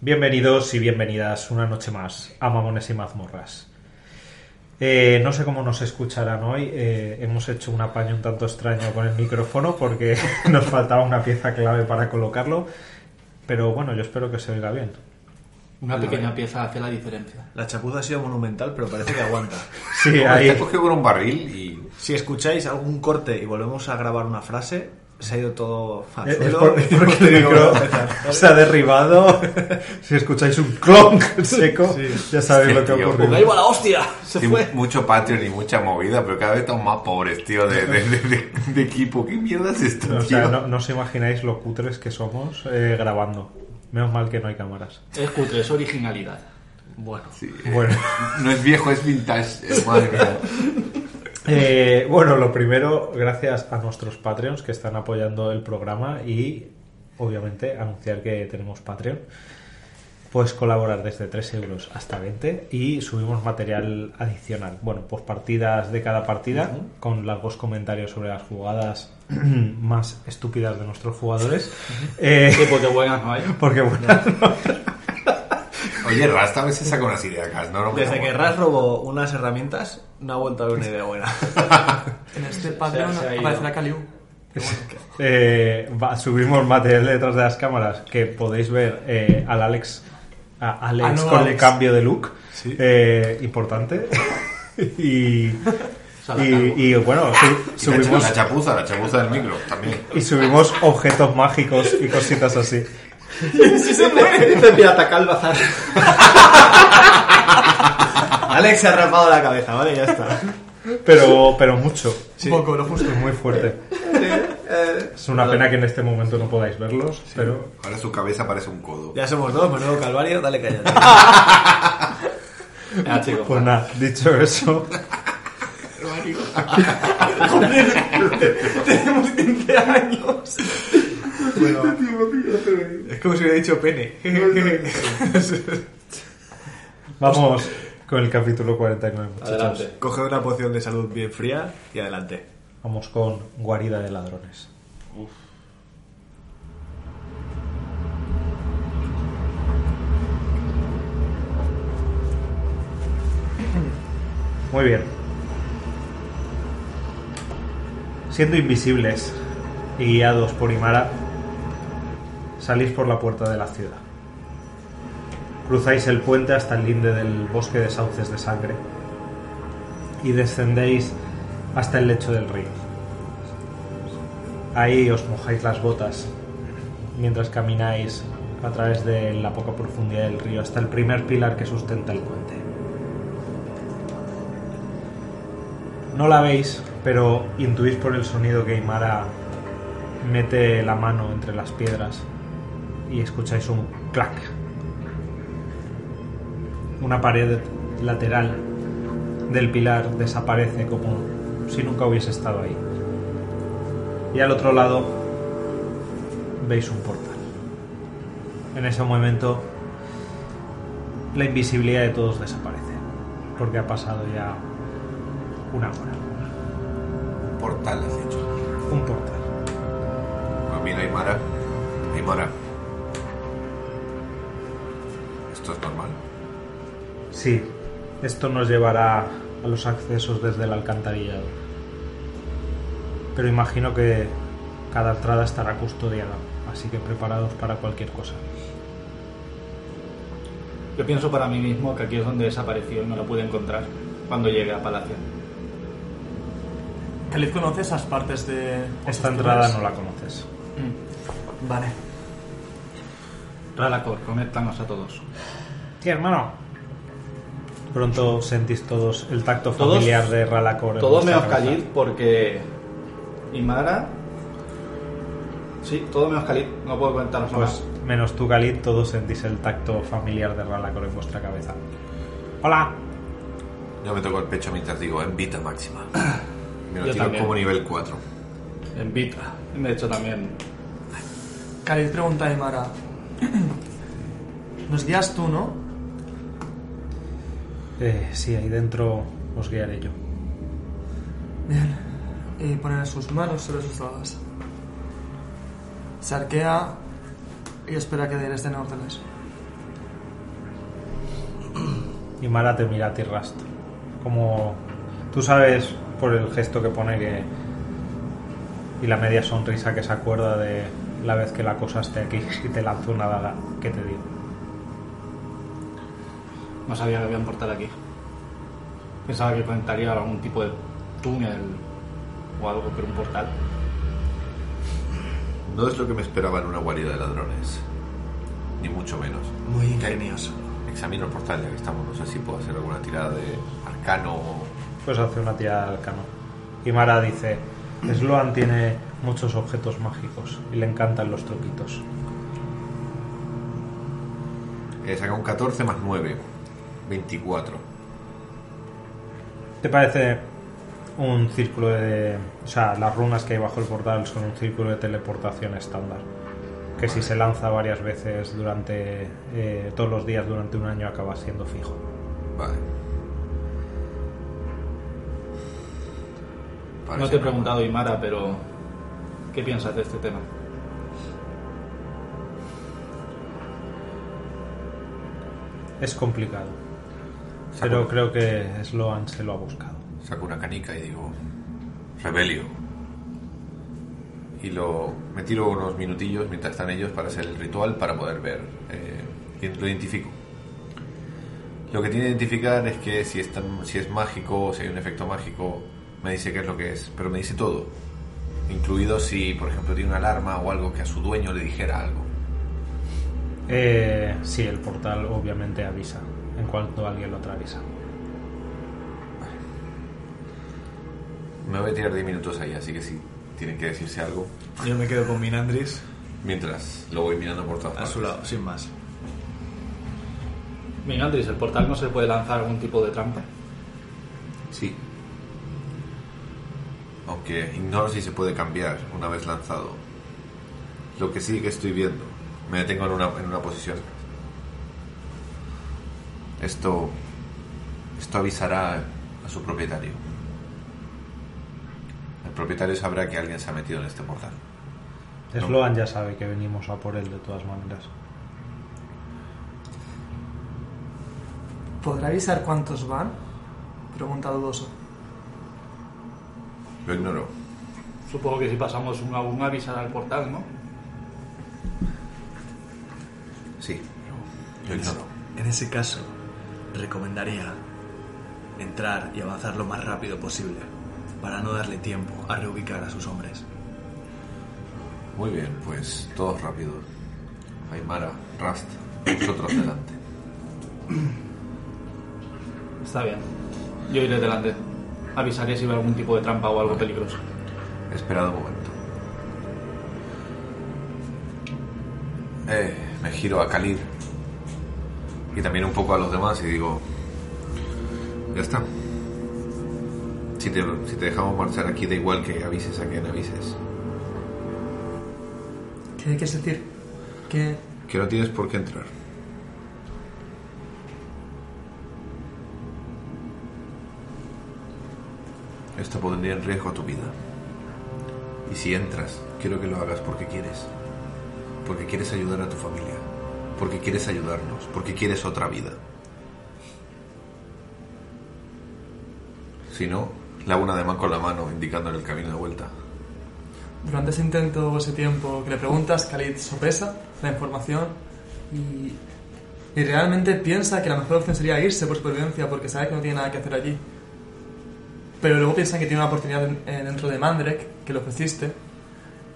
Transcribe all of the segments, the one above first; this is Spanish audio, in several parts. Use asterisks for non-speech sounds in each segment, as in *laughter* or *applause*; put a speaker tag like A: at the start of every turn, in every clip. A: Bienvenidos y bienvenidas una noche más a Mamones y Mazmorras. Eh, no sé cómo nos escucharán hoy. eh, hemos hecho un apaño un tanto extraño con el micrófono porque *laughs* nos faltaba una pieza clave para colocarlo. Pero bueno, yo espero que se oiga bien.
B: Una pequeña pieza hace la diferencia.
C: La chapuza ha sido monumental, pero parece que aguanta.
A: Sí,
D: Está
A: ahí.
D: cogido con un barril y.
C: Si escucháis algún corte y volvemos a grabar una frase, se ha ido todo al
A: Eh, Es
C: suelo
A: por-
E: *laughs*
C: y
A: es porque
C: hemos
A: el
C: tenido que
A: micro
C: volver a empezar.
A: se ha derribado. *laughs* Si escucháis un clonk seco, ya sabéis lo que ha
D: Tío,
B: ¡Porque
A: ocurrido.
B: iba la hostia! *laughs* Se
D: sí,
B: fue.
D: mucho Patreon y mucha movida, pero cada vez estamos más pobres, tío, de, de- de- de- de equipo. ¿Qué mierda es esto, tío?
A: O sea, no, no os imagináis lo cutres que somos eh, grabando. Menos mal que no hay cámaras.
B: Es cutre, es originalidad. Bueno.
D: Sí, eh,
A: Bueno.
D: no es viejo, es vintage. eh, madre mía.
A: Eh, bueno, lo primero, gracias a nuestros Patreons que están apoyando el programa y obviamente anunciar que tenemos Patreon. Puedes colaborar desde 3 euros hasta 20 y subimos material adicional. Bueno, pues partidas de cada partida con largos comentarios sobre las jugadas *clears throat* más estúpidas de nuestros jugadores. Eh, *laughs*
B: Sí, porque buenas no hay.
A: porque bueno,
D: Oye, Rasta a veces saca unas ideas, ¿no? No me
C: Desde que
D: enamoro.
C: Ras robó unas herramientas, no ha vuelto a haber una idea buena.
F: En este Patreon
B: Se ha- se ha ido.
F: aparecerá Caliú.
A: Eh, va- subimos material detrás de las cámaras que podéis ver eh, al Alex, a Alex
F: Ah, no,
A: con el
F: Alex.
A: cambio de look
C: Sí.
A: eh, importante *laughs* y,
B: Sala
A: y-
B: calvo.
A: y, bueno su-
D: Y la cha-
A: subimos
D: La chapuza, la chapuza del micro, también.
A: y subimos objetos mágicos y cositas así
C: Dice pirata calvazar. Alex se ha rapado la cabeza, vale, ya está.
A: pero pero mucho
F: Un poco, lo justo.
A: es muy fuerte es una pena que en este momento no podáis verlos pero
D: Ahora su cabeza parece un codo.
C: Ya somos dos, menudo calvario, dale callada.
B: Ya, chicos.
A: pues nada dicho eso *laughs*
F: Tenemos 15 años.
C: Es como si hubiera dicho pene.
A: vamos con el capítulo 49 muchachos.
B: Adelante.
C: Coge una poción de salud bien fría y adelante.
A: Vamos con Guarida de Ladrones. Muy bien. Siendo invisibles y guiados por Imara, salís por la puerta de la ciudad. Cruzáis el puente hasta el linde del bosque de sauces de sangre y descendéis hasta el lecho del río. Ahí os mojáis las botas mientras camináis a través de la poca profundidad del río hasta el primer pilar que sustenta el puente. No la veis, pero intuís por el sonido que Imara mete la mano entre las piedras y escucháis un clac. Una pared lateral del pilar desaparece como si nunca hubiese estado ahí. Y al otro lado veis un portal. En ese momento la invisibilidad de todos desaparece, porque ha pasado ya una hora.
D: Portal, has dicho.
A: Un portal.
D: Pues mira, Aymara. Aymara. Esto es normal.
A: Sí, esto nos llevará a los accesos desde el alcantarillado. Pero imagino que cada entrada estará custodiada, así que preparados para cualquier cosa.
B: Yo pienso para mí mismo que aquí es donde desapareció y no lo pude encontrar cuando llegué a Palacio.
F: Calid conoce esas partes de.
A: Esta entrada no la conoces.
F: Mm. Vale.
B: Radacor, conéctanos a todos.
A: Sí, hermano. Pronto sentís todos el tacto
B: Todos-
A: familiar de Ralacor. en
B: Todos
A: vuestra
B: menos
A: cabeza.
B: Khalid porque. Imara. Sí, todo menos Khalid. No puedo conectarnos a
A: Pues
B: más.
A: menos tú, Khalid, todos sentís el tacto familiar de Ralacor en vuestra cabeza. Hola.
D: Yo me toco el pecho mientras digo, en vita máxima. Me lo
B: Yo
D: tiro
B: también.
D: como nivel 4.
B: En Vita. De hecho, también.
F: Calid pregunta a Imara. *clears throat* Nos guías tú, ¿no?
A: Eh, sí, ahí dentro os guiaré yo.
F: Bien. Y pone sus manos sobre sus rodas. Se arquea y espera que des den órdenes.
A: Y Mara te mira a ti, Rast. Como tú sabes por el gesto que pone que. Y la media sonrisa que se acuerda de la vez que la acosaste aquí y te lanzó una daga que te dio.
B: No sabía que había un portal aquí. Pensaba que conectaría algún tipo de túnel o algo, pero un portal.
D: No es lo que me esperaba en una guarida de ladrones. Ni mucho menos.
C: Muy ingenioso.
D: Examino el portal ya que estamos. No sé si puedo hacer alguna tirada de arcano o...
A: Pues hace una tirada al cano. Y Mara dice: Sloan tiene muchos objetos mágicos y le encantan los truquitos.
D: He sacado un 14 más 9. 24.
A: ¿Te parece un círculo de... O sea, las runas que hay bajo el portal son un círculo de teleportación estándar. Que si se lanza varias veces durante... eh, todos los días durante un año acaba siendo fijo.
D: Vale.
B: no te he preguntado, Imara, pero ¿qué piensas de este tema?
A: Es complicado.
D: Saco-
A: Pero creo que Sloan se lo ha buscado.
D: Saco una canica y digo, rebelio. Y lo, me tiro unos minutillos mientras están ellos para hacer el ritual para poder ver. eh, y lo identifico. Lo que tiene que identificar es que si es, tan- si es mágico, si hay un efecto mágico, me dice qué es lo que es, pero me dice todo. Incluido si, por ejemplo, tiene una alarma o algo que a su dueño le dijera algo.
A: Eh, sí, el portal obviamente avisa en cuanto alguien lo atraviesa.
D: Me voy a tirar 10 minutos ahí, así que si tienen que decirse algo,
C: Yo me quedo con Minandris
D: mientras lo voy mirando por todas
C: a su
D: partes.
C: lado, sin más.
B: Mira, Andrés, ¿el portal no se puede lanzar algún tipo de trampa?
D: Sí. Aunque ignoro si se puede cambiar una vez lanzado. Lo que sí que estoy viendo. Me detengo en una, en una posición. Esto. Esto avisará a su propietario. El propietario sabrá que alguien se ha metido en este portal.
A: Sloan ya sabe que venimos a por él de todas maneras.
F: ¿Podrá avisar cuántos van? Pregunta dudoso.
D: Lo ignoro.
B: Supongo que si pasamos un, un avisar al portal, ¿no?
D: Sí. Lo ignoro.
C: En ese caso, recomendaría entrar y avanzar lo más rápido posible para no darle tiempo a reubicar a sus hombres.
D: Muy bien, pues todos rápidos. Aymara, Rast, vosotros delante.
B: Está bien. Yo iré delante. Avisaré si veo algún tipo de trampa o algo peligroso.
D: Esperado un momento. Eh, me giro a Khalid y también un poco a los demás y digo, ya está. Si te, si te dejamos marchar aquí da igual que avises a quien avises.
F: ¿Qué hay que sentir? ¿Qué?
D: Que no tienes por qué entrar. Esto pondría en riesgo tu vida. Y si entras, quiero que lo hagas porque quieres. Porque quieres ayudar a tu familia. Porque quieres ayudarnos. Porque quieres otra vida. Si no, le hago un ademán con la mano indicándole el camino de vuelta.
F: Durante ese intento o ese tiempo que le preguntas, Khalid sopesa la información y, y realmente piensa que la mejor opción sería irse por supervivencia porque sabe que no tiene nada que hacer allí. Pero luego piensa que tiene una oportunidad en- en- dentro de Mandrek, que le ofreciste.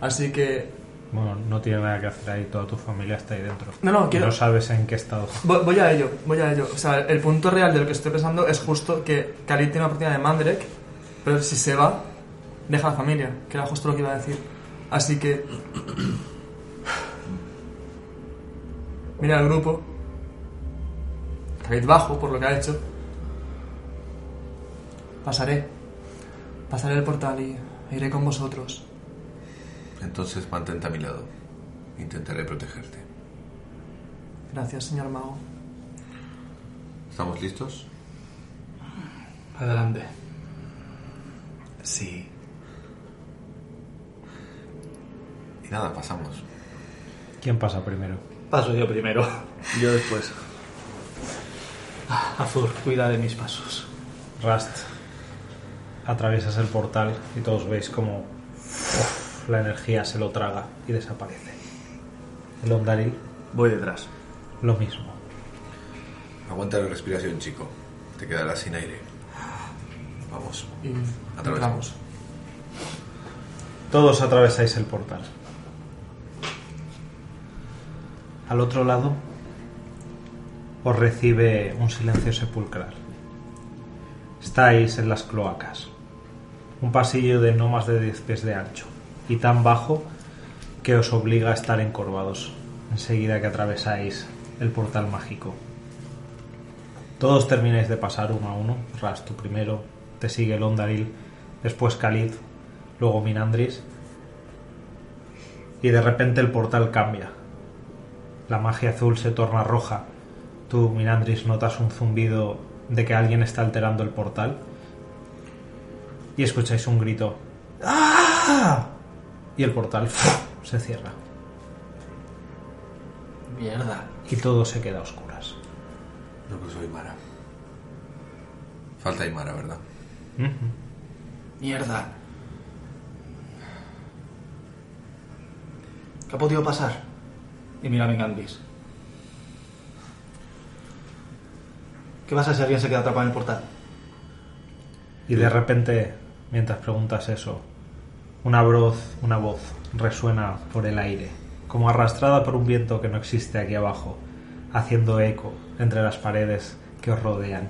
F: Así que...
A: Bueno, no tiene nada que hacer ahí, toda tu familia está ahí dentro.
F: No, no,
A: Y
F: quiero-
A: No sabes en qué estado.
F: Voy, voy a ello, voy a ello. O sea, el punto real de lo que estoy pensando es justo que Khalid tiene una oportunidad de Mandrek, pero si se va, deja a la familia, que era justo lo que iba a decir. Así que... Mira el grupo. Khalid bajo por lo que ha hecho. Pasaré. Pasaré el portal y e iré con vosotros.
D: Entonces mantente a mi lado. Intentaré protegerte.
F: Gracias, señor mago.
D: ¿Estamos listos?
B: Adelante.
C: Sí.
D: Y nada, pasamos.
A: ¿Quién pasa primero?
B: Paso yo primero.
C: Yo después.
B: Azur, cuida de mis pasos.
A: Rust, atraviesas el portal y todos veis como uf, la energía se lo traga y desaparece. El Ondaril,
C: Voy detrás.
A: lo mismo.
D: Aguanta la respiración, chico. Te quedarás sin aire. Vamos.
F: Y
D: Atravesamos.
F: entramos.
A: Todos atravesáis el portal. Al otro lado os recibe un silencio sepulcral. Estáis en las cloacas. Un pasillo de no más de 10 pies de ancho y tan bajo que os obliga a estar encorvados enseguida que atravesáis el portal mágico. Todos termináis de pasar uno a uno. Ras, tú primero, te sigue el Ondaril, después Khalid, luego Minandris. Y de repente el portal cambia. La magia azul se torna roja. Tú, Minandris, notas un zumbido de que alguien está alterando el portal. Y escucháis un grito. ¡Ah! Y el portal se cierra.
B: Mierda.
A: Y todo se queda a oscuras.
D: Yo que soy Mara. Falta Aymara, ¿verdad?
B: Mierda. ¿Qué ha podido pasar? Y mira a Mingandis. ¿Qué pasa si alguien se queda atrapado en el portal?
A: Y de repente, mientras preguntas eso, una voz, una voz resuena por el aire, como arrastrada por un viento que no existe aquí abajo, haciendo eco entre las paredes que os rodean.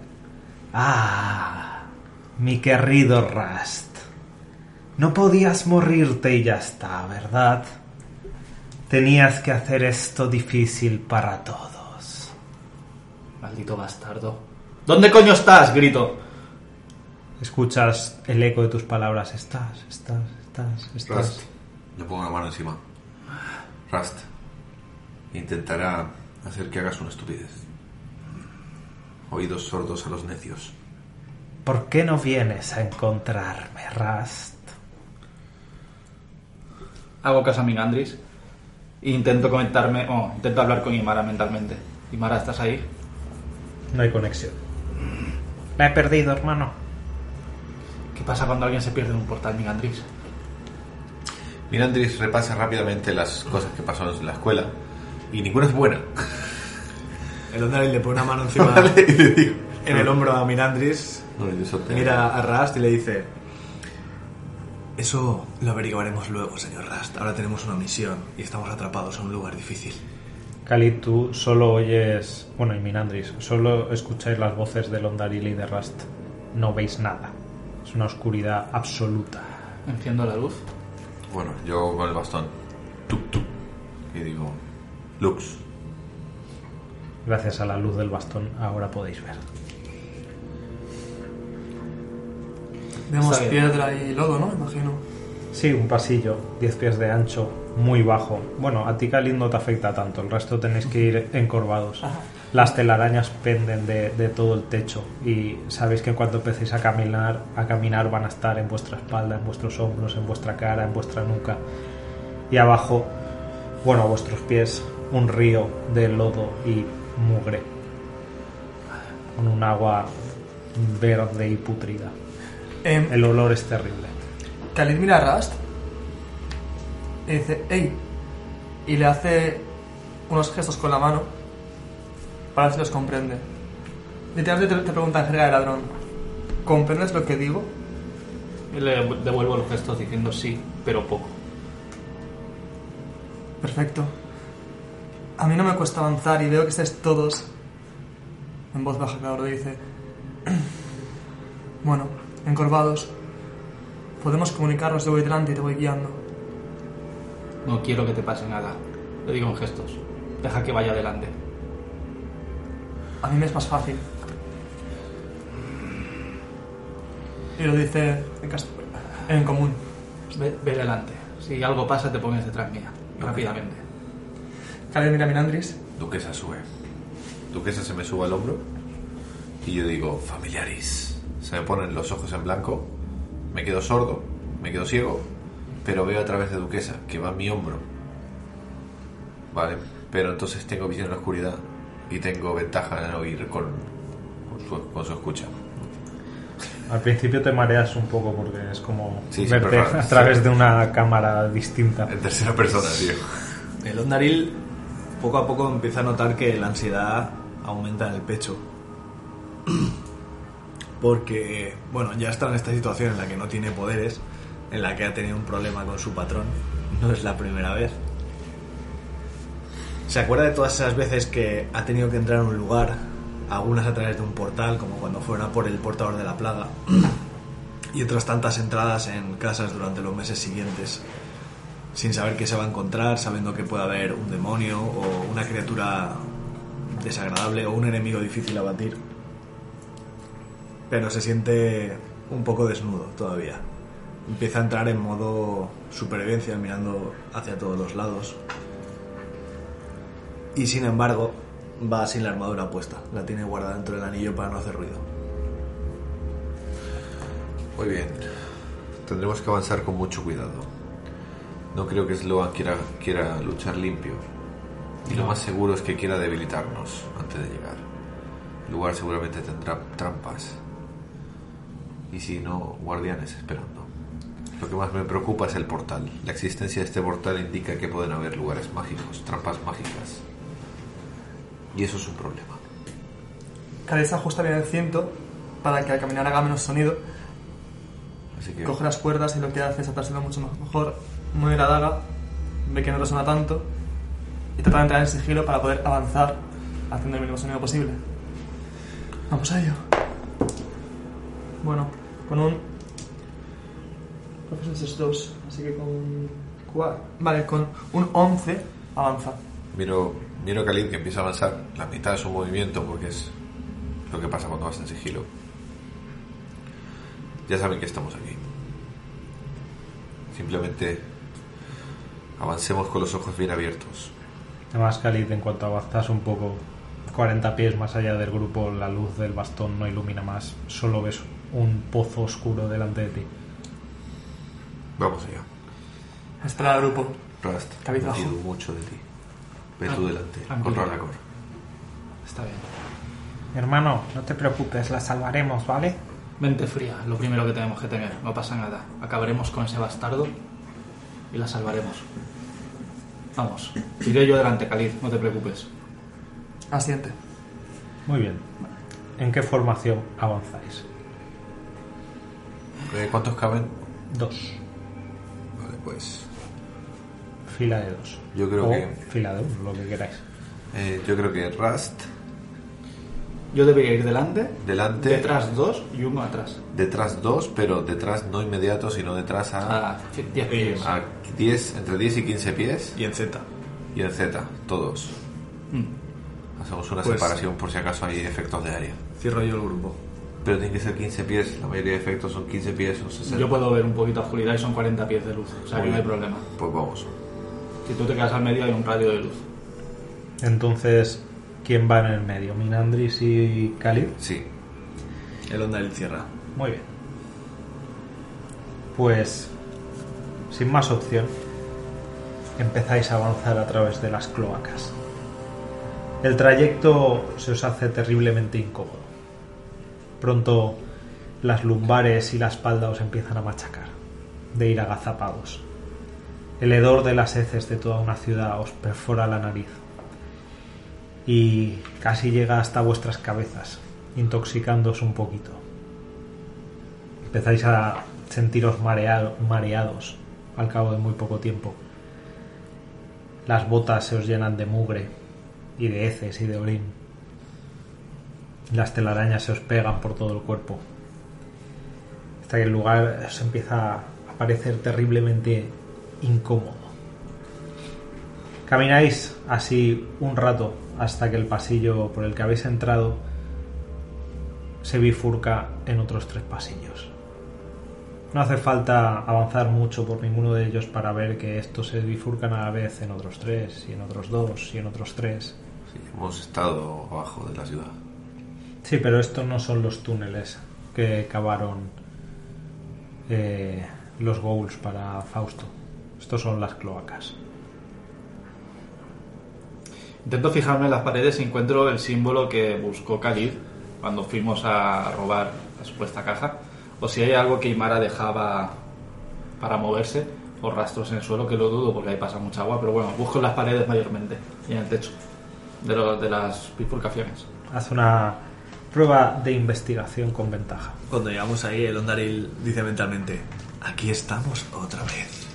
A: ¡Ah! Mi querido Rast. No podías morirte y ya está, ¿verdad? Tenías que hacer esto difícil para todos.
B: Maldito bastardo. ¿Dónde coño estás? Grito.
A: Escuchas el eco de tus palabras. Estás, estás, estás, estás.
D: Rust. Le pongo la mano encima. Rust. Intentará hacer que hagas una estupidez. Oídos sordos a los necios.
A: ¿Por qué no vienes a encontrarme, Rast?
B: Hago caso a Mingandris. E intento comentarme, o intento hablar con Imara mentalmente. Imara, ¿estás ahí?
A: No hay conexión. La he perdido, hermano.
B: ¿Qué pasa cuando alguien se pierde en un portal, Mingandris?
D: Mirandris repasa rápidamente las cosas que pasó en la escuela. Y ninguna es buena.
E: El Ondaril le pone una mano
D: *laughs*
E: encima
D: Y le digo,
E: en el hombro a Minandris,
D: no, yo solté.
E: mira a Rast y le dice:
C: Eso lo averiguaremos luego, señor Rust. Ahora tenemos una misión y estamos atrapados en un lugar difícil.
A: Khalid, tú solo oyes. Bueno, y Minandris, solo escucháis las voces del Ondaril y de Rast. No veis nada. Es una oscuridad absoluta.
B: Enciendo la luz.
D: Bueno, yo con el bastón. Tuk, tuk. Y digo, Lux,
A: Gracias a la luz del bastón, ahora podéis ver.
F: Vemos
B: Está bien.
F: piedra y lodo, ¿no? Imagino.
A: Sí, un pasillo, 10 pies de ancho, muy bajo. Bueno, a ti Khalid no te afecta tanto, el resto tenéis que ir encorvados. Las telarañas penden de, de todo el techo y sabéis que cuando empecéis a caminar, a caminar van a estar en vuestra espalda, en vuestros hombros, en vuestra cara, en vuestra nuca. Y abajo, bueno, a vuestros pies, un río de lodo y mugre. Con un agua verde y putrida.
F: Em,
A: El olor es terrible.
F: Khalid mira a Rust y dice, ¡Ey! Y le hace unos gestos con la mano para ver si los comprende. Literalmente te, te pregunta en jerga de ladrón, ¿comprendes lo que digo?
B: Y le devuelvo los gestos diciendo sí, pero poco.
F: Perfecto. A mí no me cuesta avanzar y veo que estáis todos... En voz baja, claro, lo dice. Bueno, encorvados. Podemos comunicarnos, yo voy delante y te voy guiando.
B: No quiero que te pase nada. Le digo en gestos. Deja que vaya adelante.
F: A mí me es más fácil. Y lo dice en, cas- en común.
B: Ve, ve adelante. Si algo pasa, te pones detrás mía. Rápidamente.
F: Khaled mira a Minandris.
D: Duquesa sube. Duquesa se me sube al hombro y yo digo, familiaris. Se me ponen los ojos en blanco, me quedo sordo, me quedo ciego, pero veo a través de Duquesa que va a mi hombro. Vale, pero entonces tengo visión en la oscuridad y tengo ventaja en oír con con su, con su escucha.
A: Al principio te mareas un poco porque es como
D: Sí, sí,
A: verte
D: pero raro,
A: a
D: sí.
A: través de una cámara distinta.
D: En tercera persona, tío.
E: El Ondaril poco a poco empieza a notar que la ansiedad aumenta en el pecho. *clears throat* Porque, bueno, ya está en esta situación en la que no tiene poderes, en la que ha tenido un problema con su patrón. *laughs* No es la primera vez. Se acuerda de todas esas veces que ha tenido que entrar a un lugar, algunas a través de un portal, como cuando fuera por el portador de la plaga, *clears throat* y otras tantas entradas en casas durante los meses siguientes sin saber qué se va a encontrar, sabiendo que puede haber un demonio o una criatura desagradable o un enemigo difícil a batir. Pero se siente un poco desnudo todavía. Empieza a entrar en modo supervivencia, mirando hacia todos los lados. Y sin embargo, va sin la armadura puesta. La tiene guardada dentro del anillo para no hacer ruido.
D: Muy bien. Tendremos que avanzar con mucho cuidado. No creo que Sloan quiera, quiera luchar limpio. Y lo más seguro es que quiera debilitarnos antes de llegar. El lugar seguramente tendrá trampas. Y si no, guardianes esperando. Lo que más me preocupa es el portal. La existencia de este portal indica que pueden haber lugares mágicos, trampas mágicas. Y eso es un problema.
F: Calais ajusta bien el cinto para que al caminar haga menos sonido.
D: Así que
F: Coge las cuerdas y lo que hace es atárselo mucho mejor. Mueve la daga, ve que no resuena tanto y trata de entrar en sigilo para poder avanzar haciendo el mínimo sonido posible. Vamos a ello. Bueno, con un. Profesor, es dos, así que con. cua- Vale, con un 11 avanza.
D: Miro, miro a Khalid que empieza a avanzar la mitad de su movimiento porque es lo que pasa cuando vas en sigilo. Ya saben que estamos aquí. Simplemente avancemos con los ojos bien abiertos.
A: Además, Khalid, en cuanto avanzas un poco, 40 pies más allá del grupo, la luz del bastón no ilumina más, solo ves un pozo oscuro delante de ti.
D: Vamos allá.
F: Espera al grupo.
D: Rast, he
F: Cabizbajo.
D: metido mucho de ti. Ve tú delante, con
B: Ah, tranquilo.
D: Ralacor.
B: Está bien.
A: Hermano, no te preocupes, la salvaremos, ¿vale?
B: Mente fría, lo primero que tenemos que tener. No pasa nada. Acabaremos con ese bastardo y la salvaremos. Vamos, iré yo delante, Khalid, no te preocupes.
F: Asiente.
A: Muy bien. ¿En qué formación avanzáis?
D: Eh, ¿Cuántos caben?
A: Dos.
D: Vale, pues
A: Fila de dos.
D: Yo creo
A: o
D: que-
A: Fila de uno, lo que queráis.
D: eh, yo creo que Rast
B: Yo debería ir delante,
D: delante,
B: detrás dos y uno atrás.
D: detrás dos, pero detrás no inmediato, sino detrás a,
B: A 10 Ah, pies.
D: a 10, entre 10 y 15 pies.
E: Y en Z.
D: Y en Z, todos.
B: Mm.
D: Hacemos una
E: Pues-
D: separación por si acaso hay efectos de área.
E: Cierro yo el grupo.
D: Pero tienen que ser 15 pies, la mayoría de efectos son 15 pies o 60.
B: Yo puedo ver un poquito a oscuridad y son 40 pies de luz, o sea
D: Muy
B: que no hay
D: bien.
B: problema.
D: Pues vamos.
B: Si tú te quedas al medio hay un radio de luz.
A: Entonces, ¿quién va en el medio? ¿Minandris y Khalid?
D: Sí.
E: El Ondaril cierra.
A: Muy bien. Pues, sin más opción, empezáis a avanzar a través de las cloacas. El trayecto se os hace terriblemente incómodo. Pronto las lumbares y la espalda os empiezan a machacar, de ir agazapados. El hedor de las heces de toda una ciudad os perfora la nariz y casi llega hasta vuestras cabezas, intoxicándoos un poquito empezáis a sentiros mareado- mareados al cabo de muy poco tiempo. Las botas se os llenan de mugre y de heces y de orín. Las telarañas se os pegan por todo el cuerpo. Hasta que el lugar os empieza a parecer terriblemente incómodo. Camináis así un rato hasta que el pasillo por el que habéis entrado se bifurca en otros tres pasillos. No hace falta avanzar mucho por ninguno de ellos para ver que estos se bifurcan a la vez en otros tres, y en otros dos, y en otros tres.
D: Sí, hemos estado abajo de la ciudad.
A: Sí, pero estos no son los túneles que cavaron eh, los ghouls para Fausto. Estos son las cloacas.
B: Intento fijarme en las paredes y encuentro el símbolo que buscó Khalid cuando fuimos a robar la supuesta caja, o si hay algo que Imara dejaba para moverse, o rastros en el suelo, que lo dudo porque ahí pasa mucha agua, pero bueno, busco en las paredes mayormente y en el techo de, lo- de las bifurcaciones.
A: Haz una prueba de investigación con ventaja.
E: Cuando llegamos ahí, el Ondaril dice mentalmente:
C: Aquí estamos otra vez.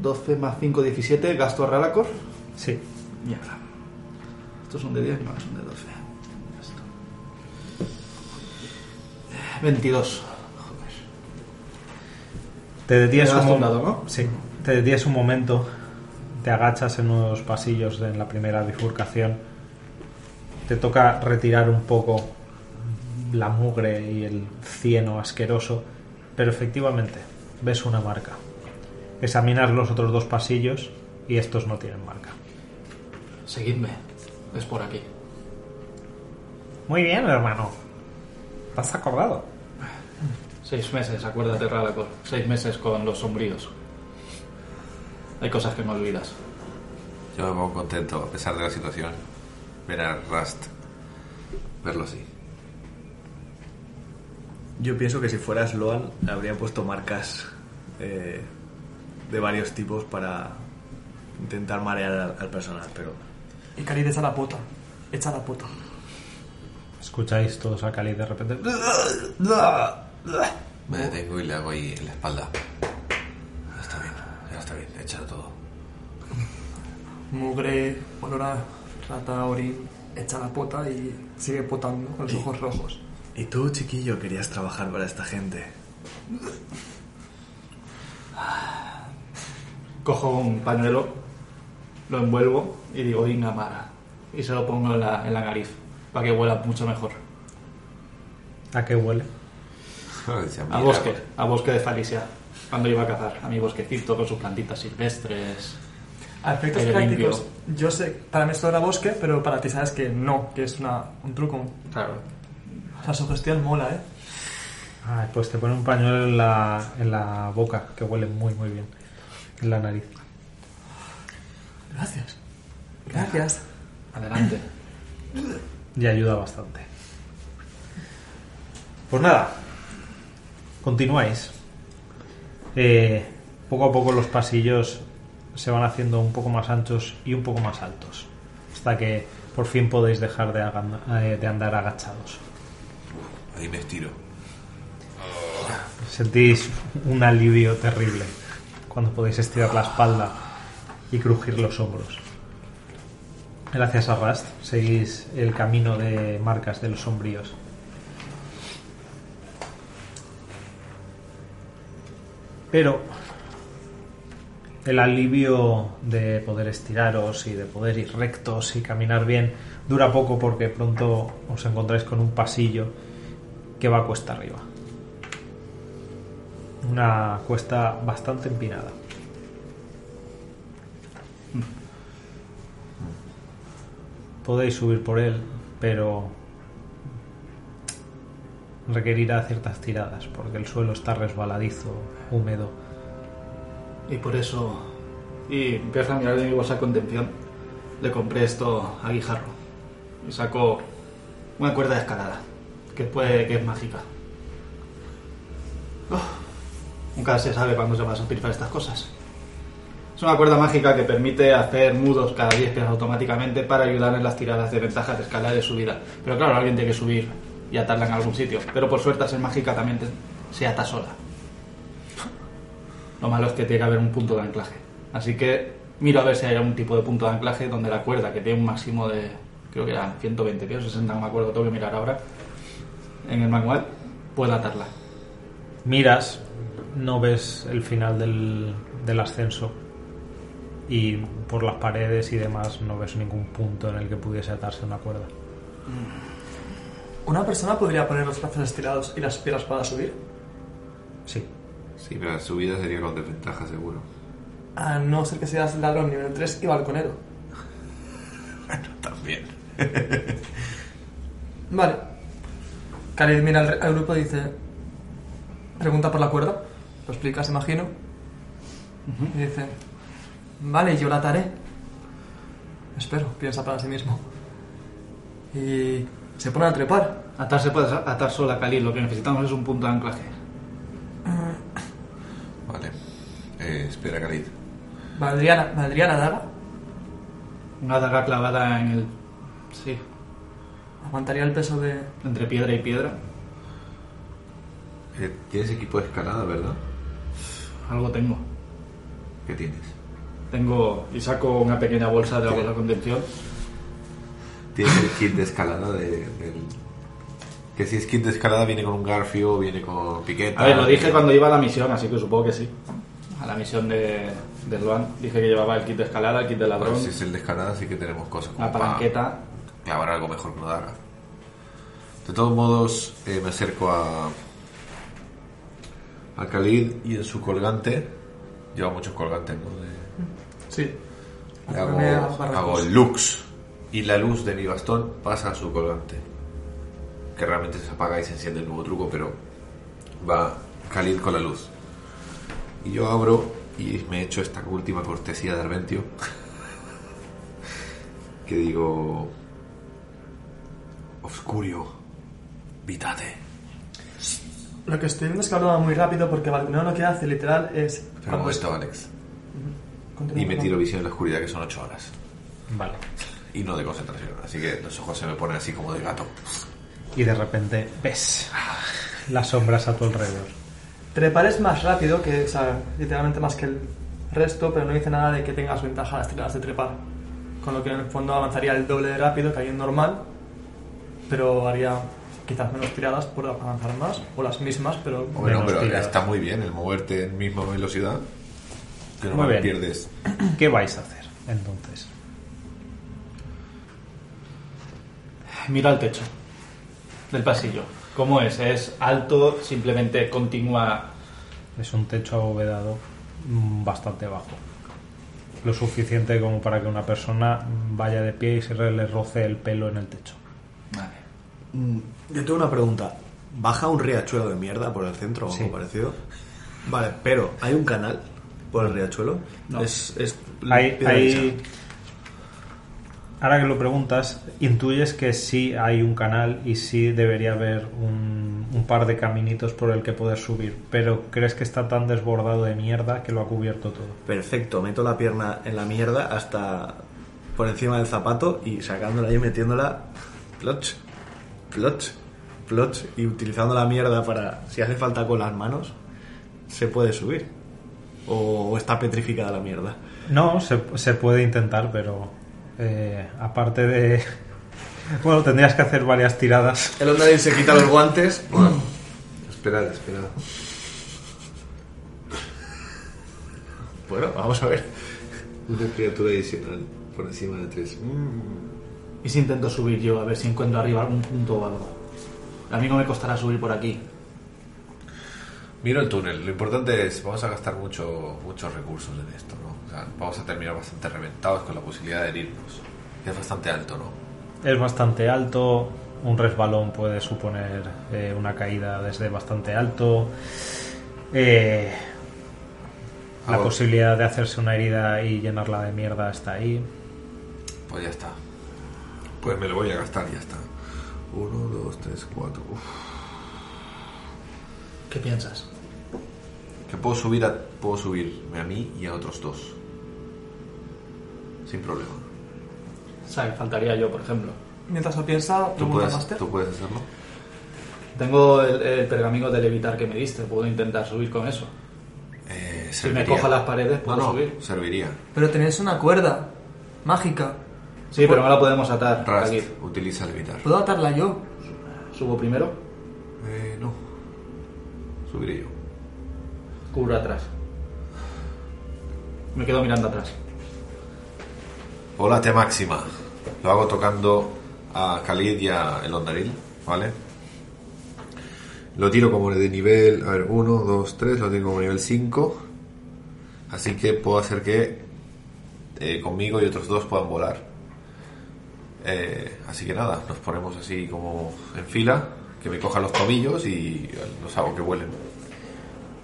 B: 12 Pues, más 5, 17, gasto a Ralacor.
A: Sí.
B: Mierda. Estos son de 10, no, son de 12. Esto. 22. Joder.
A: Te detienes,
B: Te das
A: un, mo-
B: un lado, ¿no?
A: sí. te detienes un momento, te agachas en unos pasillos de- en la primera bifurcación, te toca retirar un poco la mugre y el cieno asqueroso, pero efectivamente ves una marca. Examinas los otros dos pasillos y estos no tienen marca.
B: Seguidme. Es por aquí.
A: Muy bien, hermano. ¿Te has acordado?
B: Seis meses, acuérdate, Ralacor. Seis meses con los sombríos. Hay cosas que me olvidas.
D: Yo me pongo contento a pesar de la situación. Ver a Rust. Verlo así.
E: Yo pienso que si fueras Loan, habría puesto marcas eh, de varios tipos para intentar marear al, al personal, pero
F: Y Khalid echa la pota. Echa la pota.
A: Escucháis todos a Cali de repente. ¡ah!
D: Me detengo y le hago ahí en la espalda. Ya está bien, ya está bien, échalo todo. *laughs*
F: Mugre, olor a rata, orín. Echa la pota y sigue potando con los ojos rojos.
E: ¿Y tú, chiquillo, querías trabajar para esta gente?
B: Cojo un pañuelo, lo envuelvo y digo, Inga Mara. Y se lo pongo en la, en la nariz para que huela mucho mejor.
A: ¿A qué huele?
D: Decía,
B: A
D: mira,
B: bosque, a bosque de Falicia. Cuando iba a cazar, a mi bosquecito con sus plantitas silvestres.
F: A efectos
B: Aire
F: prácticos, yo sé, para mí esto era bosque, pero para ti sabes que no, que es una, un truco.
B: Claro.
F: La sugestión mola, ¿eh?
A: Ay, pues te pone un pañuelo en la, en la boca, que huele muy, muy bien. En la nariz.
F: Gracias. Gracias.
B: Adelante.
A: Y ayuda bastante. Pues nada, continuáis. Eh, poco a poco los pasillos se van haciendo un poco más anchos y un poco más altos. Hasta que por fin podéis dejar de, aga- eh, de andar agachados.
D: Ahí me estiro.
A: Sentís un alivio terrible cuando podéis estirar la espalda y crujir los hombros. Gracias a Rust, seguís el camino de marcas de los sombríos. Pero el alivio de poder estiraros y de poder ir rectos y caminar bien dura poco porque pronto os encontráis con un pasillo que va cuesta arriba una cuesta bastante empinada. Podéis subir por él, pero requerirá ciertas tiradas porque el suelo está resbaladizo, húmedo.
B: Y por eso. Y empiezo a mirar de mi bolsa con tensión. Le compré esto a Guijarro. Y saco una cuerda de escalada. Que puede que es mágica. Uf, nunca se sabe cuándo se van a utilizar estas cosas. Es una cuerda mágica que permite hacer mudos cada 10 pies automáticamente para ayudar en las tiradas de ventajas de escala de subida. Pero claro, alguien tiene que subir y atarla en algún sitio. Pero por suerte, ser mágica también te- se ata sola. Lo malo es que tiene que haber un punto de anclaje. Así que miro a ver si hay algún tipo de punto de anclaje donde la cuerda, que tiene un máximo de, creo que eran 120 pies, 60, no me acuerdo, tengo que mirar ahora, en el manual, pueda atarla.
A: Miras, no ves el final del, del ascenso y por las paredes y demás no ves ningún punto en el que pudiese atarse una cuerda.
F: ¿Una persona podría poner los brazos estirados y las piernas para subir?
A: Sí,
D: Sí, pero la subida sería con desventaja seguro.
F: A no ser que seas ladrón nivel 3 y balconero.
D: También.
F: Vale. Khalid mira al, al grupo y dice... Pregunta por la cuerda. Lo explicas, imagino. Y dice... Vale, yo la ataré. espero, piensa para sí mismo. Y se pone a trepar.
B: Atar se puede atar sola, Khalid. Lo que necesitamos es un punto de anclaje.
D: Vale. Eh, espera, Khalid.
F: ¿Valdría la, ¿Valdría la daga?
B: Una daga clavada en el. Sí,
F: ¿Aguantaría el peso de...?
B: entre piedra y piedra.
D: Eh, tienes equipo de escalada, ¿verdad?
B: Algo tengo.
D: ¿Qué tienes?
B: Tengo. Y saco una pequeña bolsa de agua de la contención.
D: Tienes el kit de escalada de- del... Que si es kit de escalada viene con un garfio, viene con Eh, piqueta...
B: A ver, lo dije cuando iba a la misión, así que supongo que sí. A la misión de, de Luan. Dije que llevaba el kit de escalada, el kit de ladrón,
D: Bueno, si es el de escalada Pues sí que tenemos cosas como
B: la
D: para
B: palanqueta.
D: clavar algo mejor que una daga. De todos modos, eh, me acerco a... A Khalid y en su colgante... Lleva muchos colgantes, ¿no? De-
F: Sí.
D: Le
F: Me da
D: hago,
F: barra
D: hago
F: cruz.
D: el lux y la luz de mi bastón pasa a su colgante. Que realmente se apaga y se enciende el nuevo truco, pero va Khalid con la luz. Y yo abro y me echo esta última cortesía de Arventio. *laughs* que digo... Obscurio, vitate.
F: Lo que estoy viendo es que hablaba muy rápido porque Valguneo lo que hace literal es...
D: Pero un momento, Alex.
F: Continúa,
D: Y me
F: perdón.
D: tiro visión en la oscuridad, que son 8 horas.
A: Vale.
D: Y no de concentración, así que los ojos se me ponen así como de gato.
A: Y de repente ves las sombras a tu alrededor.
F: Trepar es más rápido que, o sea, literalmente más que el resto, pero no dice nada de que tengas ventaja a las tiradas de trepar. Con lo que en el fondo avanzaría el doble de rápido que alguien normal, pero haría quizás menos tiradas por avanzar más, o las mismas, pero...
D: Bueno,
A: menos
D: pero
A: tiradas.
D: está muy bien el moverte en misma velocidad. Que no
A: Muy bien.
D: pierdes.
A: ¿Qué vais a hacer entonces?
B: Mira al techo del pasillo. ¿Cómo es? ¿Es alto? ¿Simplemente continúa?
A: Es un techo abovedado mm, bastante bajo. Lo suficiente como para que una persona vaya de pie y se le roce el pelo en el techo.
B: Vale.
E: Mm, Yo tengo una pregunta. ¿Baja un riachuelo de mierda por el centro o
A: Sí.
E: algo parecido? Vale, pero ¿hay un canal por el riachuelo?
B: No.
E: Es, es
A: Hay,
E: piedra
A: hay-
E: hecha.
A: Ahora que lo preguntas, intuyes que sí hay un canal y sí debería haber un, un par de caminitos por el que poder subir, pero crees que está tan desbordado de mierda que lo ha cubierto todo.
E: Perfecto, meto la pierna en la mierda hasta por encima del zapato y sacándola y metiéndola. Ploch, ploch, ploch. Y utilizando la mierda para, si hace falta con las manos, se puede subir. O, o está petrificada la mierda.
A: No, se, se puede intentar, pero eh, aparte de... *laughs* Bueno, tendrías que hacer varias tiradas.
E: El Ondadil se quita los *laughs* guantes.
D: Esperad, esperad.
E: Bueno, vamos a ver.
D: Una criatura adicional por encima de tres.
B: ¿Y si intento subir yo? A ver si encuentro arriba algún punto o algo. A mí no me costará subir por aquí.
D: Miro el túnel. Lo importante es, vamos a gastar mucho, muchos recursos en esto, ¿no? O sea, vamos a terminar bastante reventados con la posibilidad de herirnos. Es bastante alto, ¿no?
A: Es bastante alto, un resbalón puede suponer eh, una caída desde bastante alto. Eh, la
D: Ah, bueno.
A: posibilidad de hacerse una herida y llenarla de mierda está ahí.
D: Pues ya está. Pues me lo voy a gastar, ya está. Uno, dos, tres, cuatro. Uf.
B: ¿Qué piensas?
D: Que puedo subir a, puedo subirme a mí y a otros dos. Sin problema.
B: ¿Sabes? Faltaría yo, por ejemplo.
F: Mientras lo piensa,
D: ¿Tú
F: pregunta
D: puedes,
F: Master.
D: ¿Tú puedes hacerlo?
B: Tengo el, el pergamino de levitar que me diste. Puedo intentar subir con eso.
D: Eh,
B: Si me cojo las paredes,
D: No,
B: puedo
D: no,
B: subir.
D: serviría.
F: Pero tenéis una cuerda mágica.
B: Sí, pero no la podemos atar.
D: Rast,
B: Khalid.
D: utiliza levitar.
F: ¿Puedo atarla yo?
B: Subo primero,
D: Eh, no. Subiré yo.
B: cubro atrás. Me quedo mirando atrás.
D: Volate máxima. Lo hago tocando a Khalid y a el Ondaril, ¿vale? Lo tiro como de nivel, a ver, 1, 2, 3, lo tengo como nivel 5. Así que puedo hacer que eh, conmigo y otros dos puedan volar. Eh, así que nada, nos ponemos así como en fila, que me cojan los tobillos y los hago que vuelen.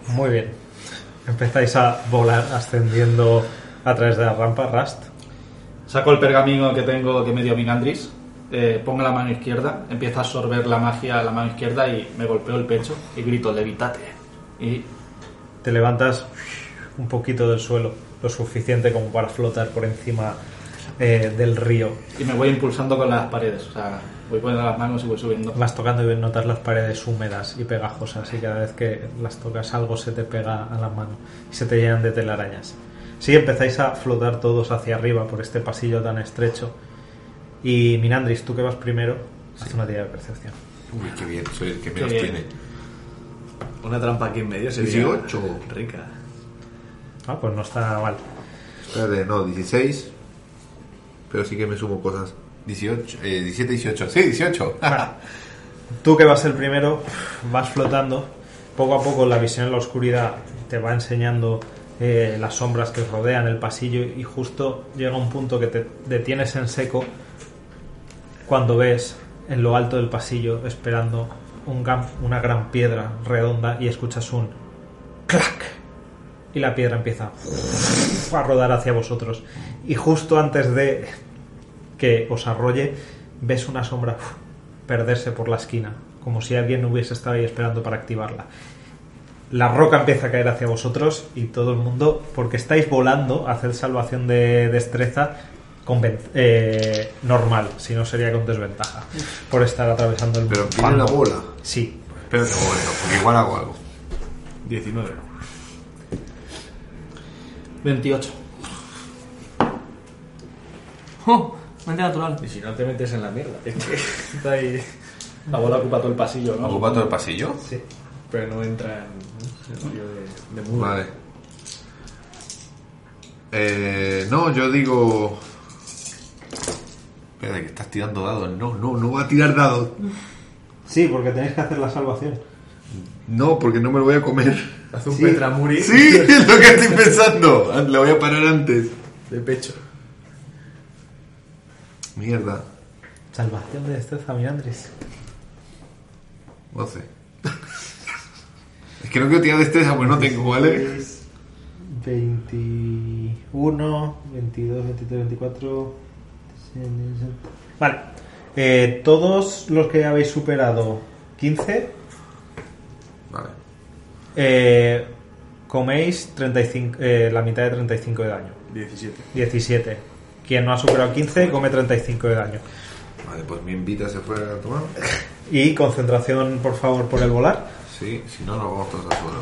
A: Muy bien. Empezáis a volar ascendiendo a través de la rampa Rust.
B: Saco el pergamino que tengo que me dio Mingandris, eh, pongo la mano izquierda, empieza a absorber la magia a la mano izquierda y me golpeo el pecho y grito, levitate. Y
A: Te levantas un poquito del suelo, lo suficiente como para flotar por encima eh, del río.
B: y me voy impulsando con las paredes. O sea, voy poniendo las manos y voy subiendo.
A: Vas tocando y notas las paredes húmedas y pegajosas y cada vez que las tocas algo se te pega a la mano y se te llenan de telarañas. Sí, empezáis a flotar todos hacia arriba por este pasillo tan estrecho. Y Minandris, tú que vas primero, haz una tirada de percepción.
D: Uy, qué bien, soy el que menos
B: bien.
D: tiene.
E: Una trampa aquí en medio sería
D: 18.
E: rica.
A: Ah, pues no está mal.
D: Espérate, no, 16. Pero sí que me sumo cosas. 18, eh, 17, 18. Sí, Ah, 18.
A: Tú que vas el primero, vas flotando. Poco a poco la visión en la oscuridad te va enseñando eh, las sombras que rodean el pasillo y justo llega un punto que te detienes en seco cuando ves en lo alto del pasillo esperando un gran- una gran piedra redonda y escuchas un clac y la piedra empieza a rodar hacia vosotros y justo antes de que os arrolle ves una sombra perderse por la esquina como si alguien hubiese estado ahí esperando para activarla la roca empieza a caer hacia vosotros y todo el mundo porque estáis volando haced salvación de destreza con ven- eh, normal si no sería con desventaja por estar atravesando el
D: Pero tiene
A: pantano.
D: la bola.
A: sí
D: Espérate un momento, porque igual hago algo.
E: 19.
B: 28.
F: ¡Oh! Mente natural.
G: Y si no te metes en la mierda. Es que está ahí.
B: La bola ocupa todo el pasillo, ¿no?
D: ¿Ocupa todo el pasillo?
G: Sí. Pero no entra en el sentido de, de muro.
D: Vale. Eh, no, yo digo. Espérate, que estás tirando dados. No, no, no va a tirar dados.
A: sí porque tenéis que hacer la salvación
D: No, porque no me lo voy a comer.
G: Haz un Petramuri
D: Sí, *laughs* es lo que estoy pensando. La voy a parar antes.
G: de pecho.
D: Mierda.
A: salvación de destreza Mirandris
D: 12. Es que no quiero tirar destreza, pues no tengo, ¿vale?
A: 21, 22, 23, 24. Vale. Eh, todos los que habéis superado 15
D: Vale.
A: eh, coméis 35, eh, la mitad de 35 de daño.
E: 17.
A: 17. Quien no ha superado 15 come 35 de daño.
D: Vale, pues mi invita se fue a tomar.
A: Y concentración, por favor, por el volar.
D: Sí, si no, nos vamos todos al suelo.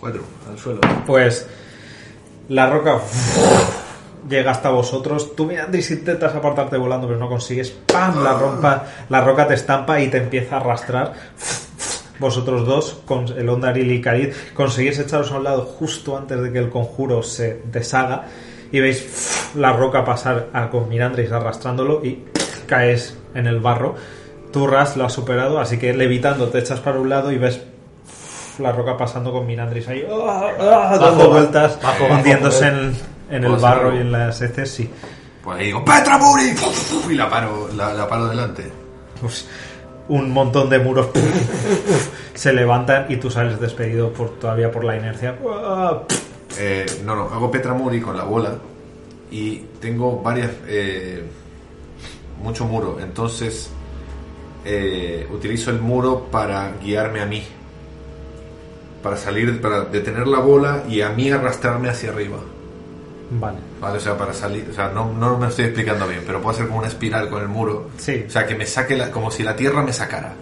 D: 4.
G: Al suelo.
A: Pues la roca llega hasta vosotros. Tú, Mirandris, intentas apartarte volando, pero no consigues. ¡Pam! La, rompa, la roca te estampa y te empieza a arrastrar. Vosotros dos, con el Ondaril y Carid, conseguís echaros a un lado justo antes de que el conjuro se deshaga. Y veis la roca pasar a- con Mirandris arrastrándolo y caes en el barro. Tú, Ras, lo has superado, así que levitando te echas para un lado y ves la roca pasando con Mirandris ahí, ¡ah, ah! dando vueltas, hundiéndose en, en el
D: Puedo
A: barro
D: hacerlo.
A: y en las heces, sí.
D: Pues ahí digo, ¡Petra Muri! *laughs* Y la paro, la, la paro delante.
A: Pues, un montón de muros *laughs* se levantan y tú sales despedido por, todavía por la inercia. ¡Ah!
D: Eh, no, no, hago Petra Muri con la bola y tengo varias. eh, mucho muro, entonces eh, utilizo el muro para guiarme a mí. Para salir, para detener la bola y a mí arrastrarme hacia arriba.
A: Vale,
D: Vale, o sea, para salir, o sea, no, no me lo estoy explicando bien, pero puedo hacer como una espiral con el muro.
A: Sí.
D: O sea, que me saque, la- como si la tierra me sacara.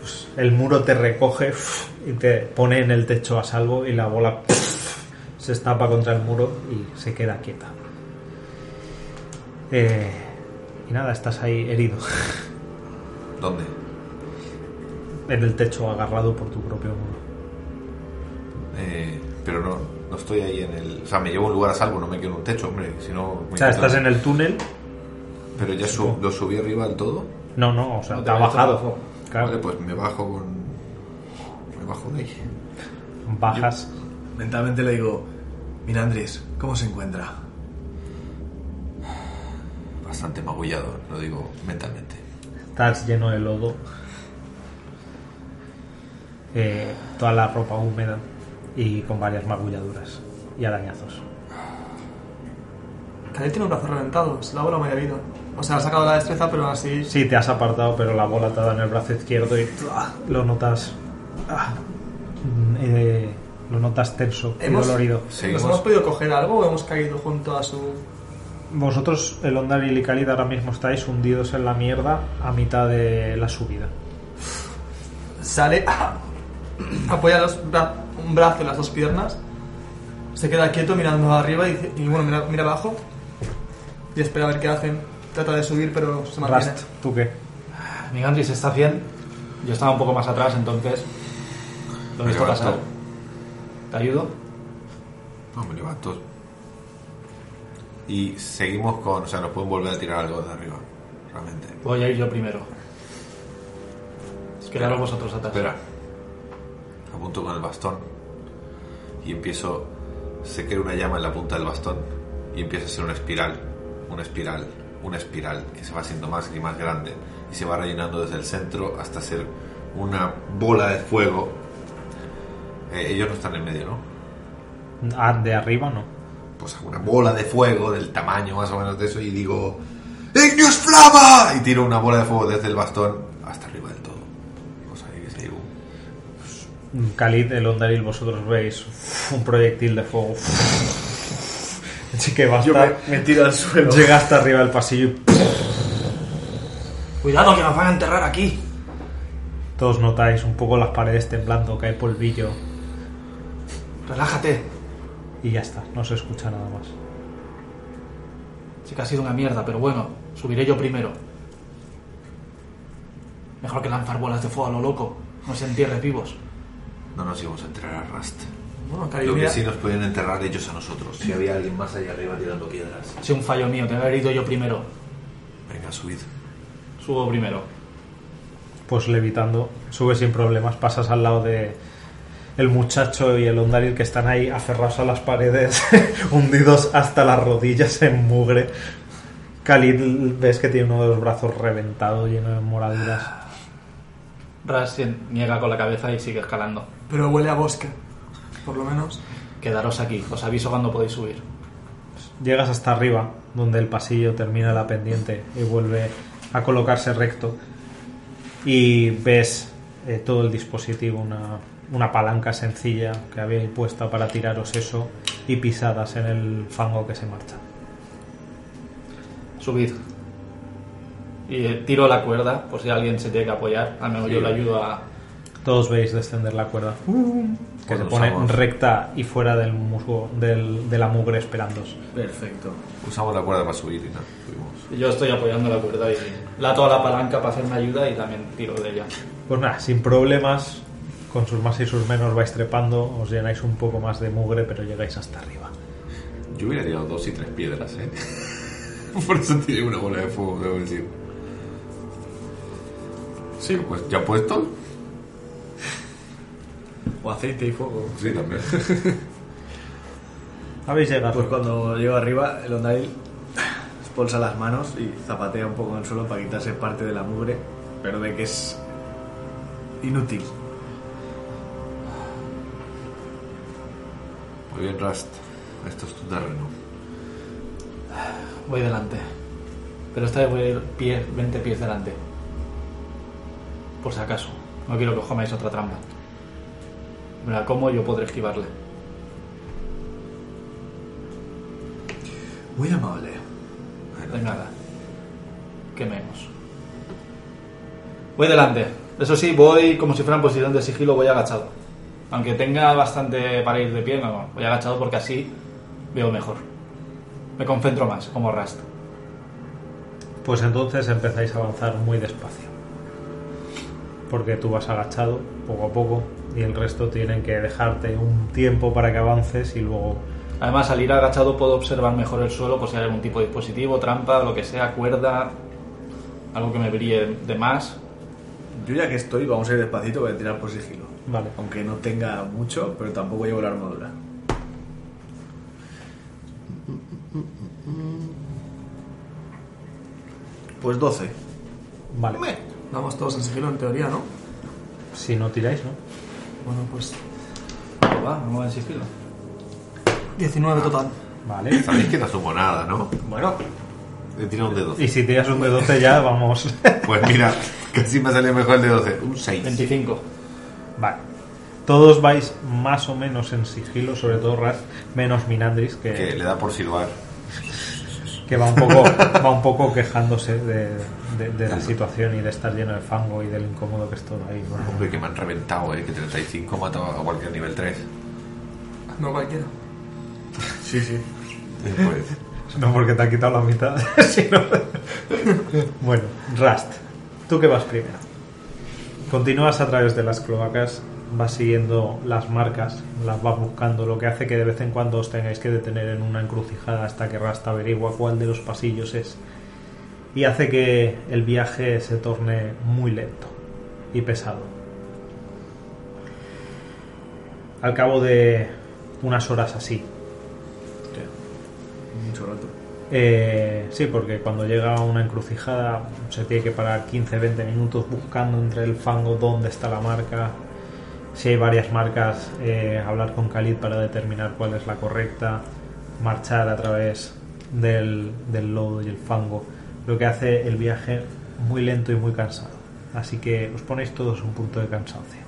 A: Pues el muro te recoge y te pone en el techo a salvo y la bola se estampa contra el muro y se queda quieta. Eh, y nada, estás ahí herido *laughs*
D: ¿Dónde?
A: en el techo agarrado por tu propio muro.
D: Eh, pero no, no estoy ahí en el. O sea, me llevo a un lugar a salvo, no me quedo en un techo, hombre. Si no, me
A: O sea,
D: quedo-
A: estás en el túnel.
D: Pero ya su- lo subí arriba del todo.
A: No, no, o sea,
B: No
A: te
B: te
A: ha
B: habías
A: bajado.
B: tocado.
A: Claro,
D: Vale, pues me bajo con. Me bajo de ahí.
A: bajas.
E: Mentalmente le digo, mira Andrés, ¿cómo se encuentra?
D: Bastante magullado, lo digo mentalmente.
A: Estás lleno de lodo. Eh, toda la ropa húmeda y con varias magulladuras y arañazos.
F: Khalid tiene un brazo reventado, se lo ha volado media vida. O sea, ha sacado la destreza, pero aún así.
A: Sí, te has apartado, pero la bola te ha dado en el brazo izquierdo y ¡tua! lo notas. ah, mm, eh, lo notas tenso y
F: Hemos-
A: dolorido.
F: ¿Nos
D: Seguimos.
F: hemos podido coger algo o hemos caído junto a su.
A: Vosotros, el Ondar y Licarid, ahora mismo estáis hundidos en la mierda a mitad de la subida.
F: Sale, *coughs* apoya los bra- un brazo en las dos piernas, se queda quieto mirando arriba y, dice- y bueno, mira, mira abajo y espera a ver qué hacen. Trata de subir, pero se mantiene.
A: Rast, ¿tú qué?
B: Migandris, ¿estás bien? Yo estaba un poco más atrás, entonces. Lo he visto
D: Levanto.
B: pasar. ¿Te ayudo?
D: No, me levanto. Y seguimos con. O sea, nos pueden volver a tirar algo de arriba. Realmente.
B: Voy a ir yo primero. Quedaros vosotros atrás.
D: Espera. Apunto con el bastón. Y empiezo. Se crea una llama en la punta del bastón. Y empieza a ser una espiral. Una espiral. Una espiral. Que se va haciendo más y más grande. Y se va rellenando desde el centro hasta ser una bola de fuego. Eh, ellos no están en medio, ¿no?
A: Ah, de arriba no.
D: pues una bola de fuego del tamaño más o menos de eso y digo ¡Ignius Flama! y tiro una bola de fuego desde el bastón hasta arriba del todo o sea que se llevó
A: Khalid, el Ondaril, vosotros veis uf, un proyectil de fuego. Así que basta.
G: Yo me, me tiro al suelo.
A: Llega hasta arriba del pasillo y
B: Cuidado que nos van a enterrar aquí.
A: todos notáis un poco las paredes temblando, cae polvillo
B: Relájate.
A: y ya está, no se escucha nada más.
B: Sí que ha sido una mierda, pero bueno, subiré yo primero. Mejor que lanzar bolas de fuego a lo loco. No se entierres vivos.
D: no nos íbamos a enterrar a Rast
F: Bueno, Khalid,
D: lo que
F: mira,
D: sí nos podían enterrar ellos a nosotros si había alguien más allá arriba tirando piedras
B: Ha sido un fallo mío, te haber ido yo primero.
D: venga subid
B: Subo primero.
A: Pues levitando, subes sin problemas, pasas al lado de el muchacho y el Ondaril que están ahí aferrados a las paredes, *laughs* hundidos hasta las rodillas en mugre. Khalid ves que tiene uno de los brazos reventado, lleno de moraduras.
B: Ras se niega con la cabeza y sigue escalando.
F: pero huele a bosque, por lo menos.
B: Quedaros aquí, os aviso cuando podéis subir.
A: Llegas hasta arriba, donde el pasillo termina la pendiente y vuelve a colocarse recto. Y ves eh, todo el dispositivo, una, una palanca sencilla que había puesta para tiraros eso y pisadas en el fango que se marcha.
B: Subid. Y eh, tiro la cuerda, por si alguien se tiene que apoyar. Al menos yo le ayudo a.
A: Todos veis descender la cuerda, que se
D: Cuando
A: pone
D: usamos-
A: recta y fuera del musgo, del- de la mugre esperándos.
G: Perfecto.
D: usamos la cuerda para subir y nada subimos
B: Yo estoy apoyando la cuerda y la toda la palanca para hacerme ayuda y también tiro de ella.
A: Pues nada, sin problemas, con sus más y sus menos vais trepando, os llenáis un poco más de mugre, pero llegáis hasta arriba.
D: yo hubiera tirado dos y tres piedras eh *laughs* por eso tiré una bola de fuego debo decir sí pues ya puesto
G: O aceite y fuego.
D: sí también
A: Habéis llegado.
G: Pues cuando llego arriba, el Ondail expulsa las manos y zapatea un poco en el suelo para quitarse parte de la mugre, pero de que es inútil.
D: muy bien Rast esto es tu terreno
B: Voy delante. Pero esta vez voy a ir pie- 20 pies delante. Por si acaso. No quiero que os comáis otra trampa. Me la como y yo podré esquivarle.
G: Muy amable.
B: De nada. ¿Qué menos? Voy delante. Eso sí, voy como si fuera en posición de sigilo, voy agachado. Aunque tenga bastante para ir de pie, no, no, voy agachado porque así veo mejor. Me concentro más, como Rust.
A: Pues entonces empezáis a avanzar muy despacio. Porque tú vas agachado poco a poco y el resto tienen que dejarte un tiempo para que avances y luego...
B: Además, al ir agachado puedo observar mejor el suelo por si hay algún tipo de dispositivo, trampa, lo que sea, cuerda, algo que me brille de más.
G: Yo ya que estoy, vamos a ir despacito, voy a tirar por sigilo.
A: Vale.
G: Aunque no tenga mucho, pero tampoco llevo la armadura. Pues 12.
A: Vale.
F: Vamos todos en sigilo, en teoría, ¿no?
A: Si no tiráis, ¿no?
F: Bueno, pues
B: Va, no me voy en sigilo.
D: Ah.
F: 19 total.
A: Vale.
D: Sabéis que no sumo nada, ¿no?
A: Bueno.
D: Le tiro un dedo.
A: Y si tiras un de 12 ya, vamos. *laughs*
D: Pues mira, casi me sale mejor el de 12. Un 6.
B: 25.
A: Vale. Todos vais más o menos en sigilo, sobre todo Raz, menos Minandris,
D: Que
A: que,
D: le da por silbar.
A: que va, un
D: *laughs*
A: poco, va un poco quejándose de, de- de la situación y de estar lleno de fango y del incómodo que es todo ahí.
D: Hombre, que me han reventado, ¿eh? Que 35 mataba a cualquier nivel 3.
F: No cualquiera.
G: Sí, sí.
D: Pues,
A: No porque te ha quitado la mitad, *laughs* sino... bueno, Rust, tú que vas primero. Continúas a través de las cloacas, vas siguiendo las marcas, las vas buscando, lo que hace que de vez en cuando os tengáis que detener en una encrucijada hasta que Rust averigua cuál de los pasillos es. Y hace que el viaje se torne muy lento y pesado. Al cabo de unas horas así,
G: Mucho rato.
A: Eh, sí, porque cuando llega a una encrucijada se tiene que parar 15-20 minutos buscando entre el fango dónde está la marca. Si hay varias marcas, eh, hablar con Khalid para determinar cuál es la correcta. Marchar a través del, del lodo y el fango. Lo que hace el viaje muy lento y muy cansado. Así que os ponéis todos un punto de cansancio.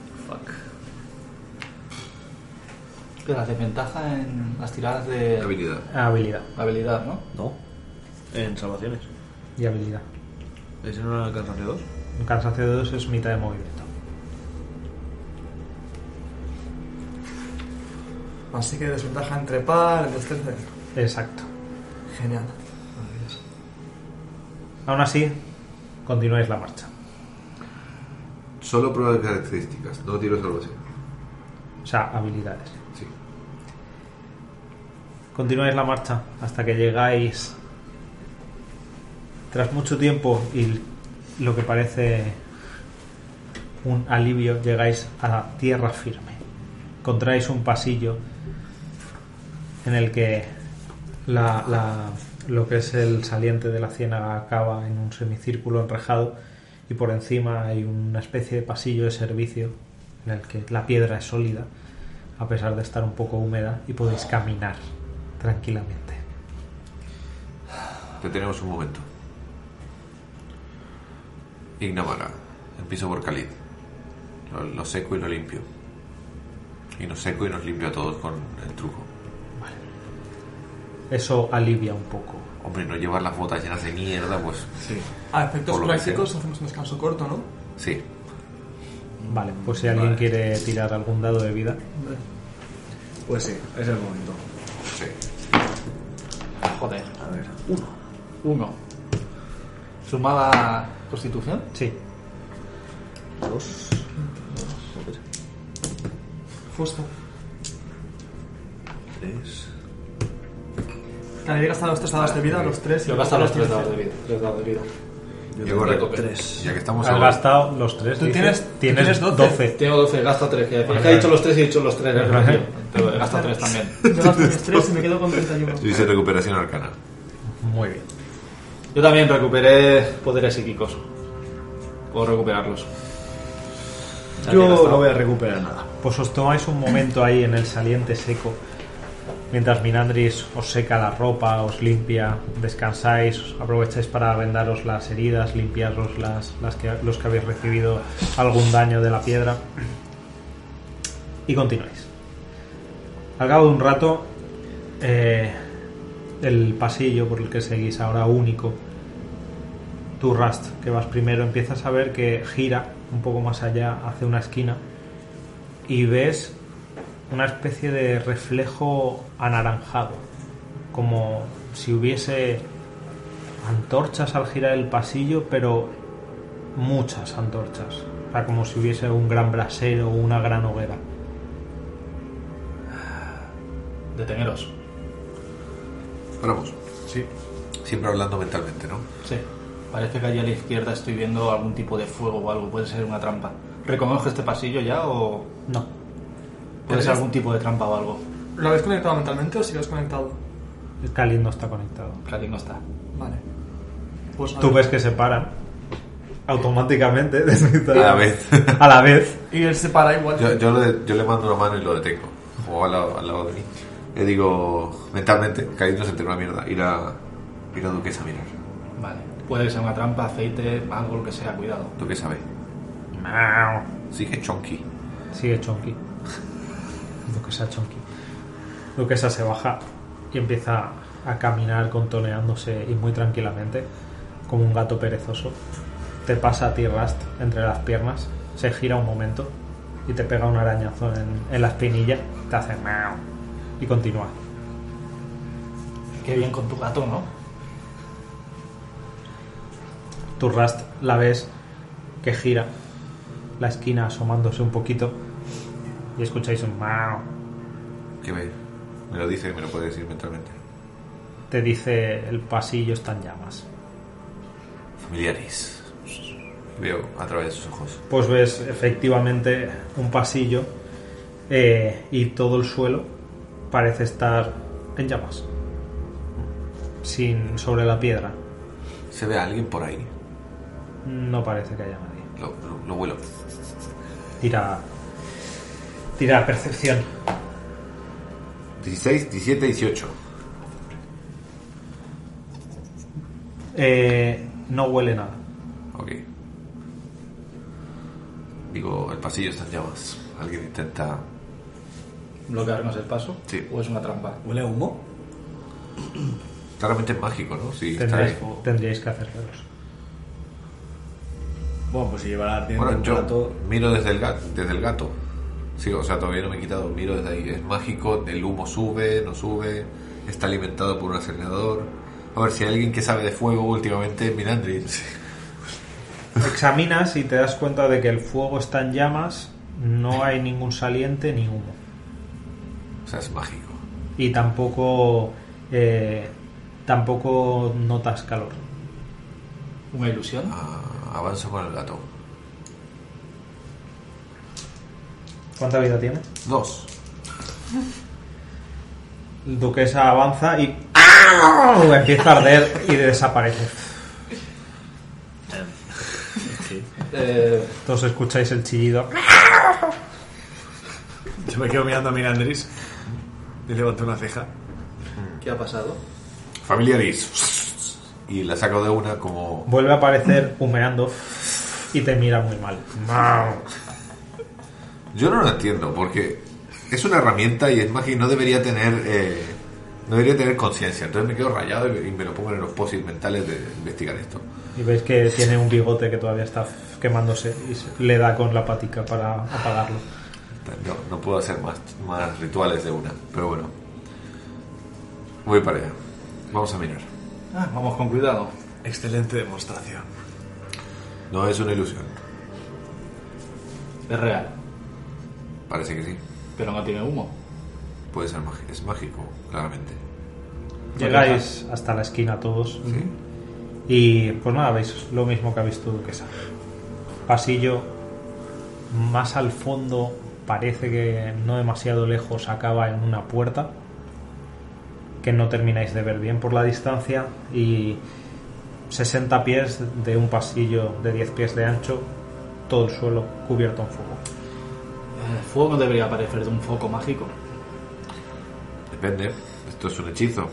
B: Pero la desventaja en las tiradas de
D: habilidad.
A: Habilidad.
B: habilidad, ¿no?
G: No. En salvaciones.
A: Y habilidad.
G: ¿Ese no era el cansancio 2?
A: Un cansancio de dos es mitad de movimiento.
F: Así que desventaja entre par, destreza.
A: Exacto.
F: Genial.
A: Aún así, continuáis la marcha.
D: Solo prueba de características, no tiro salvación.
A: O sea, habilidades.
D: Sí.
A: Continuáis la marcha hasta que llegáis tras mucho tiempo y lo que parece un alivio, llegáis a tierra firme. Encontráis un pasillo en el que la- la- lo que es el saliente de la ciénaga acaba en un semicírculo enrejado y por encima hay una especie de pasillo de servicio en el que la piedra es sólida a pesar de estar un poco húmeda y podéis caminar tranquilamente.
D: Detenemos un momento. Ignamara. Empiezo por Khalid. Lo, lo seco y lo limpio. Y nos seco y nos limpio a todos con el truco.
A: Eso alivia un poco.
D: Hombre, no llevar las botas llenas de mierda, pues
F: A Ah, efectos
D: Por lo que
F: prácticos hacemos un descanso corto, ¿no?
D: sí.
A: Vale, pues si alguien
G: Vale.
A: quiere tirar algún dado de vida,
G: Pues sí, es el momento.
D: sí.
B: Joder.
G: A ver.
B: Uno. Sumada constitución.
A: sí,
G: Dos. Joder.
F: Justo.
G: Tres.
F: Cada día gastar los tres dados de vida, los tres. y
B: Yo he gastado los
F: luego
B: tres dados de vida. Tres dados de vida.
G: Yo
D: Yo
G: tengo
D: correcto.
G: tres.
D: Ya que estamos
A: has
D: hablando-
A: gastado los tres.
F: Tú
A: dice.
F: tienes- tú
A: tienes,
F: tienes
A: 12.
F: 12.
B: Tengo 12, gasto 3. Que que he dicho los 3 y he dicho los 3. Pero he gastado 3 también.
F: Yo
B: *laughs*
F: gasto mis tres y me quedo con 31.
D: Yo hice recuperación arcana.
A: Muy bien.
B: Yo también recuperé poderes psíquicos. Puedo recuperarlos.
G: Yo no voy a recuperar nada.
A: Pues os tomáis un momento ahí en el saliente seco, mientras Minandris os seca la ropa, os limpia, descansáis, os aprovecháis para vendaros las heridas, limpiaros las, las que, los que habéis recibido algún daño de la piedra y continuáis. Al cabo de un rato, eh, el pasillo por el que seguís ahora único, tu Rust, que vas primero, empiezas a ver que gira un poco más allá, hacia una esquina y ves una especie de reflejo anaranjado, como si hubiese antorchas al girar el pasillo, pero muchas antorchas, o sea, como si hubiese un gran brasero o una gran hoguera.
B: Deteneros.
D: Paramos. Sí. Siempre hablando mentalmente, ¿no?
B: Sí. Parece que allí a la izquierda estoy viendo algún tipo de fuego o algo. Puede ser una trampa. ¿Reconozco este pasillo ya o
A: No,
B: puede ser algún tipo de trampa o algo?
F: ¿Lo habéis conectado mentalmente o si lo habéis conectado?
A: el Khalid no está conectado.
B: Cali no está.
F: Vale. Pues
A: Tú
F: vale.
A: ves que se paran automáticamente *laughs*
D: A la vez. *laughs*
A: A la vez.
F: Y él se para igual.
D: Yo, yo le, yo le mando una mano y lo detengo. O al lado, al lado de mí. Le digo mentalmente, Khalid no se entera una mierda. Ir a, ir a Duquesa a mirar.
B: Vale. Puede que sea una trampa, aceite, algo, lo que sea, cuidado.
D: Duquesa ve. Sigue chonky.
A: Sigue Chonky. Duquesa Chonky. Duquesa se baja y empieza a caminar contoneándose y muy tranquilamente, como un gato perezoso. Te pasa a ti, Rust, entre las piernas, se gira un momento y te pega un arañazo en, en la espinilla, te hace miau y continúa.
B: Qué bien con tu gato, ¿no?
A: Tú, Rust, la ves que gira la esquina asomándose un poquito y escucháis un mao.
D: ¿Qué ve? Me lo dice, me lo puede decir mentalmente.
A: Te dice el pasillo está en llamas.
D: Familiares. Veo a través de sus ojos.
A: Pues ves efectivamente un pasillo eh, y todo el suelo parece estar en llamas. Sin sobre la piedra.
D: ¿Se ve a alguien por ahí?
A: No parece que haya nadie.
D: Lo, lo, lo vuelo.
A: Tira. Tira percepción.
D: 16, 17, 18.
A: Eh, no huele nada.
D: Ok. Digo, el pasillo está en llamas. Alguien intenta...
B: Bloquearnos el paso.
D: Sí.
B: O es una trampa.
G: ¿Huele a humo?
D: Claramente es mágico, ¿no? Sí, está
A: Tendréis,
D: ahí.
A: tendríais que hacerlos.
G: Bueno, pues si llevará tiempo
D: Bueno,
G: un
D: yo
G: rato.
D: miro desde el, gato, desde el gato. Sí, o sea, todavía no me he quitado. Miro desde ahí. Es mágico, el humo sube, no sube. Está alimentado por un acelerador. A ver, si hay alguien que sabe de fuego últimamente, Mirandri.
A: Examinas y te das cuenta de que el fuego está en llamas, no hay ningún saliente ni humo.
D: O sea, es mágico.
A: Y tampoco. eh, tampoco notas calor.
B: Una ilusión.
D: Ah, avanzo con el gato.
A: ¿Cuánta vida tiene?
D: Dos.
A: Duquesa avanza y. ¡au! Empieza a arder y desaparece.
B: Eh,
A: Todos escucháis el chillido.
G: Yo me quedo mirando a Mirandris. Y levanto una ceja.
B: ¿Qué ha pasado?
D: Familiaris. Y la saco de una como...
A: Vuelve a aparecer humeando y te mira muy mal.
D: Yo no lo entiendo, porque es una herramienta y es mágico y no debería tener... eh, no debería tener conciencia. Entonces me quedo rayado y me- y me lo pongo en los posits mentales de investigar esto.
A: Y veis que tiene un bigote que todavía está quemándose y se- le da con la patica para apagarlo.
D: No, no puedo hacer más, más rituales de una, pero bueno. Voy para allá. Vamos a mirar.
B: Ah, vamos con cuidado.
G: Excelente demostración.
D: No es una ilusión.
B: Es real,
D: Parece que sí.
B: pero no tiene humo.
D: Puede ser mágico. Es mágico, claramente.
A: Llegáis hasta la esquina todos. Y pues nada, veis lo mismo que ha visto Duquesa. Pasillo, más al fondo, parece que no demasiado lejos, acaba en una puerta que no termináis de ver bien por la distancia y 60 pies de un pasillo de 10 pies de ancho, todo el suelo cubierto en fuego.
B: El fuego no debería aparecer de un foco mágico.
D: Depende. Esto es un hechizo.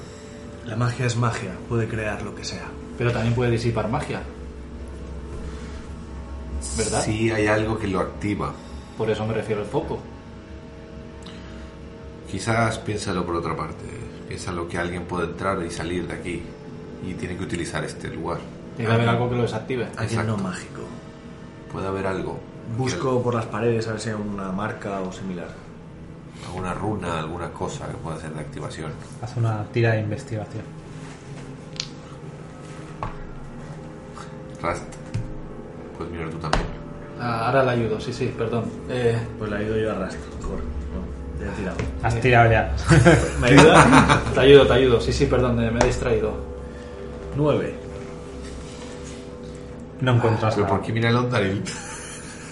G: La magia es magia. Puede crear lo que sea.
B: Pero también puede disipar magia. ¿Verdad?
D: Sí hay algo que lo activa.
B: Por eso me refiero al foco.
D: Quizás piénsalo por otra parte. Piénsalo que alguien puede entrar y salir de aquí. Y tiene que utilizar este lugar.
B: Debe haber algo que lo desactive.
G: Alguien no
D: Exacto.
G: mágico.
D: Puede haber algo.
G: Busco por las paredes a ver si hay una marca o similar.
D: Alguna runa, alguna cosa que pueda ser de activación.
A: Haz una tira de investigación.
D: Rast. Puedes mirar tú también.
B: Ah, ahora la ayudo, sí, sí, perdón. Eh,
G: Pues la ayudo yo a rastro. Por... No, ya he tirado.
A: Has tirado ya. *laughs*
G: ¿Me ayuda?
B: *laughs* te ayudo, te ayudo. Sí, sí, perdón, eh, me he distraído.
G: Nueve.
A: No encuentras
D: Pero
A: nada.
D: ¿por qué mira el Ondaril?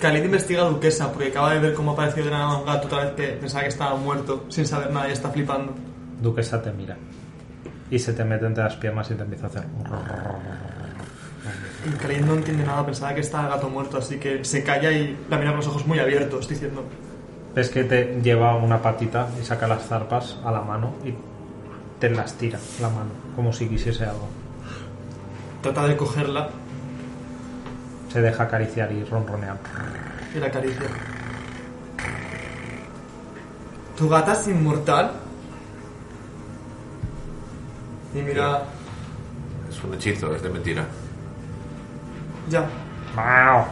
F: Khalid investiga a Duquesa porque acaba de ver cómo ha aparecido de la nada un gato otra vez que pensaba que estaba muerto sin saber nada y está flipando.
A: Duquesa te mira y se te mete entre las piernas y te empieza a hacer.
F: Y Khalid no entiende nada, pensaba que estaba gato muerto, así que se calla y la mira con los ojos muy abiertos diciendo
A: ves que te lleva una patita y saca las zarpas a la mano y te las tira la mano, como si quisiese algo.
F: Trata de cogerla
A: Se deja acariciar y ronronear.
F: y la acaricia. Tu gata es inmortal. Y mira,
D: Es un hechizo, es de mentira.
F: ya,
A: ¡Mau!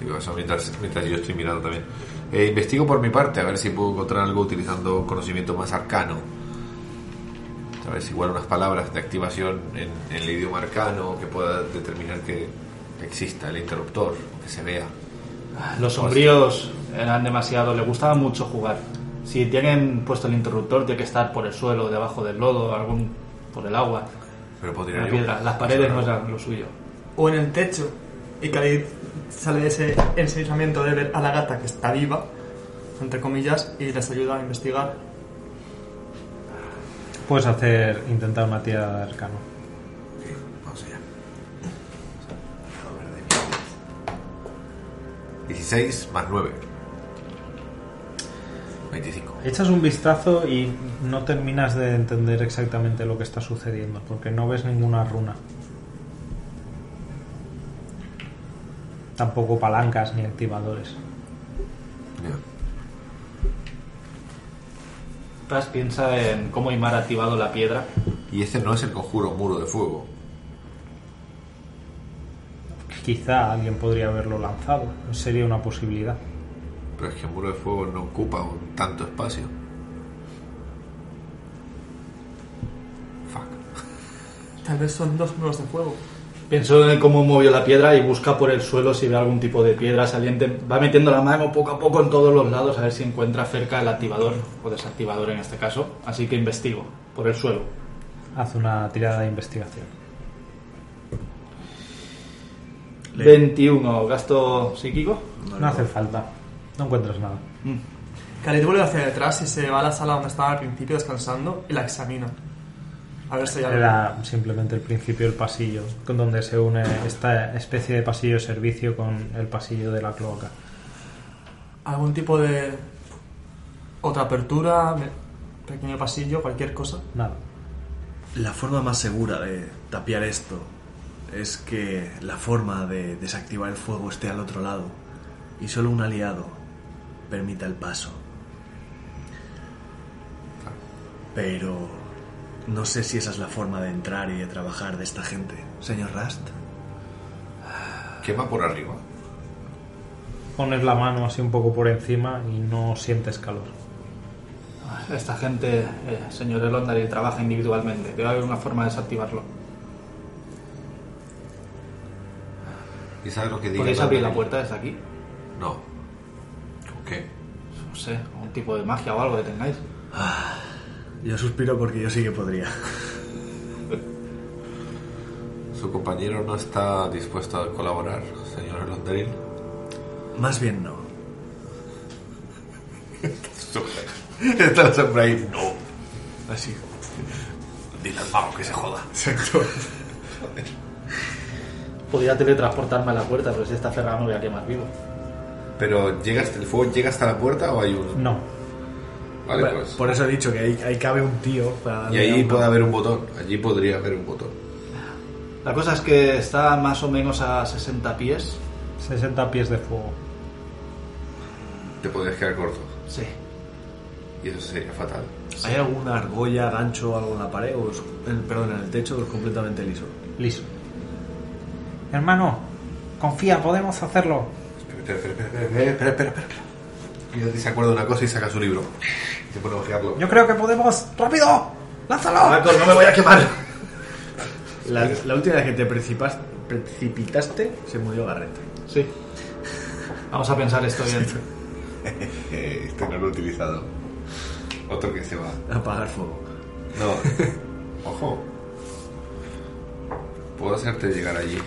D: Digo eso mientras, mientras yo estoy mirando también. Eh, investigo por mi parte, a ver si puedo encontrar algo utilizando conocimiento más arcano. A ver si igual unas palabras de activación en, en el idioma arcano que pueda determinar que exista el interruptor, que se vea.
B: Los sombríos eran demasiado, le gustaba mucho jugar. Si tienen puesto el interruptor, tiene que estar por el suelo, debajo del lodo, algún por el agua,
D: Pero puedo tirar
B: la
D: yo.
B: piedra. Las paredes no
D: Eso
B: eran lo suyo.
F: o en el techo. Y Khalid sale de ese enseñamiento de ver a la gata que está viva, entre comillas, y les ayuda a investigar.
A: Puedes hacer, intentar una tirada de arcano.
D: Vamos allá. 16 más 9. 25.
A: Echas un vistazo y no terminas de entender exactamente lo que está sucediendo, porque no ves ninguna runa. Tampoco palancas ni activadores.
D: Ya.
B: Ras piensa en cómo Imar ha activado la piedra.
D: Y este no es el conjuro muro de fuego.
A: Quizá alguien podría haberlo lanzado, sería una posibilidad.
D: Pero es que el muro de fuego no ocupa un tanto espacio. Fuck.
F: Tal vez son dos muros de fuego.
B: Pensó en cómo movió la piedra y busca por el suelo si ve algún tipo de piedra saliente. Va metiendo la mano poco a poco en todos los lados a ver si encuentra cerca el activador o desactivador en este caso. Así que investigo por el suelo.
A: Haz una tirada de investigación.
B: 21, gasto psíquico.
A: No, hace falta, no encuentras nada.
F: Khalid vuelve hacia detrás y se va a la sala donde estaba al principio descansando y la examina. A ver si hay algo.
A: Era simplemente el principio del pasillo, con donde se une esta especie de pasillo-servicio con el pasillo de la cloaca.
F: algún tipo de otra apertura, me- pequeño pasillo, cualquier cosa.
A: Nada.
E: La forma más segura de tapiar esto es que la forma de desactivar el fuego esté al otro lado y solo un aliado permita el paso. Pero no sé si esa es la forma de entrar y de trabajar de esta gente. Señor Rust,
D: Quema por arriba.
A: Pones la mano así un poco por encima y no sientes calor.
B: Ah, Esta gente, eh, señor Elondari, trabaja individualmente. Debe haber una forma de desactivarlo.
D: ¿Y sabes lo que diga?
B: ¿Podéis abrir la
D: Daniel?
B: puerta desde aquí?
D: No. ¿Con qué?
B: No sé, un tipo de magia o algo que tengáis.
E: yo suspiro porque yo sí que podría.
D: Su compañero no está dispuesto a colaborar, señor Londeril.
E: Más bien no.
D: *laughs* está la sombra ahí. No. Así. Ah, Dile al mago que se joda.
B: Podría teletransportarme a la puerta, pero si está cerrada me voy a quemar vivo.
D: Pero llega hasta- el fuego llega hasta la puerta o hay un.
A: No,
D: Vale,
E: Bueno,
D: pues.
E: Por eso he dicho que ahí, ahí cabe un tío para...
D: Y
E: darle a
D: ahí
E: una-
D: puede haber un botón. Allí podría haber un botón.
B: La cosa es que está más o menos a 60 pies.
A: 60 pies de fuego.
D: Te podrías quedar corto.
B: Sí.
D: Y eso sería fatal.
E: ¿Hay alguna argolla, gancho o algo en la pared? O es- en- perdón, en el techo o es completamente liso.
A: Listo. Hermano, confía, podemos hacerlo.
D: Espera, espera, espera, espera, espera, espera, espera. Y él se acuerda de una cosa y saca su libro. *laughs* Y se pone a ojearlo.
A: Yo creo que podemos. ¡Rápido! ¡Lánzalo!
E: Marcos, no me voy a quemar. La, la última vez que te precipas- precipitaste, se murió Garrett.
B: Sí. Vamos a pensar esto bien.
D: Eh, este no lo he utilizado. Otro que se va.
E: Apagar fuego.
D: No. *laughs* Ojo. Puedo hacerte llegar allí.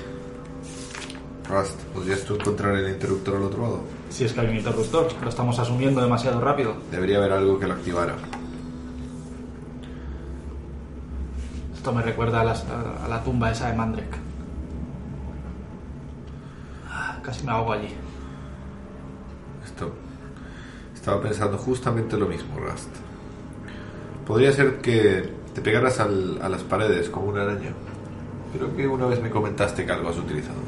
D: Rust, ¿podrías tú encontrar el interruptor al otro lado?
B: Si es que hay un interruptor, lo estamos asumiendo demasiado rápido.
D: Debería haber algo que lo activara.
B: Esto me recuerda a, las- a- a la tumba esa de Mandrek. Ah, Casi me ahogo allí.
D: Esto. Estaba pensando justamente lo mismo, Rust. Podría ser que te pegaras al- a las paredes como una araña. Creo que una vez me comentaste que algo has utilizado.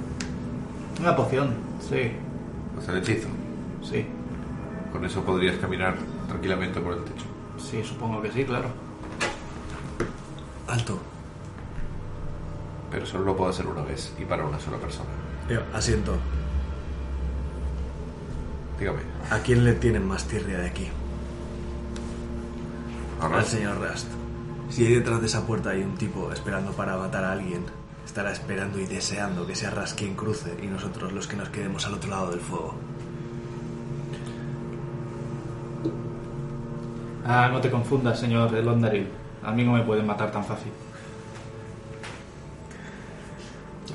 B: Una poción, sí,
D: O sea, el hechizo.
B: sí,
D: Con eso podrías caminar tranquilamente por el techo.
B: sí, supongo que sí, claro.
E: Alto.
D: Pero solo lo puedo hacer una vez y para una sola persona.
E: Eh, asiento.
D: Dígame.
E: ¿A quién le tienen más tirria de aquí?
D: Ah,
E: Al señor Rust. Si hay detrás de esa puerta hay un tipo esperando para matar a alguien, estará esperando y deseando que sea Rust quien cruce y nosotros los que nos quedemos al otro lado del fuego.
B: Ah, no te confundas, señor Londaril. A mí no me pueden matar tan fácil.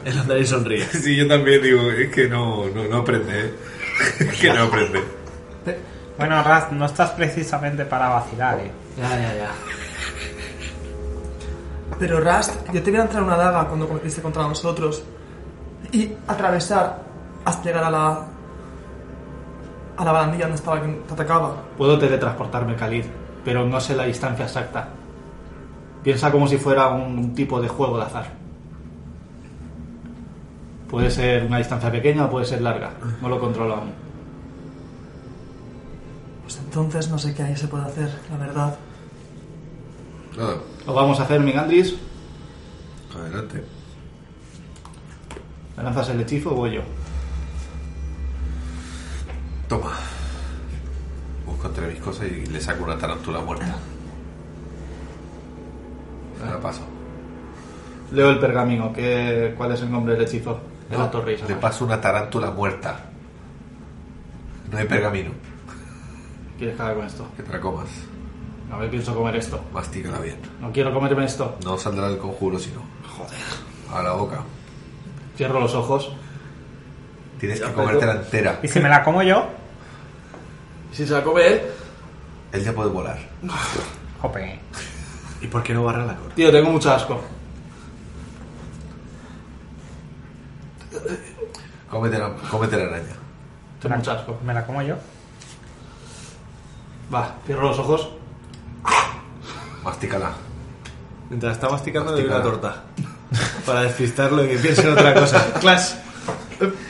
E: El andarín sonríe.
D: *laughs* Sí, yo también digo, es que no, no, no aprende, ¿eh? *laughs* Es que no aprende.
A: Bueno, Raz, no estás precisamente para vacilar, ¿eh?
B: Ya, ya, ya.
F: Pero Rust, yo te voy a entrar una daga cuando combatiste contra nosotros y atravesar hasta llegar a la a la barandilla donde estaba quien te atacaba.
B: Puedo teletransportarme, Khalid, pero no sé la distancia exacta. Piensa como si fuera un tipo de juego de azar. Puede ser una distancia pequeña o puede ser larga. No lo controlo aún.
F: Pues entonces no sé qué ahí se puede hacer, la verdad.
D: Nada,
B: Lo vamos a hacer, Mingandris.
D: adelante.
B: ¿Me lanzas el hechizo o voy yo?
D: Toma. Busco entre mis cosas y le saco una tarántula muerta. Se la paso.
B: Leo el pergamino. ¿Qué, ¿Cuál es el nombre del hechizo? El
D: No,
B: Acto Rey,
D: le
B: ¿sabes?
D: paso una tarántula muerta. No hay pergamino.
B: ¿Quieres que haga con esto?
D: Que te la comas.
B: No me pienso comer esto.
D: Mastícala bien.
B: No quiero comerme esto.
D: No saldrá del conjuro, sino. Joder. A la boca.
B: Cierro los ojos.
D: Tienes que comértela entera.
A: ¿Y si me la como yo?
G: Si se la come él,
D: Él te puede volar.
A: Jope.
E: ¿Y por qué no barra la corte?
B: Tío, tengo mucho asco.
D: Cómete la, cómete la araña.
B: Tengo mucho asco.
A: ¿Me la como yo?
B: Va, cierro los ojos.
D: Mastícala.
E: Mientras está masticando le doy
D: Mastica.
E: una torta. Para despistarlo y que piense en otra cosa. *laughs* Clash.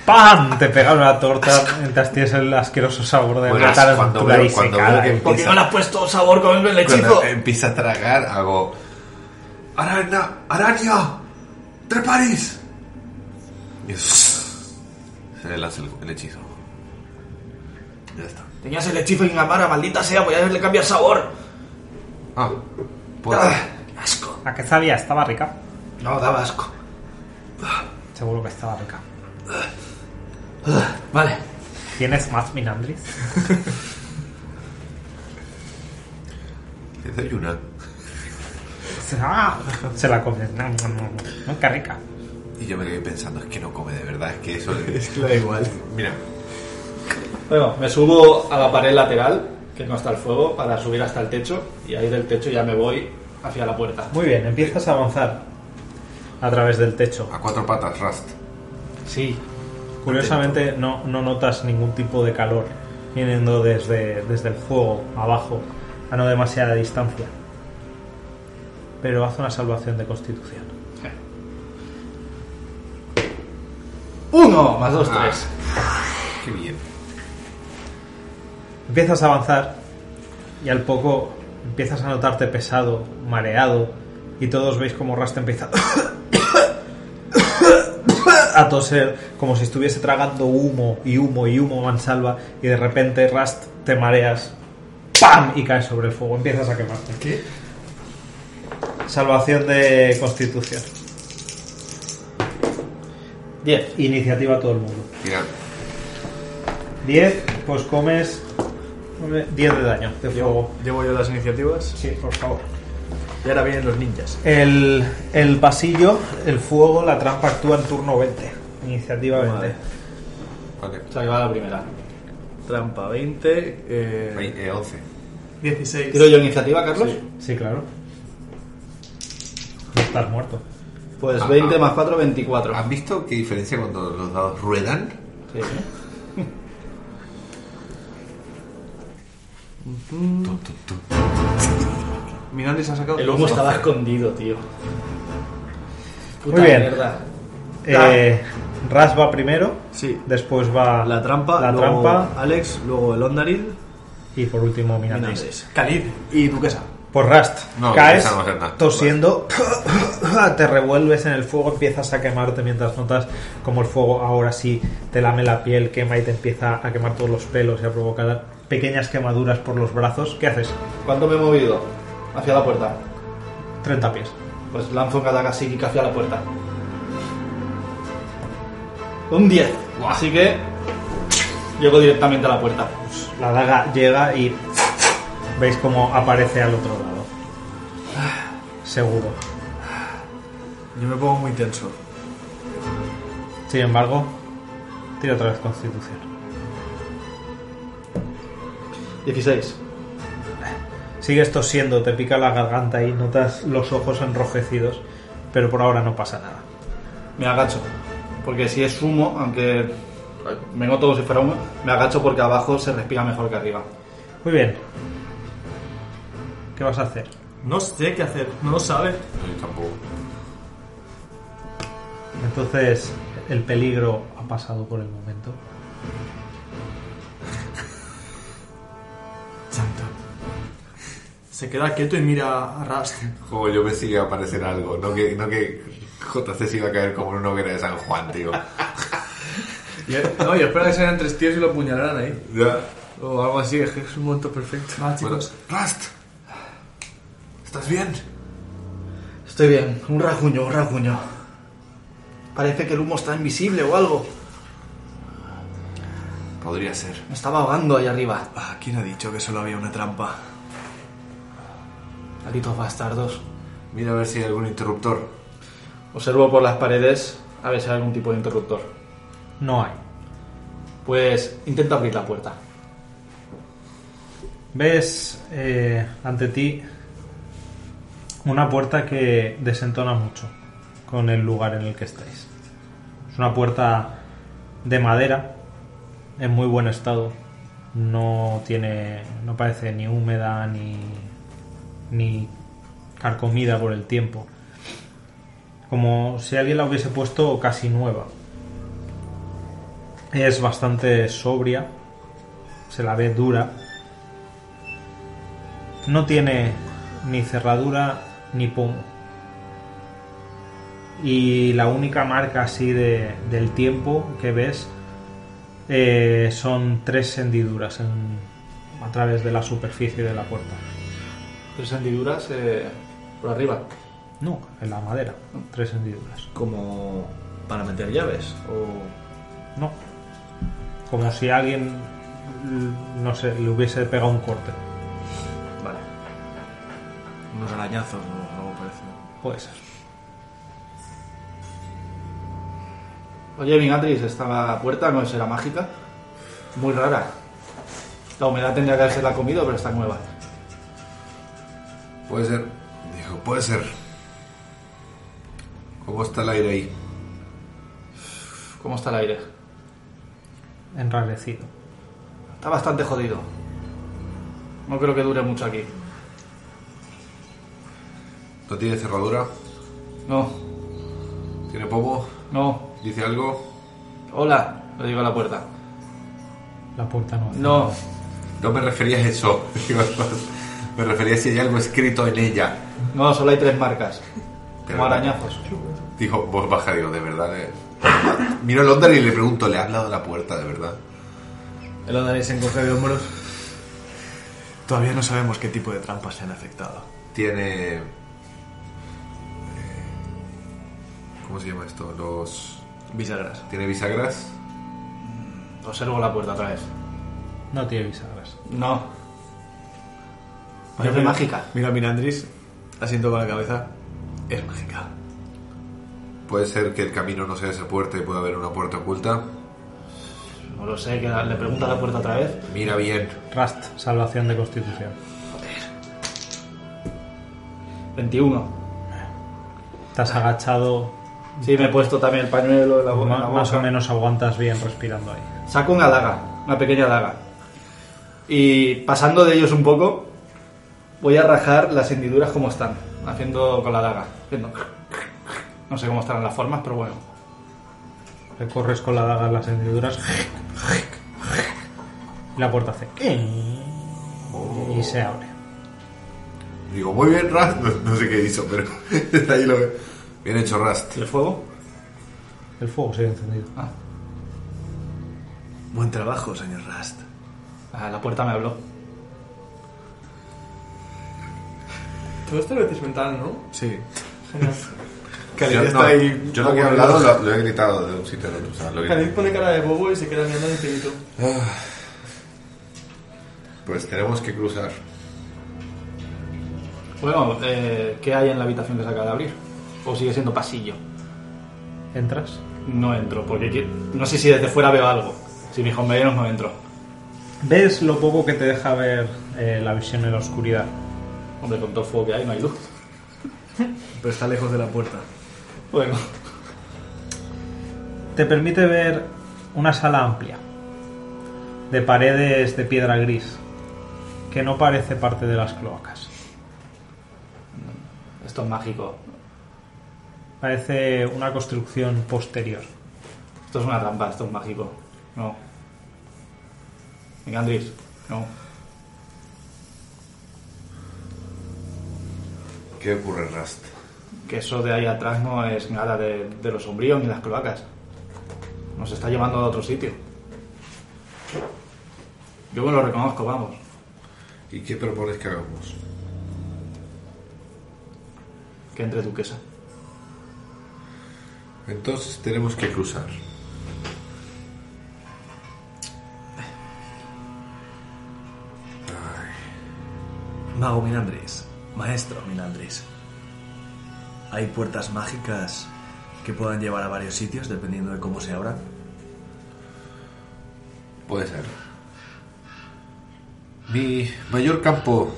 A: ¡Pam! Te pegas una torta mientras tienes el asqueroso sabor de
D: Bueno,
A: una
D: cuando
A: tarántula
D: veo-
A: y
D: cuando
A: secada,
D: veo que
A: ¿eh?
D: empieza-
B: Porque no le has puesto sabor con el
D: Cuando
B: hechizo.
D: empieza a tragar, hago. ¡Araña! ¡Araña! ¡Treparis! Y es- se le lanza el, el hechizo. Ya está.
B: Tenías el hechizo Ingamara, maldita sea, voy a hacerle cambiar sabor.
D: Ah, pues.
B: Ah, asco.
A: ¿A qué sabía? Estaba rica.
B: No, daba asco.
A: Seguro que estaba rica.
B: Vale.
A: ¿Tienes más minambris?
D: Desayuna.
A: ¡Ah! Se la comes. No, no, no, no. ¡Qué rica!
D: Y yo me quedé pensando, es que no come de verdad, es que eso le.
B: *laughs*
E: Es que le da igual.
D: Mira,
B: Bueno, me subo a la pared lateral, que no está el fuego, para subir hasta el techo. Y ahí del techo ya me voy hacia la puerta.
A: Muy bien, empiezas a avanzar a través del techo.
D: a cuatro patas, Rust.
B: Sí.
A: Curiosamente no, no notas ningún tipo de calor viniendo desde, desde el fuego abajo a no demasiada distancia. Pero haz una salvación de constitución.
B: Uno, más dos, tres.
D: Qué bien.
A: Empiezas a avanzar y al poco empiezas a notarte pesado, mareado y todos veis como Rasta empieza *coughs* a toser como si estuviese tragando humo y humo y humo mansalva y de repente Rast te mareas ¡pam! y caes sobre el fuego, empiezas a quemarte.
F: ¿Qué?
A: Salvación de Constitución.
B: Diez.
A: Iniciativa a todo el mundo.
D: Mira,
A: 10, pues comes 10 de daño de fuego.
G: llevo, llevo yo las iniciativas.
A: Sí, por favor.
G: Y ahora vienen los ninjas.
A: El, el pasillo, el fuego, la trampa actúa en turno 20. Iniciativa 20.
G: Vale.
D: vale.
B: Se va la primera.
G: Trampa 20. eh,
D: Vein- eh, 11.
F: 16.
B: ¿Tiro yo iniciativa, Carlos?
A: Sí, claro. No estás muerto.
B: Pues
D: Ah,
B: 20
D: ah.
B: más 4, 24.
D: ¿Han visto qué diferencia cuando los
B: ¿eh?
D: dados ruedan?
B: Sí. Mm.
D: Tum, tum, tum.
E: Miranda se ha sacado.
B: El humo estaba escondido, tío. Puta
A: Muy bien.
B: mierda.
A: Eh, Ras va primero,
E: Sí.
A: después va
E: La trampa,
A: la
E: luego
A: trampa
E: Alex, luego el Ondaril,
A: y por último Minandris.
E: Minandres.
F: Khalid,
E: Y Duquesa.
A: Por Rust,
D: No,
A: caes
D: esa no va a ser nada.
A: tosiendo, *laughs* te revuelves en el fuego, empiezas a quemarte mientras notas como el fuego ahora sí te lame la piel, quema y te empieza a quemar todos los pelos y a provocar pequeñas quemaduras por los brazos. ¿Qué haces?
B: ¿Cuánto me he movido? Hacia la puerta.
A: 30 pies.
B: Pues lanzo un ataque psíquica hacia la puerta. Un 10. Así que llego directamente a la puerta.
A: La daga llega y *laughs* veis cómo aparece al otro lado. *sighs* Seguro.
E: Yo me pongo muy tenso.
A: Sin embargo, tira otra vez Constitución.
B: 16.
A: Sigues tosiendo, te pica la garganta y notas los ojos enrojecidos, pero por ahora no pasa nada.
B: Me agacho. Porque si es humo, aunque vengo todo si fuera humo, me agacho porque abajo se respira mejor que arriba.
A: Muy bien. ¿Qué vas a hacer?
F: no sé qué hacer, no lo sabe.
D: Yo tampoco.
A: Entonces, el peligro ha pasado por el momento.
F: Santo. Se queda quieto y mira a Rust.
D: Como yo pensé que iba a aparecer algo, no que, no que JC se iba a caer como en una hoguera de San Juan, tío.
G: Yo- no, yo esperaba que salieran tres tíos y lo apuñalaran ahí.
D: Ya.
G: O algo así, es que es un momento perfecto.
F: Va,
D: Bueno,
F: chicos.
D: Rust, ¿estás bien?
B: Estoy bien, un rajuño, un rajuño. Parece que el humo está invisible o algo.
D: Podría ser.
B: Me estaba ahogando ahí arriba.
E: Ah, ¿quién ha dicho que solo había una trampa?
B: Malditos bastardos.
D: Mira a ver si hay algún interruptor.
B: Observo por las paredes a ver si hay algún tipo de interruptor.
A: No hay.
B: Pues intento abrir la puerta.
A: Ves eh, ante ti una puerta que desentona mucho con el lugar en el que estáis. Es una puerta de madera, en muy buen estado. No tiene, no parece ni húmeda ni, ni carcomida por el tiempo. Como si alguien la hubiese puesto casi nueva. Es bastante sobria, se la ve dura, no tiene ni cerradura ni pomo. Y la única marca así de- del tiempo que ves eh, son tres hendiduras en- a través de la superficie de la puerta.
B: Tres hendiduras eh, por arriba.
A: No, en la madera, tres hendiduras.
E: Como para meter llaves. O...
A: No. Como si alguien, l- no sé, le hubiese pegado un corte.
E: Vale. Unos arañazos o algo parecido.
A: Puede ser.
B: Oye, Vingatrix, esta puerta no será mágica. Muy rara. La humedad tendría que haberse la comido, pero está nueva.
D: Puede ser. Dijo, puede ser. ¿Cómo está el aire ahí?
B: ¿Cómo está el aire?
A: Enrarecido.
B: Está bastante jodido. No creo que dure mucho aquí.
D: ¿No tiene cerradura?
B: No,
D: ¿Tiene pomo?
B: no.
D: ¿Dice algo?
B: Hola, le digo a la puerta.
A: La puerta no. hace
B: No,
D: No me refería a eso. *laughs* Digo, me refería a si hay algo escrito en ella.
B: no, solo hay tres marcas.
D: Pero-
B: Como arañazos.
D: Dijo, vos baja, digo, de verdad. Eh. Miro el Londres y le pregunto, ¿le ha hablado a la puerta, de verdad?
E: El Ondaril se encoge de hombros. Todavía no sabemos qué tipo de trampas se han afectado.
D: Tiene... eh, ¿Cómo se llama esto? Los...
E: Bisagras.
D: ¿Tiene bisagras?
B: Observo la puerta otra vez.
A: nada. No tiene bisagras.
B: No. Parece mágica.
E: Mira, Mirandris, asiento con la cabeza. Es mágica.
D: Puede ser que el camino no sea esa puerta y pueda haber una puerta oculta.
B: No lo sé, que la- le pregunta a la puerta otra vez.
D: Mira bien.
A: Rust, salvación de constitución.
B: 21.
A: Te has agachado,
B: Sí, me he puesto también el pañuelo de la, bo- en la
A: Ma-
B: boca.
A: más o menos aguantas bien respirando ahí.
B: Saco una daga, una pequeña daga. Y pasando de ellos un poco, voy a rajar las hendiduras como están, haciendo con la daga. haciendo *laughs* No sé cómo estarán las formas, pero bueno.
A: Recorres con la daga las hendiduras. Y la puerta hace. Y se abre.
D: Digo, muy bien, Rust. *laughs* No, no sé qué hizo, pero *laughs* ahí lo veo. Bien hecho, Rust.
B: ¿Y el fuego?
A: El fuego sigue encendido.
B: Ah,
C: Buen trabajo, señor Rust.
B: ah, la puerta me habló.
F: Todo esto lo decís mental, ¿no?
E: Sí.
F: *laughs* Genial.
D: Yo, no, yo lo que he hablado lo, lo he gritado de un sitio al otro. o sea, lo he
F: Khalid
D: gritado.
F: pone cara de bobo y se queda mirando al infinito.
D: Pues tenemos que cruzar.
B: Bueno, eh, ¿qué hay en la habitación que se acaba de abrir? ¿O sigue siendo pasillo?
A: Entras.
B: No entro, porque qui- no sé si desde fuera veo algo. Si mis compañeros no entro.
A: ¿Ves lo poco que te deja ver eh, la visión en la oscuridad?
B: Hombre, con todo el fuego que hay, no hay
E: *laughs*
B: luz.
E: Pero está lejos de la puerta.
B: Bueno,
A: Te permite ver una sala amplia, de paredes de piedra gris, que no parece parte de las cloacas.
B: esto es mágico.
A: Parece una construcción posterior.
B: Esto es una trampa, esto es mágico. No. Venga, Andrés. No.
D: ¿Qué ocurre, Rust?
B: Que eso de ahí atrás no es nada de, de los sombríos ni las cloacas. Nos está llevando a otro sitio. Yo me lo reconozco, vamos.
D: ¿Y qué propones que hagamos?
B: Que entre duquesa.
D: Entonces tenemos que cruzar.
C: Mago Minandris, maestro Minandris. ¿Hay puertas mágicas que puedan llevar a varios sitios dependiendo de cómo se abran?
D: Puede ser. Mi mayor campo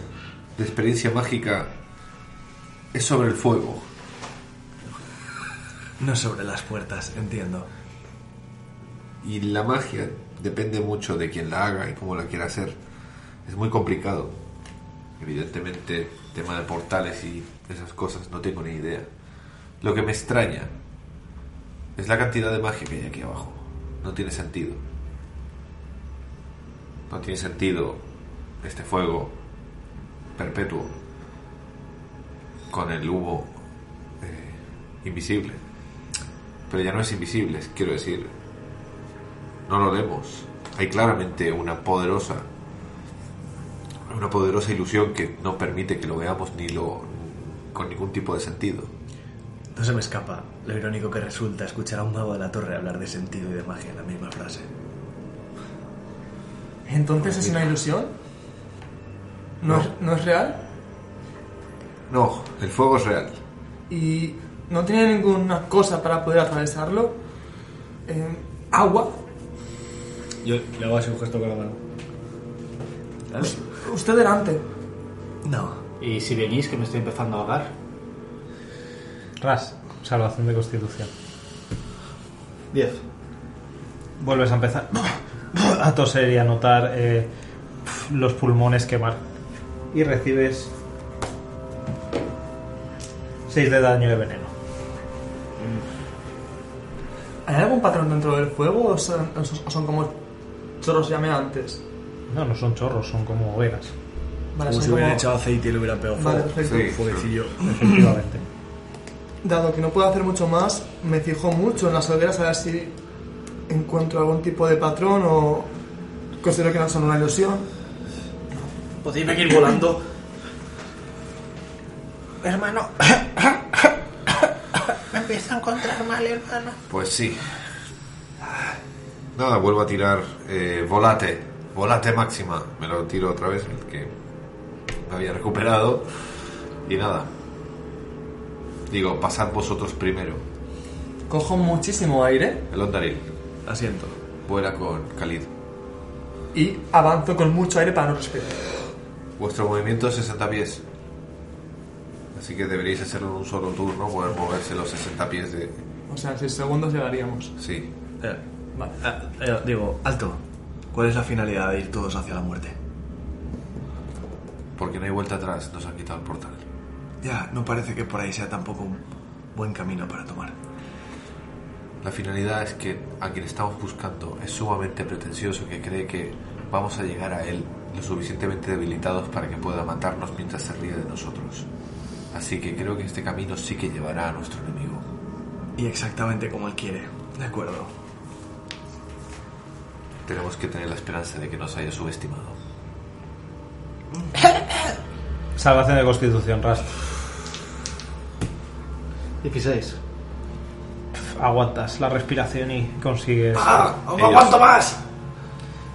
D: de experiencia mágica es sobre el fuego.
C: No sobre las puertas, entiendo.
D: Y la magia depende mucho de quien la haga y cómo la quiera hacer. Es muy complicado. Evidentemente, tema de portales y esas cosas, no tengo ni idea. Lo que me extraña es la cantidad de magia que hay aquí abajo. No tiene sentido. No tiene sentido este fuego perpetuo con el humo eh, invisible. Pero ya no es invisible, quiero decir, no lo vemos. Hay claramente una poderosa una poderosa ilusión que no permite que lo veamos ni lo con ningún tipo de sentido.
C: No se me escapa lo irónico que resulta escuchar a un mago de la torre hablar de sentido y de magia en la misma frase.
F: Entonces es una ilusión. No, Es, no es real.
D: No, el fuego es real.
F: Y no tiene ninguna cosa para poder atravesarlo. Eh, agua.
E: Yo le hago así un gesto con la mano.
F: Usted delante.
C: No,
B: Y si venís, que me estoy empezando a ahogar.
A: Ras, salvación de constitución.
B: 10.
A: Vuelves a empezar a toser y a notar eh, los pulmones quemar. Y recibes 6 de daño de veneno.
F: ¿Hay algún patrón dentro del fuego o son, o son- o son como chorros llameantes?
A: No, no son chorros, son como hogueras,
F: Vale,
E: Como
F: son
E: si hubieran
F: como-
E: echado aceite y le hubieran pegado
F: Vale,
E: fuego.
F: perfecto.
D: Sí.
E: Fueguecillo.
A: efectivamente.
F: Dado que no puedo hacer mucho más, me fijo mucho en las hogueras a ver si encuentro algún tipo de patrón o considero que no son una ilusión.
B: Podéis venir volando.
H: Hermano, me empiezo a encontrar mal, hermano.
D: Pues sí. Nada, vuelvo a tirar eh, volate, volate máxima. Me lo tiro otra vez, el que me había recuperado. Y nada. Digo, pasad vosotros primero.
F: Cojo muchísimo aire
D: El Ondaril
E: Asiento.
D: vuela con Khalid.
F: y avanzo con mucho aire para no respirar.
D: Vuestro movimiento es 60 pies. Así que deberíais hacerlo en un solo turno, poder moverse los 60 pies de...
F: O sea, en 6 segundos llegaríamos.
D: Sí.
E: Eh,
C: Vale.
E: ah, eh, digo,
C: Alto. ¿Cuál es la finalidad de ir todos hacia la muerte?
D: Porque no hay vuelta atrás, nos han quitado el portal.
C: Ya, no parece que por ahí sea tampoco un buen camino para tomar.
D: La finalidad es que a quien estamos buscando es sumamente pretencioso que cree que vamos a llegar a él lo suficientemente debilitados para que pueda matarnos mientras se ríe de nosotros. Así que creo que este camino sí que llevará a nuestro enemigo.
C: Y exactamente como él quiere. De acuerdo.
D: Tenemos que tener la esperanza de que nos haya subestimado.
A: Salvación de constitución, Rast.
B: 16.
A: Aguantas la respiración y consigues.
B: Ah,
D: ¡Aún aguanto
C: más!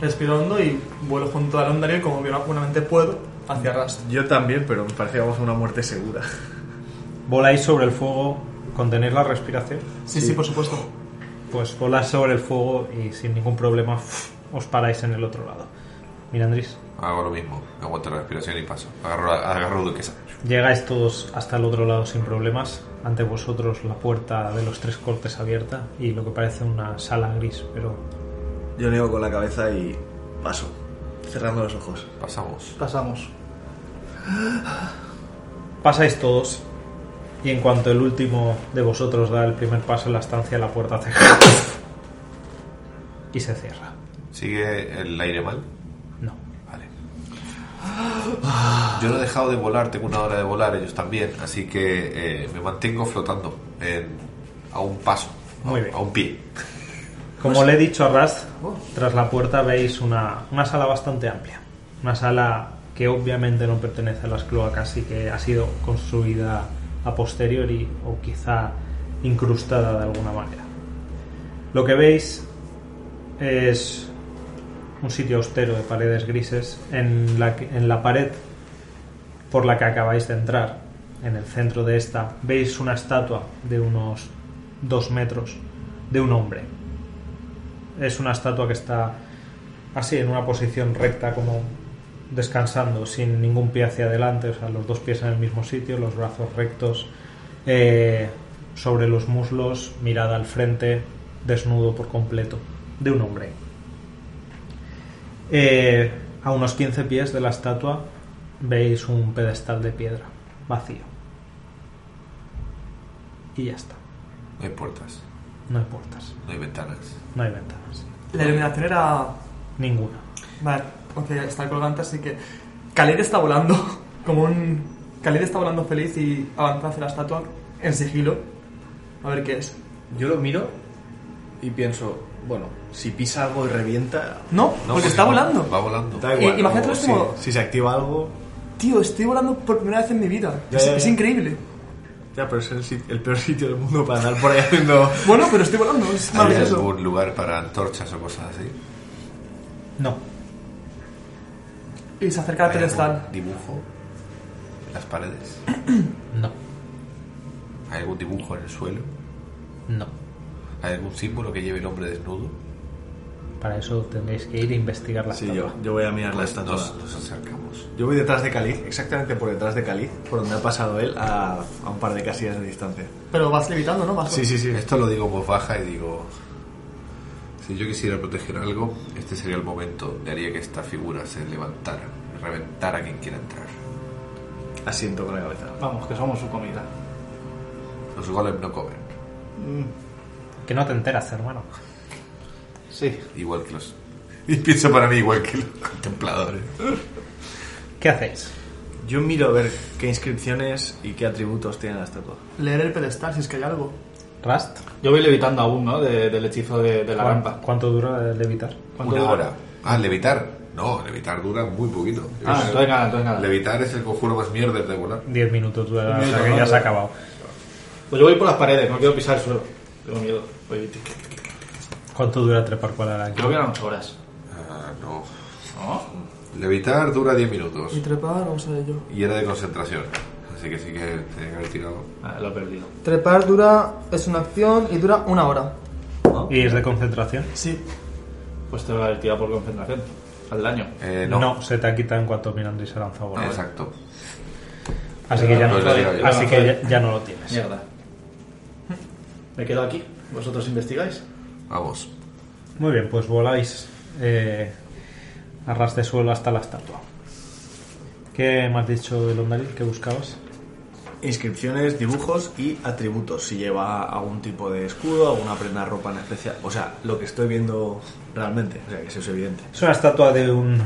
F: Respiro hondo y vuelo junto al Ondario como buenamente puedo hacia
G: Mm.
F: Rast.
G: Yo también, pero me parece que vamos a una muerte segura.
A: Voláis sobre el fuego, contenéis la respiración.
F: Sí, sí, por supuesto.
A: Pues volás sobre el fuego y sin ningún problema os paráis en el otro lado. Mirandris,
D: Hago lo mismo, aguanto la respiración y paso. Agarro, agarro duquesa.
A: llegáis todos hasta el otro lado sin problemas. Ante vosotros la puerta de los tres cortes abierta y lo que parece una sala gris, pero
C: Yo niego con la cabeza y paso, cerrando los ojos.
D: Pasamos.
B: Pasamos.
A: Pasáis todos y en cuanto el último de vosotros da el primer paso en la estancia, la puerta hace y se cierra.
D: ¿Sigue el aire mal?
A: No.
D: Vale. Yo no he dejado de volar, tengo una hora de volar, ellos también, así que eh, me mantengo flotando en- a un paso, a-
A: Muy bien.
D: a un pie.
A: Como le he dicho a Raz, tras la puerta veis una, una sala bastante amplia. Una sala que obviamente no pertenece a las cloacas y que ha sido construida a posteriori o quizá incrustada de alguna manera. Lo que veis es un sitio austero de paredes grises en la, que- en la pared por la que acabáis de entrar, en el centro de esta, veis una estatua de unos dos metros de un hombre es una estatua que está así, en una posición recta, como descansando, sin ningún pie hacia adelante, o sea, los dos pies en el mismo sitio, los brazos rectos, eh, sobre los muslos, mirada al frente, desnudo por completo, de un hombre. Eh, a unos 15 pies de la estatua veis un pedestal de piedra, vacío. Y ya está,
D: No hay puertas,
A: no hay puertas,
D: no hay ventanas.
A: no hay ventanas,
F: La iluminación era
A: ninguna.
F: Vale, ok, está colgante, así que. Khalid está volando, *laughs* como un. Khalid está volando feliz y avanza hacia la estatua en sigilo. A ver qué es.
G: Yo lo miro y pienso, bueno, si pisa algo y revienta. pues
F: No, porque está volando.
D: Va volando.
G: Da
F: Y- imagínate
G: o
F: lo
G: si-
F: último.
G: si se activa algo.
F: Tío, estoy volando por primera vez en mi vida.
G: Ya,
F: es,
G: ya, ya.
F: es increíble.
G: Ya, pero es el, sit- el peor sitio del mundo para andar por ahí haciendo.
F: Bueno, pero estoy volando,
G: *laughs*
F: es
D: ¿Hay
F: maravilloso.
D: algún lugar para antorchas o cosas así?
A: No,
F: Y se acerca al
D: ¿Hay
F: pedestal.
D: algún dibujo en las paredes?
A: no,
D: ¿Hay algún dibujo en el suelo?
A: no.
D: ¿Hay algún símbolo que lleve el hombre desnudo?
A: Para eso tendréis que ir a investigar la
G: Sí,
A: estatua.
G: yo, yo voy a mirar la
D: Pues
G: estatua.
D: nos, nos acercamos.
G: Yo voy detrás de Caliz, exactamente por detrás de Caliz, por donde ha pasado él, a, a un par de casillas de distancia.
F: Pero vas levitando, ¿no? Vas
G: Sí, sí, sí.
D: Esto lo digo en voz baja y digo, si yo quisiera proteger algo, este sería el momento donde haría que esta figura se levantara, reventara a quien quiera entrar.
G: Asiento con la cabeza.
B: Vamos, que somos su comida.
D: Los golems no comen,
A: Que no te enteras, hermano.
B: Sí.
D: igual que los... *laughs* Y pienso para mí igual que los contempladores.
A: ¿Qué hacéis?
G: Yo miro a ver qué inscripciones y qué atributos tiene la estatua.
F: Leer el pedestal si es que hay algo.
A: ¿Rust?
B: Yo voy levitando aún, ¿no? De- del hechizo de, de la
A: ¿Cuán-
B: rampa.
A: ¿Cuánto dura el levitar?
B: ¿Cuánto
D: Una
B: dura?
D: hora. Ah, levitar. No, levitar dura muy poquito.
B: Ah, entonces nada, entonces nada.
D: Levitar es el conjuro más mierder de volar.
A: Diez minutos dura, o sea
B: Minuto,
A: que
B: ¿no?
A: ya se ha acabado.
B: Pues yo voy por las paredes, no quiero pisar el suelo. Tengo miedo. Voy-
A: ¿Cuánto dura trepar cuál era aquí?
B: Creo que eran 8 horas.
D: Ah, no.
B: ¿No?
D: Levitar dura 10 minutos.
F: Y trepar, vamos a ver yo.
D: Y era de concentración. Así que sí que tenía que haber tirado.
B: Ah, lo he perdido.
F: Trepar dura. es una acción y dura una hora.
A: ¿Y es de concentración?
F: Sí.
B: Pues te lo he tirado por concentración. Al daño.
D: Eh, no.
A: se te ha quitado en cuanto Mirandris se lanza a volar.
D: Exacto.
A: Así que ya no,
D: Pues lo digo yo.
A: así que ya, ya no lo tienes.
B: Mierda. Me quedo aquí. ¿Vosotros investigáis?
D: Vamos.
A: Muy bien, pues voláis eh, a ras de suelo hasta la estatua. ¿Qué me has dicho del Ondaril que buscabas?
E: Inscripciones, dibujos y atributos. Si lleva algún tipo de escudo, alguna prenda, ropa en especial. O sea, lo que estoy viendo realmente. O sea, que eso es evidente.
A: Es una estatua de un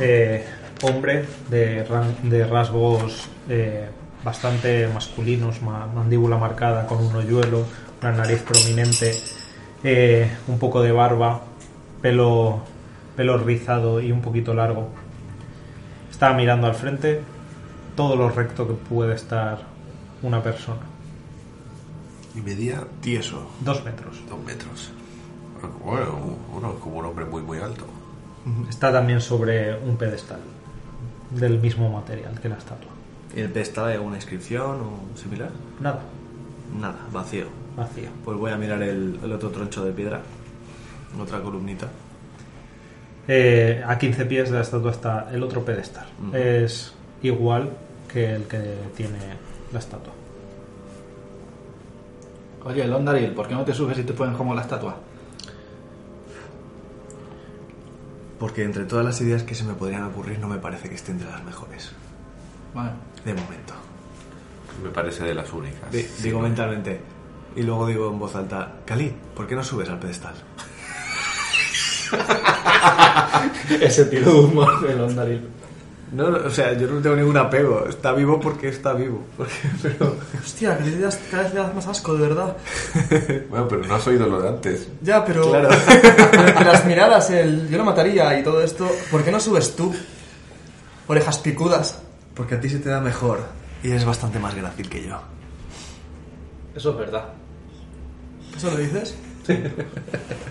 A: eh, hombre de, ran- de rasgos eh, bastante masculinos, ma- mandíbula marcada, con un hoyuelo, una nariz prominente, eh, un poco de barba, pelo, pelo rizado y un poquito largo. Está mirando al frente, todo lo recto que puede estar una persona.
D: Y medía
E: Tieso.
A: Dos metros.
D: dos metros. Bueno, uno es como un hombre muy, muy alto.
A: Está también sobre un pedestal del mismo material que la estatua.
E: ¿Y el pedestal hay alguna inscripción o similar?
A: Nada,
E: Nada, vacío.
A: vacío.
E: Pues voy a mirar el, el otro troncho de piedra. Otra columnita.
A: Eh, a 15 pies de la estatua está el otro pedestal.
E: Ujú.
A: Es igual que el que tiene la estatua.
B: Oye, Londaril, ¿por qué no te subes y te ponen como la estatua?
E: Porque entre todas las ideas que se me podrían ocurrir, no me parece que esté entre las mejores.
B: Vale.
E: De momento.
D: Me parece de las únicas.
E: Di-
D: Sí,
E: digo
D: ¿no?
E: mentalmente. Y luego digo en voz alta: Cali, ¿por qué no subes al pedestal?
B: Ese tiro de humor de Londaril.
E: No, no, o sea, yo no tengo ningún apego. Está vivo porque está vivo. *laughs* Porque, pero...
F: Hostia, que le das- cada vez le das más asco, de verdad.
D: Bueno, pero no has oído lo de antes.
F: Ya, pero. *laughs*
E: Claro.
F: pero entre las miradas, el yo lo mataría y todo esto. ¿Por qué no subes tú? Orejas picudas.
E: porque a ti se te da mejor y eres bastante más grácil que yo.
B: Eso es verdad.
F: ¿Eso lo dices?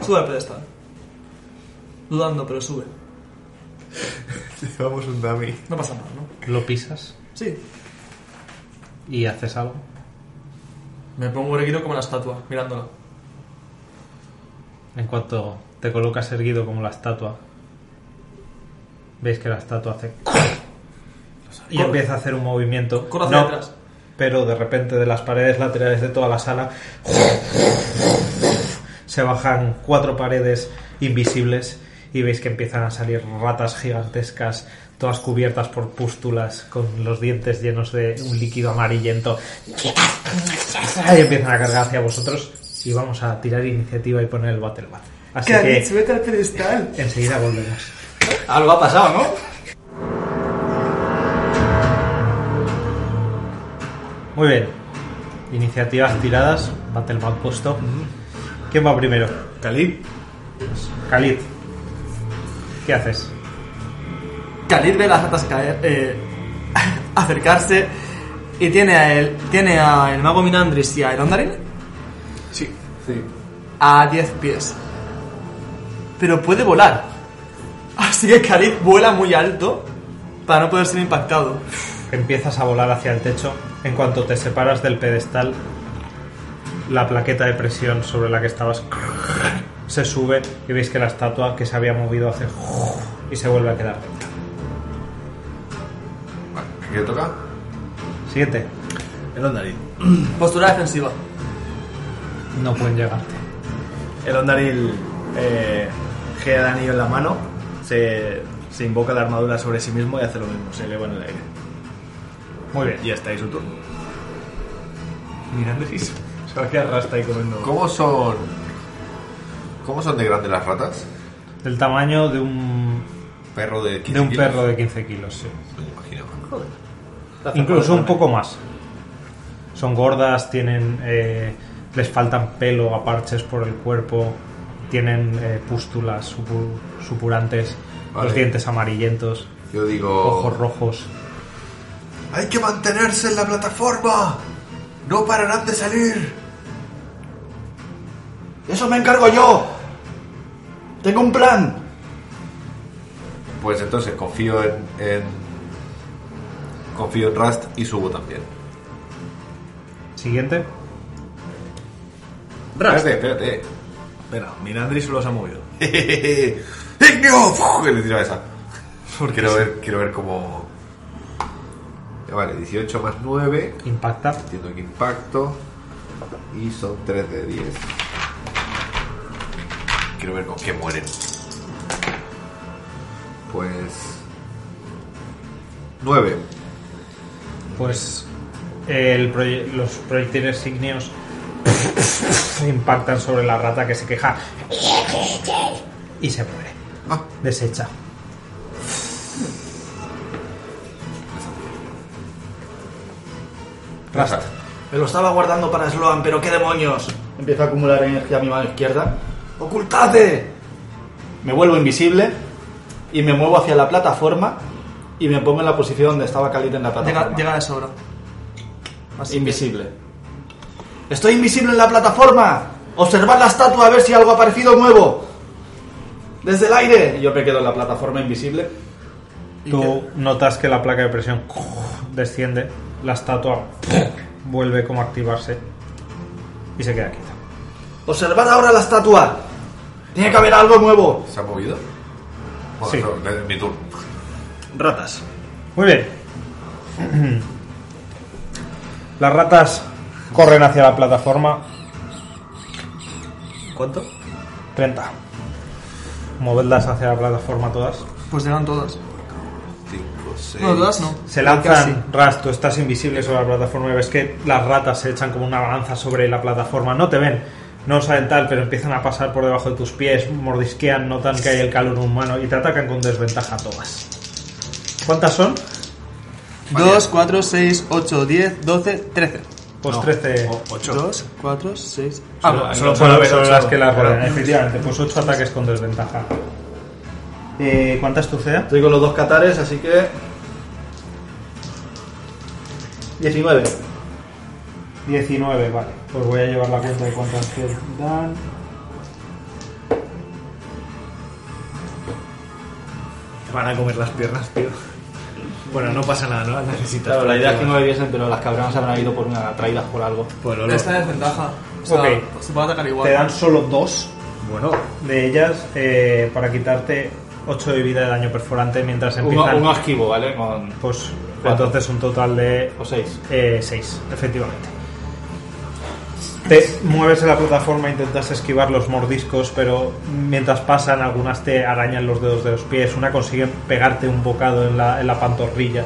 F: Sube al pedestal. Dudando, pero sube.
E: Llevamos un dummy.
F: No pasa nada, ¿no?
A: Lo pisas
F: Sí.
A: y haces algo.
F: Me pongo erguido como la estatua, mirándola.
A: En cuanto te colocas erguido como la estatua, veis que la estatua hace... Y
F: Corre.
A: empieza a hacer un movimiento.
F: Corre hacia atrás.
A: Pero de repente de las paredes laterales de toda la sala se bajan cuatro paredes invisibles y veis que empiezan a salir ratas gigantescas, todas cubiertas por pústulas, con los dientes llenos de un líquido amarillento. Y empiezan a cargar hacia vosotros y vamos a tirar iniciativa y poner el battle bat. Así
F: Cali,
A: que
F: súbete al pedestal.
A: enseguida volvemos.
B: Algo ha pasado, ¿no?
A: Muy bien. Iniciativas tiradas, battle bat puesto. ¿Quién va primero?
E: Cali,
A: Khalid. ¿Qué haces?
F: Khalid ve las ratas caer, eh, *laughs* acercarse y tiene a él, tiene a el mago Minandris y a Elondarin
D: Sí.
F: a 10 pies. Pero puede volar. *laughs* Así que Khalid vuela muy alto para no poder ser impactado.
A: Empiezas a volar hacia el techo. En cuanto te separas del pedestal, la plaqueta de presión sobre la que estabas se sube y veis que la estatua que se había movido hace y se vuelve a quedar recta.
D: Vale, ¿qué toca?
A: Siguiente.
E: el Ondaril.
F: Postura defensiva.
A: No pueden llegarte.
E: El Ondaril eh, gira el anillo en la mano, se, se invoca la armadura sobre sí mismo y hace lo mismo, se eleva en el aire.
A: Muy bien.
E: Y hasta ahí su turno. Mirandris. Se va a quedar rasta y comiendo.
D: ¿Cómo son. ¿Cómo son de grandes las ratas?
A: Del tamaño de un,
D: Perro de 15
A: de un
D: kilos.
A: perro de 15 kilos, sí.
D: Me imagino.
A: Incluso un poco más. Son gordas, tienen. eh, les faltan pelo a parches por el cuerpo, tienen eh, pústulas supu- supurantes,
D: Vale. Oh.
A: los dientes amarillentos,
D: Yo digo.
A: ojos rojos.
D: ¡Hay que mantenerse en la plataforma! ¡No pararán de salir!
B: ¡Eso me encargo yo! ¡Tengo un plan!
D: Pues entonces confío en. en- confío en Rust y subo también.
A: Siguiente.
D: Espérate,
E: Espera, Mirandris solo se ha movido.
D: *laughs* espérate. ¡Igneo! ¡Fu! Y *laughs* le tiro a esa. Quiero ver, quiero ver cómo. Ya Vale, 18 más 9.
A: Impacta.
D: Entiendo que impacto. Y son 3 de 10. Quiero ver con qué mueren. Pues. 9.
A: Pues el proye- los proyectiles ígneos *laughs* impactan sobre la rata que se queja y se muere.
D: Ah.
A: Desecha. Rasta.
B: Me lo estaba guardando para Sloan, pero qué demonios. Empiezo a acumular energía a mi mano izquierda. ¡Ocultate! Me vuelvo invisible y me muevo hacia la plataforma y me pongo en la posición donde estaba Khalid en la
F: Llega,
B: plataforma.
F: llega de sobra. Así
B: Invisible. ¡Estoy invisible en la plataforma! ¡Observad la estatua a ver si algo ha aparecido nuevo! ¡Desde el aire! Y yo me quedo en la plataforma invisible.
A: Tú notas que la placa de presión desciende, la estatua vuelve como a activarse y se queda quieta.
B: ¡Observad ahora la estatua! ¡Tiene que haber algo nuevo!
D: ¿Se ha movido?
A: Sí.
D: Bueno, no, es mi turno.
G: Ratas.
A: Muy bien. Las ratas corren hacia la plataforma.
G: ¿Cuánto?
A: 30. Movedlas hacia la plataforma todas.
F: que- Pues llegan todas.
D: 5, 6.
F: No, todas no.
A: Se
F: Pero
A: lanzan, Ras, tú estás invisible sobre la plataforma y ves que las ratas se echan como una balanza sobre la plataforma. No te ven, no saben tal, pero empiezan a pasar por debajo de tus pies, mordisquean, notan que hay el calor humano y te atacan con desventaja todas. ¿Cuántas son?
F: casi. 2, 4, 6, 8, 10, 12, 13.
A: Pues 13.
F: Oh. 2, 4, 6.
A: Ah,
F: Ah,
A: solo puedo ver las que las rodean. Efectivamente, pues 8 ataques con desventaja. Eh, ¿Cuántas tu CEA?
B: Estoy con los dos catares, así que... 19.
A: 19, vale. Pues voy a llevar la cuenta de cuántas te dan.
E: Te van a comer las piernas, tío. Bueno, no pasa nada, ¿no? Las Necesitas.
B: Claro, la idea es que no bebiesen, pero las cabronas habrán ido por una traídas por algo.
E: Pues lo-
F: Pero está en desventaja. O sea,
A: Ok.
F: se puede atacar igual.
A: Te dan solo dos
E: Bueno,
A: de ellas eh, para quitarte 8 de vida de daño perforante mientras
B: Uno,
A: empiezan.
B: uno esquivo, ¿vale? Con...
A: Pues
B: Cuatro.
A: entonces un total de
B: O seis.
A: 6, efectivamente. Te mueves en la plataforma, intentas esquivar los mordiscos, pero mientras pasan algunas te arañan los dedos de los pies, una consigue pegarte un bocado en la, en la pantorrilla.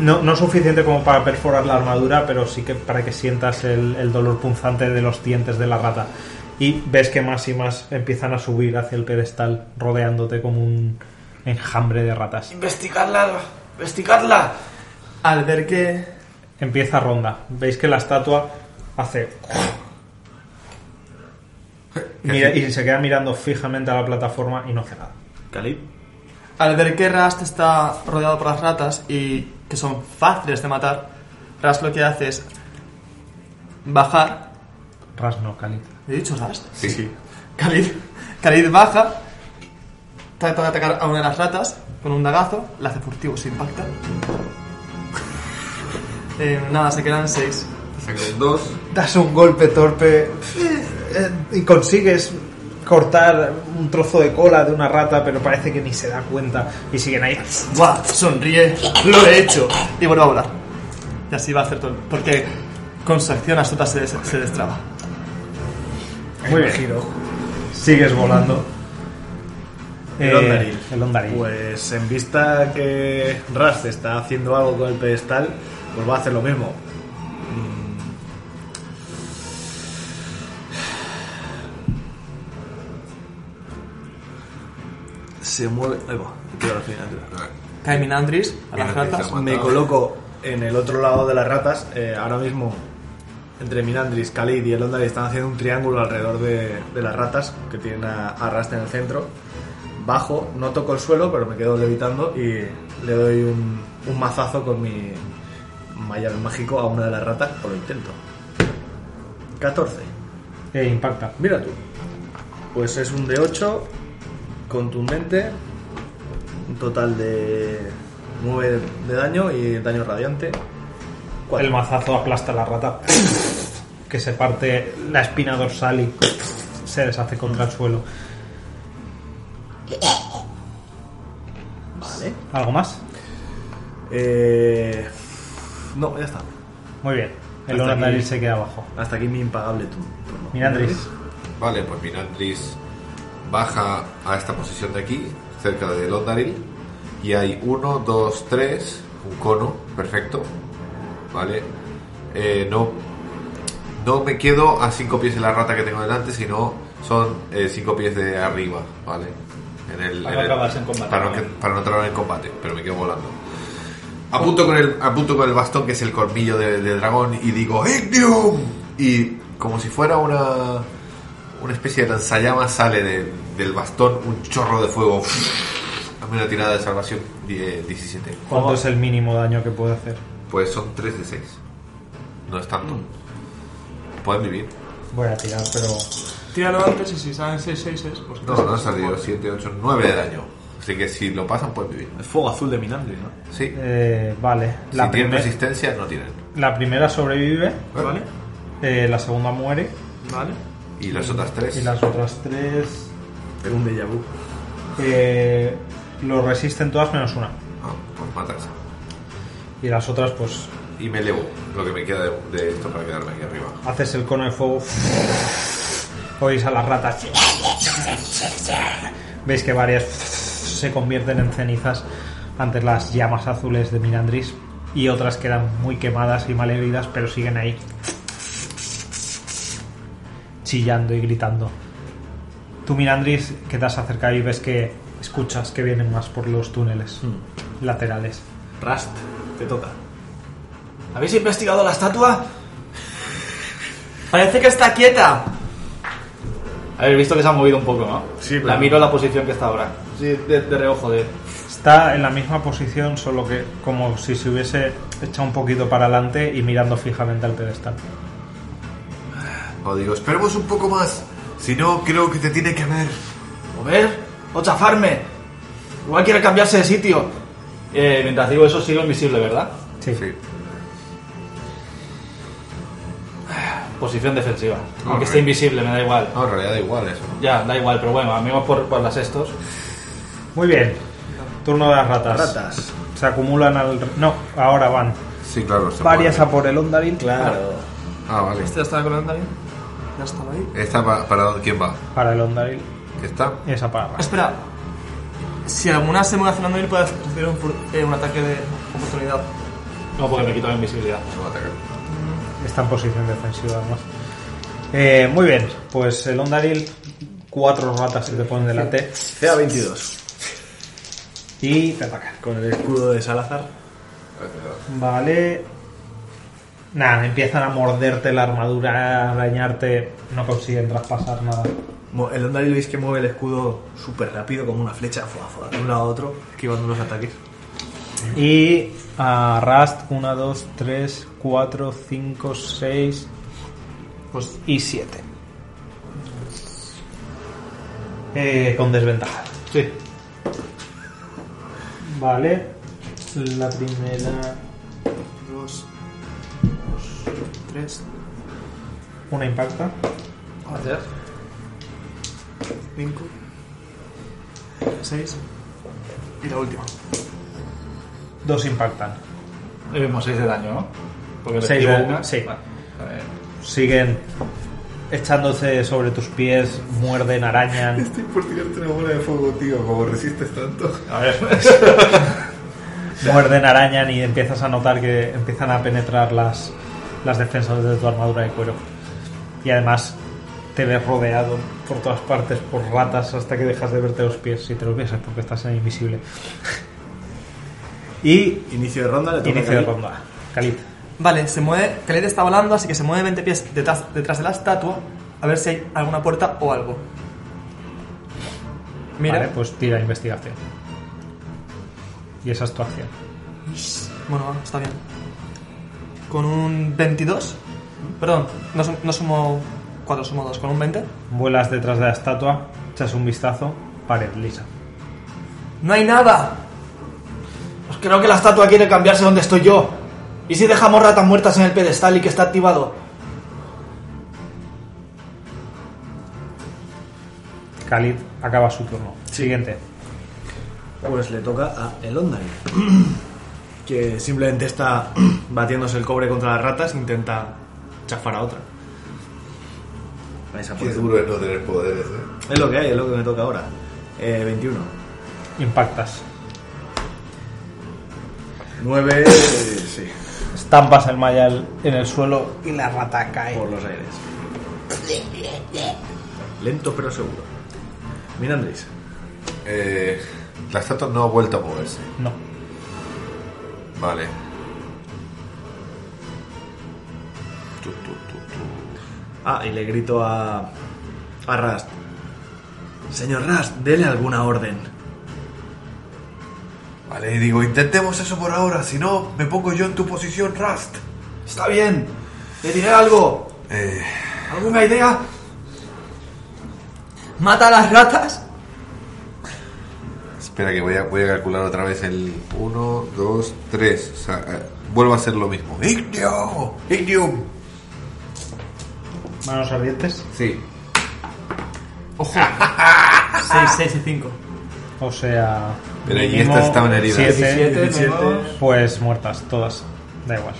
A: No, no suficiente como para perforar la armadura, pero sí que para que sientas el, el dolor punzante de los dientes de la rata. Y ves que más y más empiezan a subir hacia el pedestal, rodeándote como un enjambre de ratas.
B: ¡Investigadla! ¡Investigadla!
F: Al ver que
A: Empieza ronda. Veis que la estatua hace. Mira- y se queda mirando fijamente a la plataforma y no hace nada.
G: Calid.
F: Al ver que Rast está rodeado por las ratas y que son fáciles de matar, Rast lo que hace es bajar.
A: Ras no, Khalid.
F: ¿He dicho Rast?
D: Sí, sí.
F: Khalid, Khalid baja, trata de atacar a una de las ratas con un dagazo, la hace furtivo, se impacta. *laughs* Eh, nada, se quedan seis.
D: Saca un 2.
A: Das un golpe torpe eh, y consigues cortar un trozo de cola de una rata, pero parece que ni se da cuenta. Y siguen ahí.
F: ¡Guau! Sonríe, lo he hecho. Y vuelve a volar. Y así va a hacer todo. Porque con su acción Astuta se, des- se destraba.
A: Muy bien. Sigues volando. Eh,
E: El Ondaril.
A: El Ondaril.
E: pues en vista que Rast está haciendo algo con el pedestal, pues va a hacer lo mismo. Mm.
C: Se mueve. Ahí va, tiro al final. tiro.
F: Cae Minandris a las
D: Minandris,
F: ratas.
D: ama.
E: Me coloco en el otro lado de las ratas. eh, ahora mismo, entre Minandris, Khalid y el Onda están haciendo un triángulo alrededor de, de las ratas que tienen a, a Rasta en el centro. Bajo, no toco el suelo, pero me quedo levitando y le doy un, un mazazo con mi mayal mágico a una de las ratas por lo intento. 14.
A: Eh, impacta.
E: Mira tú. Pues es un de 8 contundente, un total de 9 de daño y daño radiante.
A: El mazazo aplasta a la rata, que se parte la espina dorsal y se deshace contra el suelo. ¿Algo más?
E: Eh, no, ya está.
A: Muy bien. El
E: Hasta
A: Ondaril
E: aquí.
A: se queda abajo.
E: Hasta aquí mi impagable tu- turno.
A: Mirandris,
D: Vale, pues Minandris baja a esta posición de aquí, cerca del Ondaril, Y hay uno, dos, tres, un cono, perfecto. ¿Vale? Eh, no, no me quedo a cinco pies de la rata que tengo delante, sino son eh, cinco pies de arriba, ¿vale? En el-
B: Para no
D: el-
B: acabarse en combate.
D: Para no, que- para no entrar en combate, pero me quedo volando. Apunto con el, apunto con el bastón, que es el colmillo de- del dragón, y digo ¡Ignium! Y como si fuera una, una especie de lanzallamas sale de- del bastón un chorro de fuego. Hazme una tirada de salvación die- 17.
A: ¿Cuánto es el mínimo daño que puede hacer?
D: Pues son 3 de 6. No es tanto. Pueden vivir.
A: Voy a tirar, pero.
F: Tíralo antes y si salen 6 6 es, pues...
D: No, no han salido 7, 8, 9 de daño. Así que si lo pasan, pueden vivir.
E: Es fuego azul de Minandris, ¿no?
D: Sí.
A: eh, vale.
D: Si
A: La,
D: tienen
A: primer-
D: resistencia, no tienen.
A: la primera sobrevive,
D: ¿Vale?
A: eh, la segunda muere
F: Vale.
D: Y las otras
A: y
D: 3.
A: las otras tres.
E: Tengo un déjà vu.
A: eh, lo resisten todas menos una.
D: pues matarse.
A: Y las otras, pues
D: Y me elevo lo que me queda de, de esto para quedarme aquí arriba.
A: haces el cono de fuego. Oís a las ratas. Veis que varias se convierten en cenizas ante las llamas azules de Mirandris y otras quedan muy quemadas y malheridas, pero siguen ahí chillando y gritando. Tú, Mirandris, que te has acercado y ves que escuchas que vienen más por los túneles laterales.
E: Rust, te toca.
B: ¿Habéis investigado la estatua?
F: Parece que está quieta.
B: Habéis visto que se ha movido un poco, ¿no?
E: Sí, pero-
B: La miro la posición que está ahora. Sí, de, de reojo de...
A: Está en la misma posición, solo que como si se hubiese echado un poquito para adelante y mirando fijamente al pedestal.
D: O digo, esperemos un poco más. Si no, creo que te tiene que ver.
B: ¿Mover? ¿O chafarme? Igual quiere cambiarse de sitio. Eh, mientras digo eso, sigo invisible, ¿verdad?
A: Sí.
B: Posición defensiva. Aunque
D: Ok.
B: esté invisible, me da igual.
D: No, en realidad da igual eso.
B: Ya, da igual, pero bueno, a mí por, por las estos.
A: Muy bien. Turno de las ratas.
E: Ratas.
A: Se acumulan al... No, ahora van.
D: Sí, claro. se
A: Varias
D: puede.
A: a por el Ondaril.
E: Claro.
D: Ah, vale.
F: Este ya estaba con el Andarín. Ya estaba ahí.
D: ¿Esta pa- para dónde? ¿Quién va?
A: Para el Ondaril.
D: ¿Esta?
A: Y esa para Rust.
F: Espera. Si alguna se mueve hacia el Andarín, puede recibir un, por- eh, un ataque de oportunidad.
B: No, porque me quito la invisibilidad.
D: No va a atacar.
A: Está en posición defensiva además. Eh, muy bien. Pues el Ondaril, cuatro ratas se te ponen delante
E: CA 22.
A: y te atacan.
E: Con el escudo de Salazar.
A: Vale. Nada, empiezan a morderte la armadura, a arañarte. No consiguen traspasar nada.
E: Mo- El Ondaril veis que mueve el escudo súper rápido como una flecha fua, fua, de un lado a otro, esquivando los ataques.
A: Y a Rust, 1, 2, 3, 4, 5, 6
F: Pues
A: y 7. Eh, con desventaja.
B: Sí.
A: Vale. La primera.
F: 2, 3,
A: Una impacta.
F: 5, 6 y la última.
A: Dos impactan.
B: Le vemos 6 de daño, ¿no? Porque
A: Seis
B: recibo
A: de-
B: una.
A: sí.
B: Vale. A ver.
A: Siguen echándose sobre tus pies, muerden, arañan.
D: Por tirarte una bola de fuego, tío, como resistes tanto.
B: A ver.
A: muerden, arañan y empiezas a notar que empiezan a penetrar las, las defensas de tu armadura de cuero. Y además te ves rodeado por todas partes por ratas hasta que dejas de verte los pies. Si te los ves es porque estás en invisible. y
E: Inicio de ronda, le toca
A: inicio de
E: a Cali.
A: ronda. Calit.
F: Vale, se mueve. Khaled está volando, así que se mueve 20 pies detrás, detrás de la estatua a ver si hay alguna puerta o algo. Mira,
A: Vale, pues tira investigación. Y esa es tu acción.
F: bueno, va, está bien. Con un 22, perdón, no, sum- no sumo 4, sumo 2, con un 20.
A: Vuelas detrás de la estatua, echas un vistazo, pared lisa.
F: ¡No hay nada!
B: Pues creo que la estatua quiere cambiarse donde estoy yo. ¿Y si dejamos ratas muertas en el pedestal y que está activado?
A: Calit acaba su turno. Siguiente.
E: Pues le toca a el
G: *clears throat*
E: Ondaril. que simplemente está batiéndose el cobre contra las ratas e intenta chafar a otra. Vais a por
D: Qué duro es pues no tener poderes, eh.
E: Es lo que hay, es lo que me toca ahora. Eh, 21.
A: Impactas.
G: Nueve, eh, sí,
A: Estampas el mayal en el suelo.
H: Y la rata cae.
G: por los aires. Lento pero seguro. Mira, Andrés.
D: Eh, la estatua no ha vuelto a moverse.
A: No.
D: Vale. Tu, tu, tu, tu.
G: Ah, y le grito a. a Rast. Señor Rast, dele alguna orden.
D: Vale, y digo, intentemos eso por ahora, si no, me pongo yo en tu posición, Rust.
B: Está bien. Le diré algo.
D: Eh,
B: ¿Alguna idea?
F: ¿Mata a las ratas?
D: espera que voy a, voy a calcular otra vez el 1, 2, 3. O sea, eh, vuelvo a hacer lo mismo. ¡Ignio! ¡Ignium!
A: Manos ardientes.
D: Sí.
F: Ojo. 6, 6 y 5.
A: O sea.
D: Pero y
A: mínimo
D: estas estaban heridas.
A: siete,
B: 17, menos-
A: Pues muertas, todas. Da igual.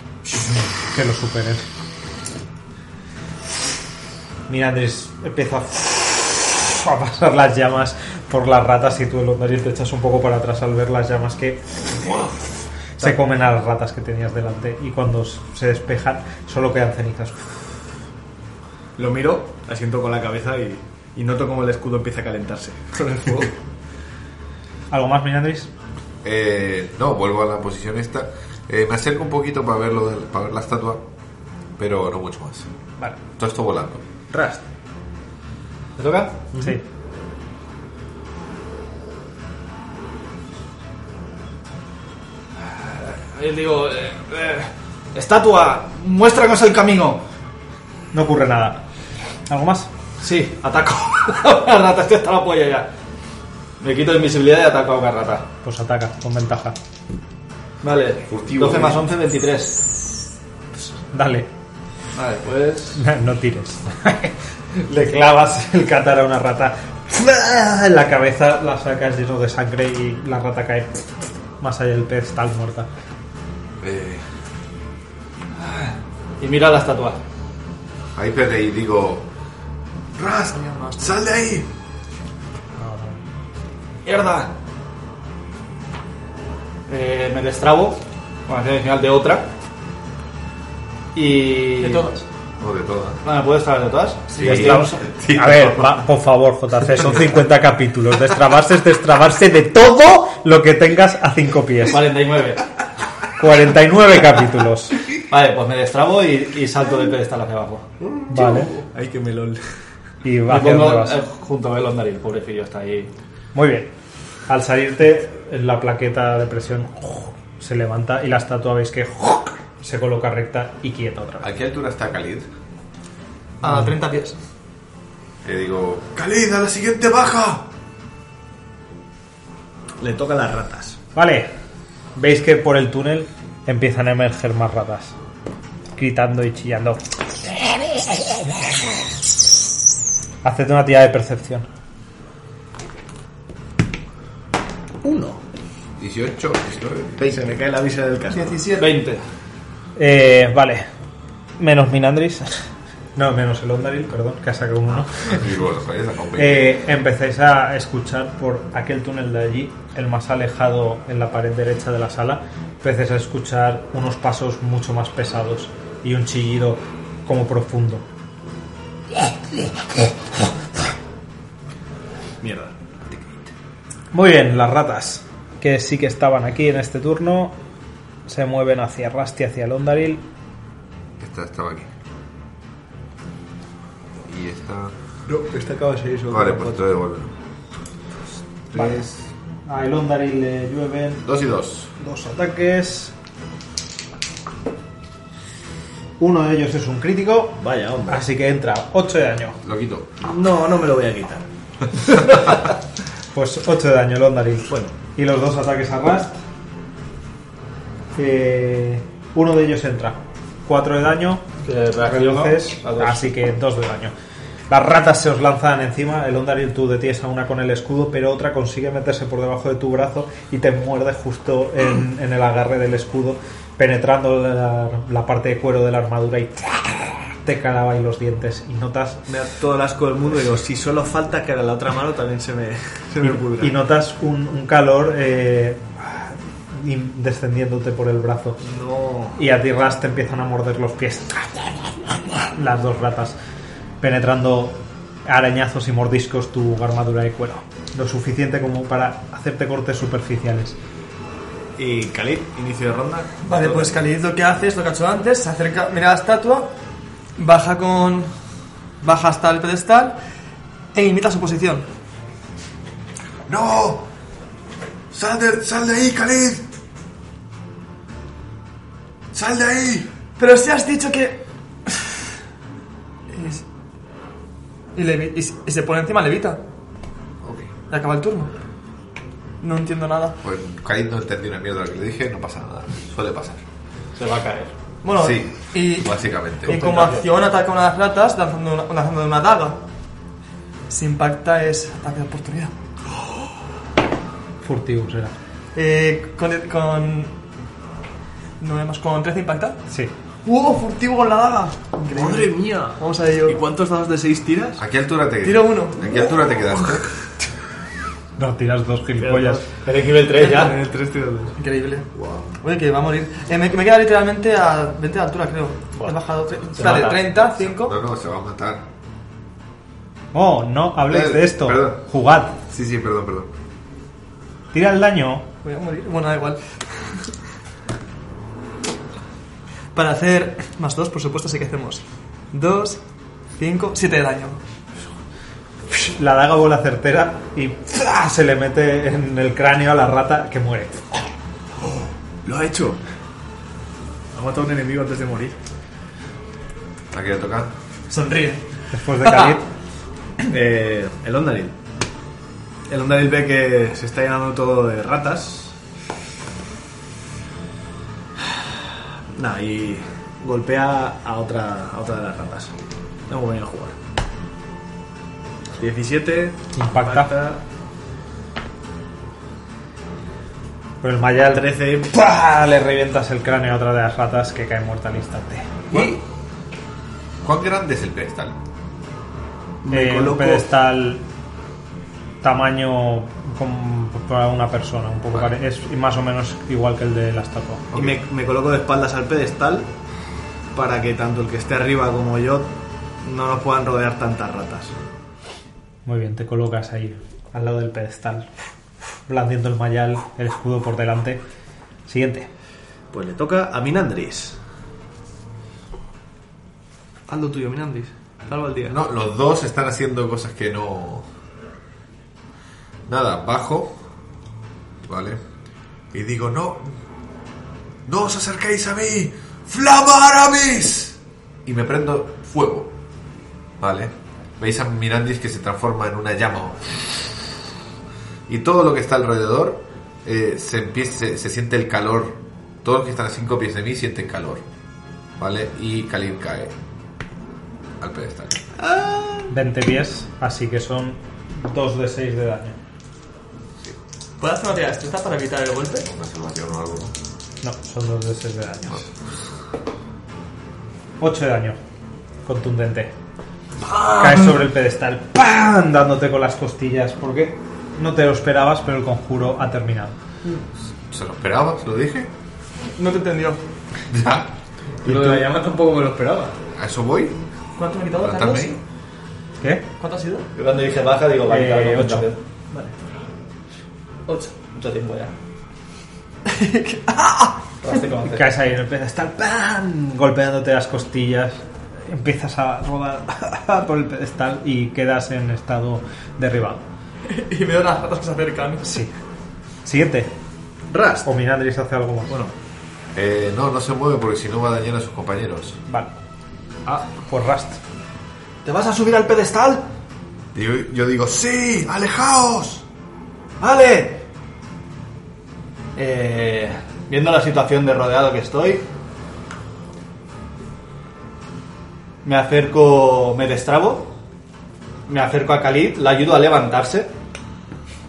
A: que lo superen. Mira, Andrés, empieza a a pasar las llamas por las ratas y tú, el Ondario, te echas un poco para atrás al ver las llamas que se comen a las ratas que tenías delante y cuando se despejan solo quedan cenizas.
G: Lo miro, asiento con la cabeza y, y noto como el escudo empieza a calentarse *laughs* con el fuego.
A: ¿Algo más, Mirandris?
D: Eh, no, vuelvo a la posición esta. Eh, me acerco un poquito para ver, lo del- para ver la estatua, pero no mucho más.
A: Vale.
D: Todo esto volando.
G: Rast,
B: ¿Te toca?
A: Sí.
B: Él digo, eh, eh, estatua, muéstranos el camino.
A: No ocurre nada. ¿Algo más?
B: Sí, ataco. *laughs* la rata, estoy hasta la polla ya. Me quito invisibilidad y ataco a una rata.
A: Pues ataca, con ventaja.
B: Vale,
D: Furtivo,
B: 12 más
D: eh.
B: 11, 23.
A: Dale,
B: Vale, pues.
A: *laughs* no tires. Le clavas el catar a una rata. En la cabeza la sacas lleno de sangre y la rata cae más allá del pez, tal muerta.
D: Eh,
B: Y mira la estatua.
D: ahí perdí y digo, Rust, sal de ahí.
B: ¡Mierda! Eh, me destrabo. Bueno, al final de otra. Y.
F: De todas.
D: No, de todas.
B: No, me puedo destrabar de todas.
D: Sí,
B: Destrabamos-
D: Sí.
A: A ver, va, por favor, JC, son 50 capítulos. Destrabarse es destrabarse de todo lo que tengas a 5 pies.
B: 49.
A: 49 capítulos.
B: Vale, pues me destrabo y, y salto del pedestal hacia abajo.
A: Vale.
G: Uh. ay que melón. *laughs*
A: Y va
B: Me
A: hacia
B: pongo
A: dónde vas.
B: eh, junto a Elondaril, pobrecillo, está ahí.
A: Muy bien. Al salirte, la plaqueta de presión se levanta y la estatua veis que se coloca recta y quieta otra vez.
D: ¿A qué altura está Khalid?
F: A 30 pies.
D: Le digo, Khalid, a la siguiente baja.
G: Le toca a las ratas.
A: Vale. Veis que por el túnel empiezan a emerger más ratas. Gritando y chillando. Haced una tirada de percepción.
D: 18, 19.
G: Se me cae la visa del casco.
F: 17.
B: 20.
A: Eh, vale. Menos Minandris. No, menos el Ondaril, perdón, que ha sacado un 1.
D: *laughs* Digo, los reyes sacan 20.
A: Eh, empecéis a escuchar por aquel túnel de allí, el más alejado en la pared derecha de la sala, empecéis a escuchar unos pasos mucho más pesados y un chillido como profundo.
G: Mierda.
A: Muy bien, las ratas, que sí que estaban aquí en este turno, se mueven hacia Rasti, hacia Londaril.
D: Esta estaba aquí. Y esta.
G: No, esta acaba de salir
D: Vale, pues te lo devuelvo.
A: Vale.
D: 3,
A: A Elondaril le llueven
D: 2 y 2.
A: dos ataques. Uno de ellos es un crítico,
G: Vaya, hombre.
A: así que entra 8 de daño.
D: Lo quito.
G: No, no me lo voy a quitar.
A: Pues 8 de daño, Londaril. Bueno. Y los dos ataques a Rust. Eh, uno de ellos entra. 4 de daño.
B: Que reacciono
A: Reduces.
B: a dos.
A: Así que 2 de daño. Las ratas se os lanzan encima. El Ondaril tú detienes a una con el escudo, pero otra consigue meterse por debajo de tu brazo y te muerde justo
B: *clears throat*
A: en, en el agarre del escudo, penetrando la, la parte de cuero de la armadura y te calaba ahí los dientes. Y notas
G: Me da todo el asco del mundo y digo, si solo falta que a *laughs* la otra mano también se me, se me pudra.
A: y notas un, un calor eh, y- descendiéndote por el brazo.
G: No.
A: Y a ti, Ras, te empiezan a morder los pies. Las dos ratas. Penetrando arañazos y mordiscos tu armadura de cuero. Lo suficiente como para hacerte cortes superficiales.
G: Y Khalid, inicio de ronda.
F: Vale, pues Khalid lo que hace es lo que ha hecho antes, se acerca, mira la estatua, baja con. baja hasta el pedestal e imita su posición.
D: ¡No! ¡Sal de, sal de ahí, Khalid! ¡Sal de ahí!
F: Pero si has dicho que. *sighs* Y es- Y, levi- y se- y se pone encima levita.
D: Ok.
F: Y acaba el turno. No entiendo nada.
D: Pues Khalid no entendió una mierda lo que le dije, no pasa nada. Suele pasar.
B: Se va a caer.
F: Bueno,
D: sí,
F: y,
D: básicamente.
F: y como acción ataca a una de las ratas lanzando una, lanzando una daga. Si impacta es ataque de oportunidad.
A: Furtivo será.
F: Eh, con, con. No vemos, con 13 impacta.
A: Sí.
F: ¡Wow! Furtivo con la daga. Increíble.
G: ¡Madre mía!
F: Vamos a ello.
G: ¿Y cuántos dados de 6 tiras?
D: ¿A qué altura te
F: Tiro uno.
D: ¿A qué altura te quedaste?
A: No, tiras dos gilipollas.
B: Eres nivel 3
G: Ah, En
B: ya.
G: el 3 tiras dos.
F: Increíble. Oye, que va a morir. Eh, me, me queda literalmente a 20 de altura, creo.
B: Buah.
F: He bajado. tre-
B: Se
F: Vale,
B: mata.
F: 30, 5.
D: No, no, se va a matar.
A: Oh, no habléis de esto.
D: Perdón.
A: Jugad.
D: Sí, sí, perdón, perdón.
A: Tira el daño.
F: Voy a morir. Bueno, da igual. Para hacer más 2, por supuesto, sí que hacemos 2, 5, 7 de daño.
A: La daga vuela certera y ¡fra! se le mete en el cráneo a la rata que muere.
G: ¡Lo ha hecho! Ha matado a un enemigo antes de
F: *clears throat*
G: morir.
D: ¿A qué le toca?
F: Sonríe.
A: Después de Khalid.
G: Eh, el Ondaril. El Ondaril ve que se está llenando todo de ratas. Nah, y golpea a otra, a otra de las ratas. No voy a jugar. 17.
A: Impacta. Por el mayal
G: 13.
A: ¡pua! le revientas el cráneo a otra de las ratas que cae muerta al instante.
D: ¿Cuán, ¿Cuán grande es el pedestal?
A: Eh,
G: coloco-
A: Un pedestal tamaño como para una persona, un poco
D: Vale.
A: pare- es más o menos igual que el de la estatua.
G: Y me, me coloco de espaldas al pedestal para que tanto el que esté arriba como yo no nos puedan rodear tantas ratas.
A: Muy bien, te colocas ahí, al lado del pedestal, blandiendo el mayal, el escudo por delante. Siguiente.
G: Pues le toca a Minandris. Haz lo tuyo, Minandris. Salva el día.
D: No, los dos están haciendo cosas que no. Nada, bajo. Vale. Y digo, no. No os acerquéis a mí. ¡Flamaramis! Y me prendo fuego. Vale. Veis a Mirandis que se transforma en una llama. Y todo lo que está alrededor eh, se, empieza, se, se siente el calor. Todos los que están a cinco pies de mí sienten calor. ¿Vale? Y Khalid cae al pedestal.
A: 20 pies, así que son 2 de 6 de daño.
F: ¿Puedo hacer una tirada destreza para evitar el golpe?
D: una salvación o algo. ¿no?
A: No, son 2 de 6 de daño. 8 de daño, contundente. Caes sobre el pedestal, ¡pam! dándote con las costillas, porque no te lo esperabas, pero el conjuro ha terminado.
D: ¿Se lo esperaba? ¿Se lo dije? *laughs*
F: No te entendió.
D: Ya.
G: Lo de la llama tampoco me lo esperaba.
D: ¿A eso voy?
F: ¿Cuánto me ha quitado,
D: ¿Plantarme
F: Carlos?
D: ahí?
A: ¿Qué?
F: ¿Cuánto ha sido?
B: Yo cuando dije baja digo, vale,
A: Eh,
B: claro, no,
A: ocho.
B: entonces,
F: 8.
B: Mucho tiempo ya. Rodaste como hacer.
A: Caes ahí en el pedestal, ¡pam! golpeándote las costillas. Empiezas a rodar *laughs* por el pedestal y quedas en estado derribado.
F: *laughs* Y veo las ratas que se acercan.
A: Sí. Siguiente.
G: Rast.
A: O Minandris hace algo más.
G: Bueno,
D: Eh, no, no se mueve porque si no va a dañar a sus compañeros.
A: Vale. Ah, pues Rust.
B: ¿Te vas a subir al pedestal?
D: Y yo, yo digo, ¡Sí! ¡Alejaos!
B: ¡Vale! Eh, viendo la situación de rodeado que estoy, me acerco, me destrabo, me acerco a Khalid, le ayudo a levantarse,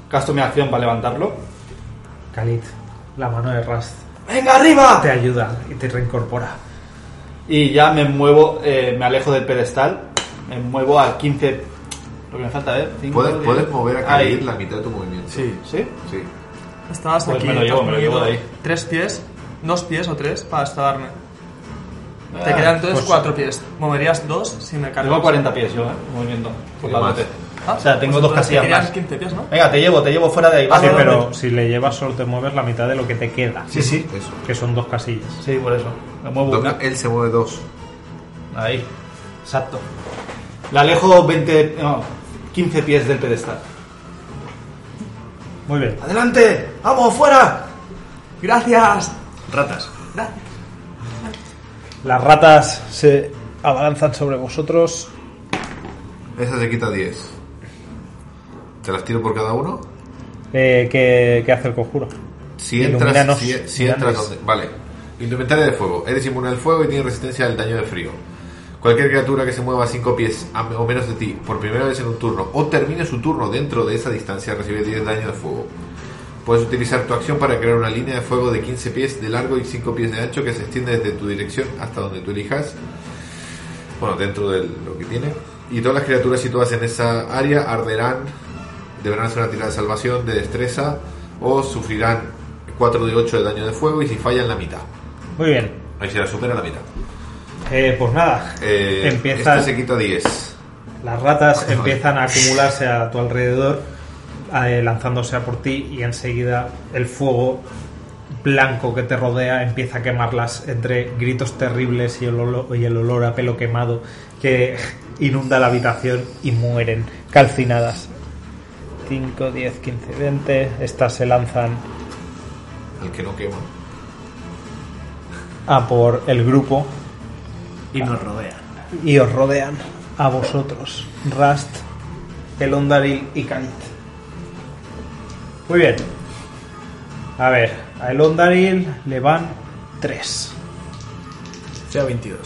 B: gasto mi acción para levantarlo.
A: Khalid, la mano de Rust
B: ¡Venga, arriba!
A: te ayuda y te reincorpora.
B: Y ya me muevo, eh, me alejo del pedestal, me muevo a 15... Lo que me falta, ¿eh? Cinco,
D: Puedes,
B: diez.
D: puedes mover a
B: Ahí.
D: Khalid la mitad de tu movimiento.
G: sí.
B: ¿Sí?
D: Sí.
F: Estabas
B: Pues
F: aquí.
B: me lo llevo,
F: te has
B: me lo llevo
F: movido
B: de ahí.
F: Tres pies, dos pies o tres para estarme. Te
B: Ah,
F: quedan entonces
A: pues-
F: cuatro pies. Moverías dos si me cargas.
B: Tengo 40 pies yo, ¿eh? Movimiento. Por la
D: más.
B: parte.
F: Ah,
B: O sea, tengo
F: pues
B: dos
F: entonces te
B: casillas
F: quedan
B: más.
F: 15 pies, ¿no?
B: Venga, te llevo, te llevo fuera de ahí.
F: Ah,
A: Sí,
F: no, no,
A: pero
F: no.
A: si le llevas solo te mueves la mitad de lo que te queda,
B: Sí, sí.
D: Eso.
A: que son dos casillas.
B: Sí, por eso. Me muevo
D: Dos-
B: una.
D: él se mueve dos.
B: Ahí. Exacto. La alejo 20. No, 15 pies del pedestal.
A: Muy bien.
B: ¡Adelante! ¡Vamos, fuera!
F: ¡Gracias!
G: Ratas.
F: Gracias.
E: Las ratas se abalanzan sobre vosotros.
D: Esa se quita 10. ¿Te las tiro por cada uno?
A: Eh, ¿qué, qué hace el conjuro?
D: Si entras,
A: Ilumínanos,
D: si, si entras
A: ilumínanos.
D: donde- Vale. Indumentaria de fuego. Eres inmune al fuego y tienes resistencia al daño de frío. Cualquier criatura que se mueva 5 pies a- o menos de ti por primera vez en un turno o termine su turno dentro de esa distancia recibe 10 daño de fuego. Puedes utilizar tu acción para crear una línea de fuego de 15 pies de largo y 5 pies de ancho que se extiende desde tu dirección hasta donde tú elijas. Bueno, dentro de lo que tiene. Y todas las criaturas situadas en esa área arderán, deberán hacer una tirada de salvación, de destreza, o sufrirán 4 de 8 de daño de fuego y si fallan la mitad.
A: Muy bien.
D: Ahí se la supera la mitad.
A: Eh, pues nada,
D: Eh,
A: empiezan,
D: Este se quita 10.
A: las ratas empiezan a acumularse a tu alrededor, eh, lanzándose a por ti y enseguida el fuego blanco que te rodea empieza a quemarlas entre gritos terribles y el olor, y el olor a pelo quemado que *laughs* inunda la habitación y mueren calcinadas. 5, 10, 15, 20. Estas se lanzan
D: Al que no quema.
A: a por el grupo
G: Y nos rodea.
A: y os rodean a vosotros, Rast, Elondaril y Kant. Muy bien. A ver, a Elondaril le van 3.
G: Sea 22.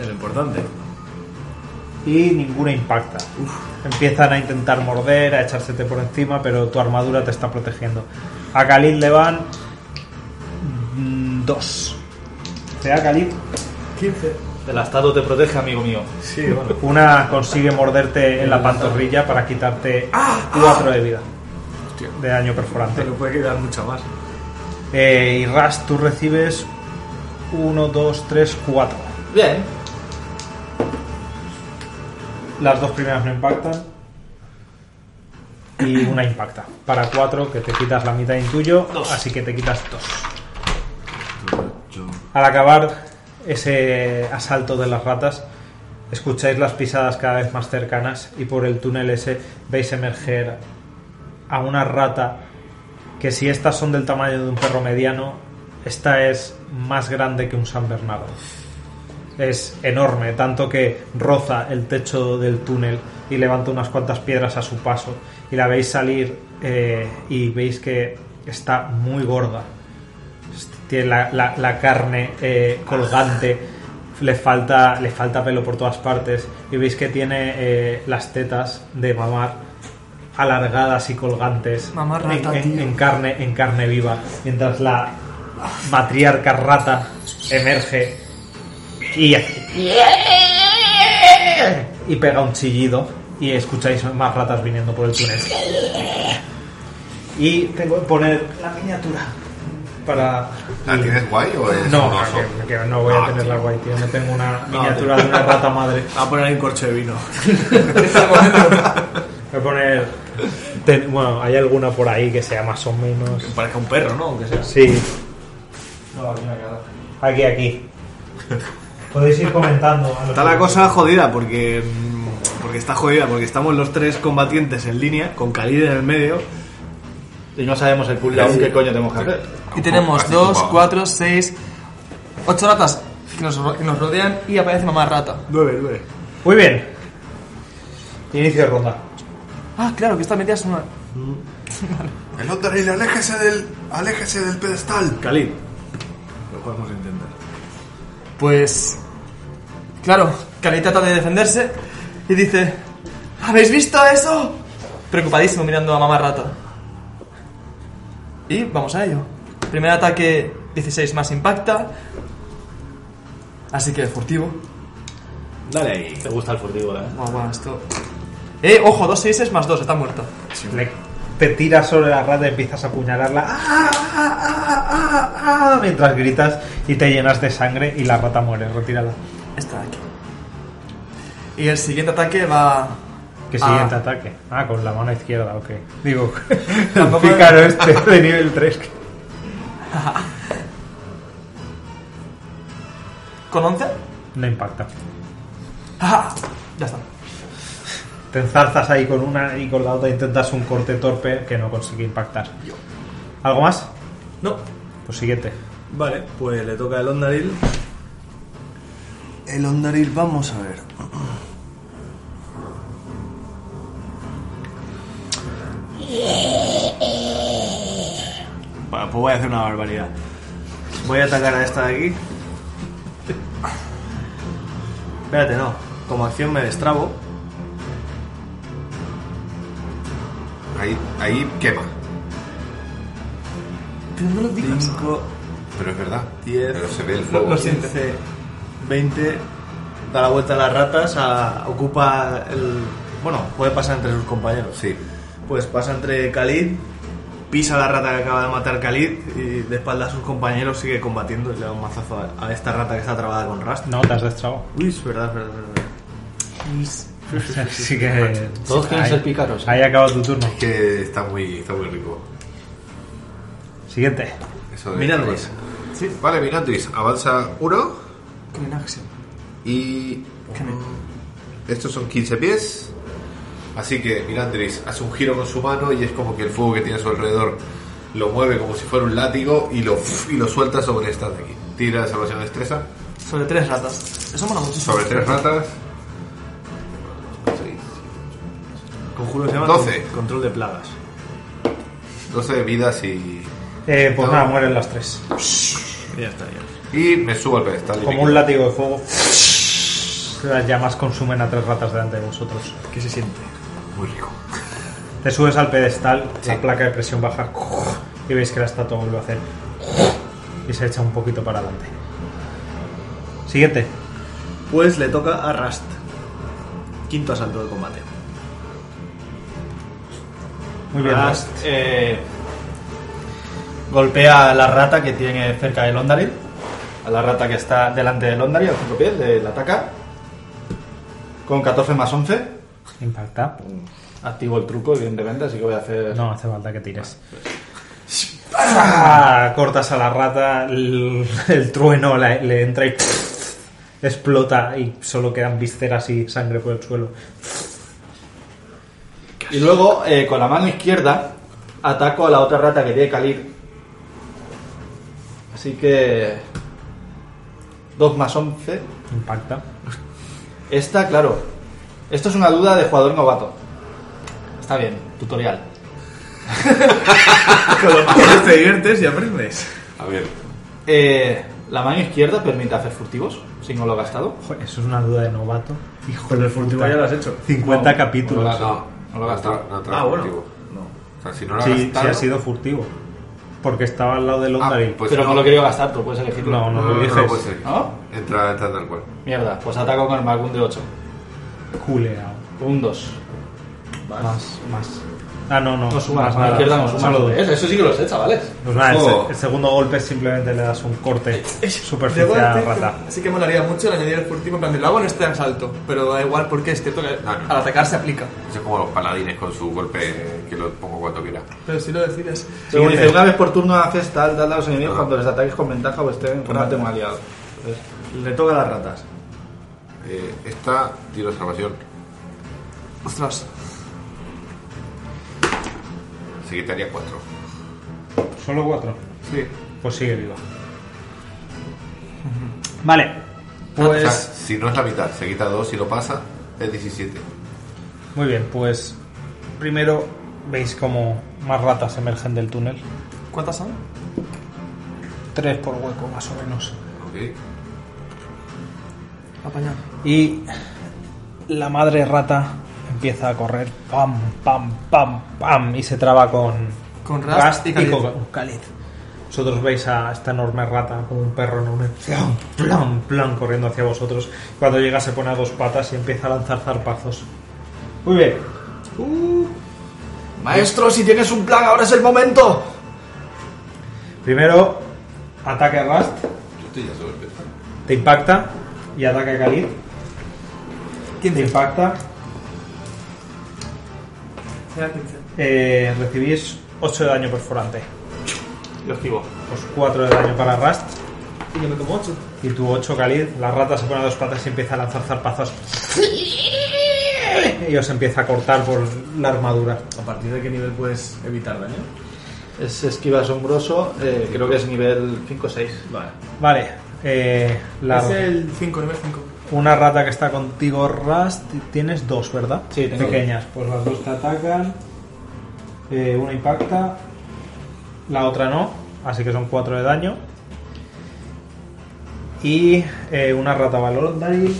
G: es lo importante.
A: Y ninguna impacta. Empiezan a intentar morder, a echársete por encima, pero tu armadura te está protegiendo. A Khalid le van mm, 2. Te da Khalid
F: 15.
B: El astado te protege, amigo mío.
A: Sí, bueno. Una consigue morderte en la pantorrilla para quitarte 4 de vida. De daño perforante.
G: Pero puede quedar mucho más.
A: Eh, y Ras, tú recibes 1, 2, 3, 4.
B: Bien.
A: Las dos primeras no impactan. Y una impacta. Para 4, que te quitas la mitad de intuyo. Así que te quitas 2. Al acabar ese asalto de las ratas, escucháis las pisadas cada vez más cercanas y por el túnel ese veis emerger a una rata que si estas son del tamaño de un perro mediano, esta es más grande que un San Bernardo. Es enorme, tanto que roza el techo del túnel y levanta unas cuantas piedras a su paso. Y la veis salir eh, y veis que está muy gorda. Tiene la, la- la carne eh, colgante, le falta, le falta pelo por todas partes. Y veis que tiene eh, las tetas de mamar alargadas y colgantes
F: Mamá
A: en-
F: rata,
A: en,
F: tío.
A: en carne, en carne viva. Mientras la matriarca rata emerge y, y pega un chillido y escucháis más ratas viniendo por el túnel. Y tengo que poner la miniatura para...
D: ¿La Ah, tienes guay o es
A: No,
D: un oso?
A: que- que no voy a
D: Ah,
A: tener la
D: tío.
A: guay, tío. No tengo una miniatura de una rata madre.
G: A poner un corcho de vino.
A: Voy a poner... ten- bueno, hay alguna por ahí que sea más o menos...
G: Parece un perro, ¿no? Aunque sea.
A: Sí. Aquí, aquí. Podéis ir comentando. a los
G: Está la
A: amigos.
G: cosa jodida porque. mm, Porque está jodida, porque estamos los tres combatientes en línea, con Khalid en el medio.
B: Y no sabemos el puzzle aún qué coño tenemos que hacer.
F: Y tenemos
D: Así
F: 2,
D: como-
F: 4, 6, 8 ratas que nos, ro- que nos rodean y aparece mamá rata.
G: 9, 9.
A: Muy bien. Inicio de ronda.
F: Ah, claro, que esta metida es una...
C: El Ondaril, aléjese del, aléjese del pedestal.
G: Khalid. Lo podemos intentar.
F: Pues... Claro, Cali trata de defenderse y dice... ¿Habéis visto eso? Preocupadísimo mirando a mamá rata. Y vamos a ello. Primer ataque 16 más impacta. Así que furtivo.
G: Dale ahí.
B: Te gusta el furtivo, ¿eh?
F: Guau, guau, esto... Eh, ojo, dos 6 más 2, está muerta.
A: Le te tiras sobre la rata y empiezas a apuñalarla ¡Ah, ah, ah, ah, ah! mientras gritas y te llenas de sangre y la rata muere. Retírala.
F: Está aquí. Y el siguiente ataque va.
A: ¿Qué
F: a-
A: siguiente ataque? Ah, con la mano izquierda, ok. *laughs* Digo, el
F: Tampoco-
A: pícaro este de nivel 3.
F: ¿Con 11?
A: No impacta.
F: *laughs* ¡Ah! Ya está.
A: Te enzarzas ahí con una y con la otra intentas un corte torpe que no consigue impactar. ¿Algo más?
F: No.
A: Pues siguiente.
E: Vale, pues le toca el Ondaril.
C: El Ondaril, vamos a ver.
E: Bueno, pues voy a hacer una barbaridad. Voy a atacar a esta de aquí. Espérate, no. Como acción me destrabo.
D: Ahí, ahí quema.
F: Pero no lo digas.
E: 5,
D: Pero es verdad.
E: 10.
D: Pero se ve el
F: Lo,
D: fuego.
F: lo siento.
E: 20. Da la vuelta a las ratas. a- ocupa el. Bueno, puede pasar entre sus compañeros.
D: Sí.
E: Pues pasa entre Khalid. Pisa la rata que acaba de matar Khalid. Y de espalda a sus compañeros sigue combatiendo. Y le da un mazazo a- a esta rata que está trabada con rastro.
A: No, te has destrabado. *laughs*
E: Uy, es verdad, es verdad, es verdad.
A: Así que.
B: Todos quieren
A: ahí-
B: ser pícaros. ¿eh?
A: Ahí acaba tu turno.
D: Que está muy, está muy rico.
A: Siguiente.
D: Eso de
E: Mirandris.
F: Sí.
D: Vale, Mirandris. Avanza uno
F: Con una acción.
D: y... mm, estos son 15 pies. Así que Mirandris hace un giro con su mano y es como que el fuego que tiene a su alrededor lo mueve como si fuera un látigo y lo, y lo suelta sobre estas de aquí. Tira salvación de destreza
F: Sobre tres ratas. Eso mola muchísimo.
D: sobre tres ratas.
E: Conjuro se llama
D: 12.
E: con- Control de plagas.
D: 12 de vidas y...
A: Eh, pues nada, mueren las tres.
E: Ya está, ya.
D: Y me subo al pedestal. y me
A: Como un látigo de fuego. Las llamas consumen a tres ratas delante de vosotros.
E: ¿Qué se siente?
D: Muy rico.
A: Te subes al pedestal,
D: Sí.
A: la placa de presión baja y veis que la estatua vuelve a hacer y se echa un poquito para adelante. Siguiente.
E: Pues le toca a Rust. Quinto asalto de combate. *laughs*
A: Muy bien.
B: Rast,
A: Rust.
B: eh, golpea a la rata que tiene cerca del Ondaril. A la rata que está delante del Ondaril, al 5 pies, le, la ataca. Con 14 más 11.
A: Impacta.
B: Activo el truco, evidentemente, así que voy a hacer.
A: No hace falta que tires. ¡Ah! Cortas a la rata, el, el trueno la- le entra y explota y solo quedan vísceras y sangre por el suelo.
B: Y luego, eh, con la mano izquierda, ataco a la otra rata que tiene Khalid. Así que. 2 más 11.
A: Impacta.
B: Esta, claro. Esto es una duda de jugador novato. Está bien, tutorial.
E: Con los malos te diviertes y aprendes.
D: A ver,
B: Eh, la mano izquierda permite hacer furtivos, si no lo ha gastado.
A: Joder, eso es una duda de novato. Hijo
E: Con
A: de
E: el furtivo
A: puta.
E: ya lo has hecho.
A: 50
B: No,
A: capítulos.
B: no lo has-
D: No,
B: no lo ha gastado.
D: No, trae
E: Ah, bueno.
D: furtivo. O sea, si no lo ha
A: Sí, sí
D: gastado-
A: ha sido furtivo. Porque estaba al lado del
D: Ah,
A: Ondaril.
D: pues
B: pero no.
D: no.
B: lo quería gastar, tú puedes elegirlo.
A: No, no.
D: No, no, no,
A: dices.
D: no puede ser.
B: ¿No?
D: Entra, entra tal cual.
B: Mierda, pues ataco con el Magun de 8.
A: Juleao.
B: Un 2.
A: Más, más. Ah, no, no.
B: No sumas,
A: más
B: a la
A: nada.
B: izquierda no sumas.
A: Solo dos.
B: ¿Ves? Eso sí que lo sé, chavales.
A: Pues nada, el,
D: Oh.
A: se- el segundo golpe simplemente le das un corte superficie
F: De
A: a
F: golpe,
A: rata.
F: Así que molaría mucho el añadir el furtivo. En plan, de, lo hago en este asalto. Pero da igual porque es cierto que
D: No, no.
F: al atacar se aplica.
D: Eso es como los paladines con su golpe que lo pongo cuando quiera.
F: Pero si lo decides.
B: Según dice, una vez por turno haces tal, tal a los
G: Ah.
B: enemigos cuando les ataques con ventaja pues o estén en
G: Pues
B: combate mal aliado.
E: Le toca a las ratas.
D: Eh, esta tiro salvación.
F: Ostras.
D: Se quitaría 4.
A: Solo cuatro.
D: Sí.
A: Pues sigue viva. Vale.
D: O
A: Pues.
D: sea, si no es la mitad, se quita 2 y lo pasa, es 17.
A: Muy bien, pues. Primero veis como más ratas emergen del túnel.
F: ¿Cuántas son?
A: Tres por hueco, más o menos.
D: Ok.
F: Apañar.
A: Y la madre rata empieza a correr, pam, pam, pam, pam, y se traba con,
F: Con Rast y Khalid.
A: con Khalid. Vosotros veis a esta enorme rata como un perro enorme, plan, plan, plan, corriendo hacia vosotros. Cuando llega se pone a dos patas y empieza a lanzar zarpazos. Muy bien.
G: Maestro, si tienes un plan, ahora es el momento.
A: Primero, ataque a Rust,
D: Yo estoy ya sobre el peso.
A: te impacta y ataque a Khalid. ¿Quién te impacta?
F: Era 15.
A: Eh, recibís 8 de daño perforante.
B: Lo esquivo.
A: Pues 4 de daño para Rust
F: Y yo me como 8.
A: y tu 8 Khalid. La rata se pone a dos patas y empieza a lanzar
F: *laughs*
A: zarpazos. Y os empieza a cortar por la armadura.
G: ¿A partir de qué nivel puedes evitar daño?
B: Es esquiva asombroso, eh, creo que es nivel 5 o 6.
G: Vale.
A: Vale. eh, la-
F: Es el 5, nivel 5.
A: Una rata que está contigo, Rust, tienes dos, ¿verdad?
B: Sí, tengo
A: Pequeñas. Pues las dos te atacan. Eh, una impacta. La otra no. Así que son cuatro de daño. Y eh, una rata va a Lordail.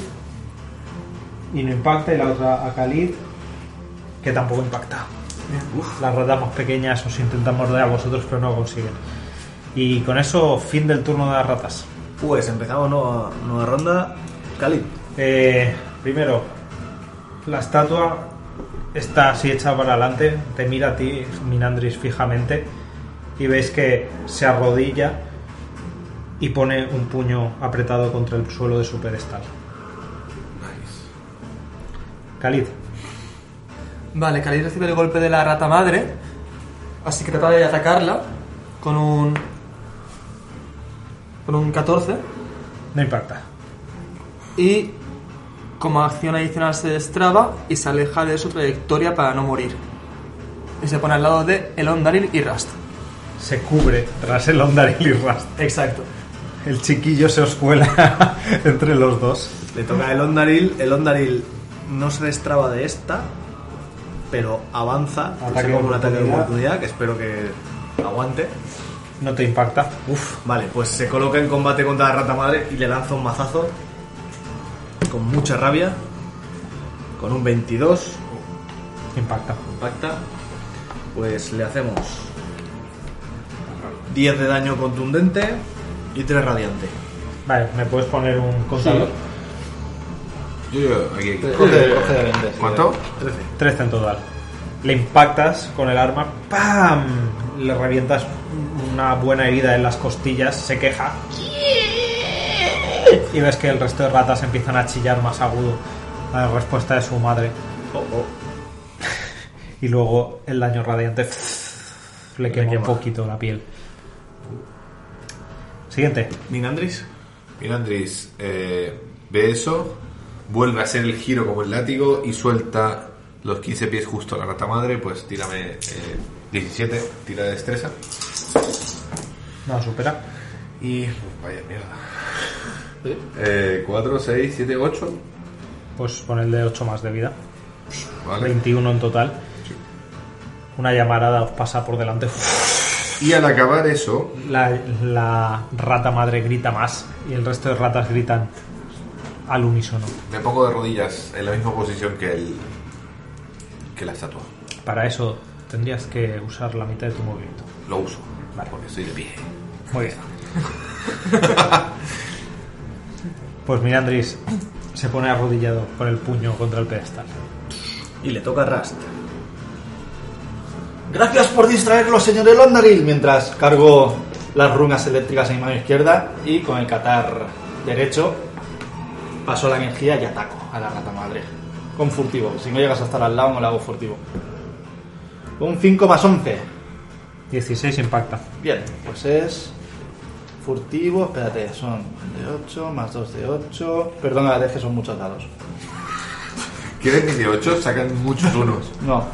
A: Y no impacta. Y la otra a Khalid. Que tampoco impacta. Uf, las ratas más pequeñas os intentan morder a vosotros, pero no lo consiguen. Y con eso, fin del turno de las ratas.
G: Pues empezamos nueva, nueva ronda. Cali.
A: Eh, primero, la estatua está así hecha para adelante, te mira a ti, Minandris, fijamente, y veis que se arrodilla y pone un puño apretado contra el suelo de su pedestal. Khalid,
F: Vale, Khalid recibe el golpe de la rata madre. Así que trata de atacarla con un. con un 14.
A: no impacta.
F: Y como acción adicional se destraba y se aleja de su trayectoria para no morir. Y se pone al lado de Elondaril y Rust.
A: Se cubre tras el Ondaril y Rast.
F: Exacto.
A: El chiquillo se os cuela *laughs* entre los dos.
G: Le toca el Ondaril. El Ondaril no se destraba de esta, pero avanza.
A: Ataque
G: Se come
A: de
G: un ataque de
A: oportunidad.
G: oportunidad que espero que aguante.
A: No te impacta.
G: Uf, vale, pues se coloca en combate contra la rata madre y le lanza un mazazo con mucha rabia. Con un 22,
A: Impacta.
G: impacta. Pues le hacemos 10 de daño contundente y 3 radiante.
A: Vale, ¿me puedes poner un contador?
D: Yo, yo, aquí, aquí.
B: Coge, coge de 20. sí.
D: ¿Cuánto?
G: 13.
A: 13 en total. Le impactas con el arma, ¡pam! Le revientas una buena herida en las costillas, se queja. Y ves que el resto de ratas empiezan a chillar más agudo a la respuesta de su madre. "Oh, *laughs* Y luego el daño radiante *laughs* le quema un
G: quema.
A: poquito la piel. Siguiente.
G: Minandris.
D: Mira, Andrés, eh, ve eso, vuelve a hacer el giro como el látigo y suelta los 15 pies justo a la rata madre, pues tírame eh, 17, tira de destreza.
A: No supera.
D: Y uf, vaya *laughs* mierda. 4, 6, 7, 8.
A: Pues ponerle 8 más de vida.
D: Vale.
A: 21 en total. Una llamarada os pasa por delante.
D: Y al acabar eso,
A: La, la rata madre grita más y el resto de ratas gritan al unísono.
D: me pongo de rodillas en la misma posición que el que la estatua.
A: Para eso tendrías que usar la mitad de tu movimiento.
D: Lo uso, porque estoy de pie.
A: Muy
D: *laughs*
A: bien. pues mira, Andrés se pone arrodillado con el puño contra el pedestal.
G: Y le toca Rust.
B: Gracias por distraerlo, señor Elondaril, mientras cargo las runas eléctricas en mi mano izquierda y con el catar derecho paso la energía y ataco a la rata madre. Con furtivo, si no llegas a estar al lado me lo hago furtivo. Un 5 más 11.
A: 16 impacta.
B: Bien, pues es furtivo, espérate, son de 8 más 2 de 8. Perdón, es que son muchos dados.
D: ¿Quieren 18? Sacan muchos unos.
B: No,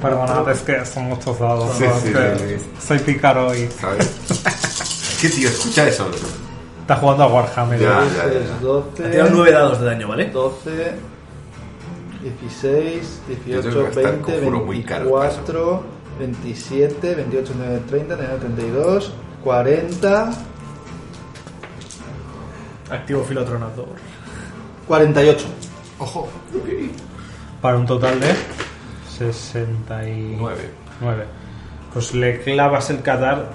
A: Perdonad, es que son muchos dados.
D: Ah, Sí,
A: ¿no?
D: sí,
A: Es
D: sí,
A: que
D: sí.
A: Soy pícaro y
D: ¿Sabes? *laughs* ¿Qué tío? Escucha eso. bro.
A: está jugando a Warhammer.
D: Ya,
A: ¿eh?
D: Ah, ya, ya.
B: es 12.
G: Ha tirado 9 dados de daño, ¿vale?
B: 12, 16,
D: Yo
B: 18,
D: tengo que
B: 20,
D: gastar conjuro muy caros para eso.
B: 24, 27, 28, 9, 30, 9, 32, 40,
G: Activo filotronador.
B: 48.
F: Ojo.
A: Para un total de 69.
D: Nueve.
A: Nueve. Pues le clavas el catar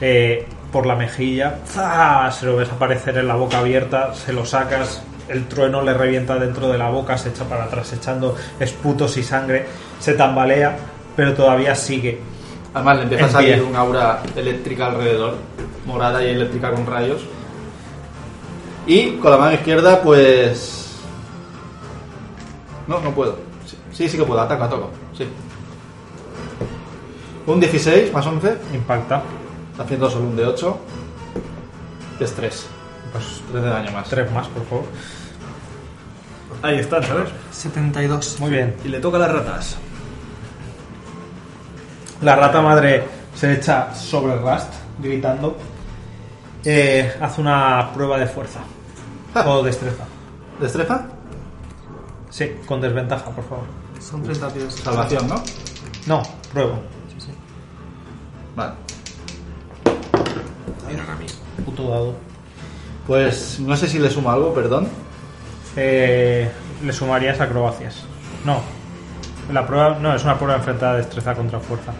A: eh, por la mejilla, ¡za! se lo ves aparecer en la boca abierta, se lo sacas, el trueno le revienta dentro de la boca, se echa para atrás echando esputos y sangre, se tambalea, pero todavía sigue.
B: Además, le empieza a
A: En
B: salir
A: pie.
B: un aura eléctrica alrededor, morada y eléctrica con rayos. Y con la mano izquierda, pues. No, no puedo. Sí, Sí, sí que puedo, ataco, ataco. Sí. Un 16 más 11,
A: Impacta.
B: haciendo solo un de 8. Es 3.
A: Pues
B: 3 de daño más.
A: tres más, por favor.
G: Ahí están, ¿sabes?
F: 72.
A: Muy bien.
G: Y le toca a las ratas.
A: La rata madre se echa sobre Rust, gritando. Eh, hace una prueba de fuerza. O destreza.
B: ¿Destreza?
A: Sí, con desventaja, por favor.
F: Son tres datos.
B: Salvación, ¿no?
A: No, pruebo.
B: Vale.
A: Puto dado.
B: Pues no sé si le sumo algo, perdón.
A: Eh, le sumarías acrobacias. No. La prueba no es una prueba enfrentada de destreza contra fuerza.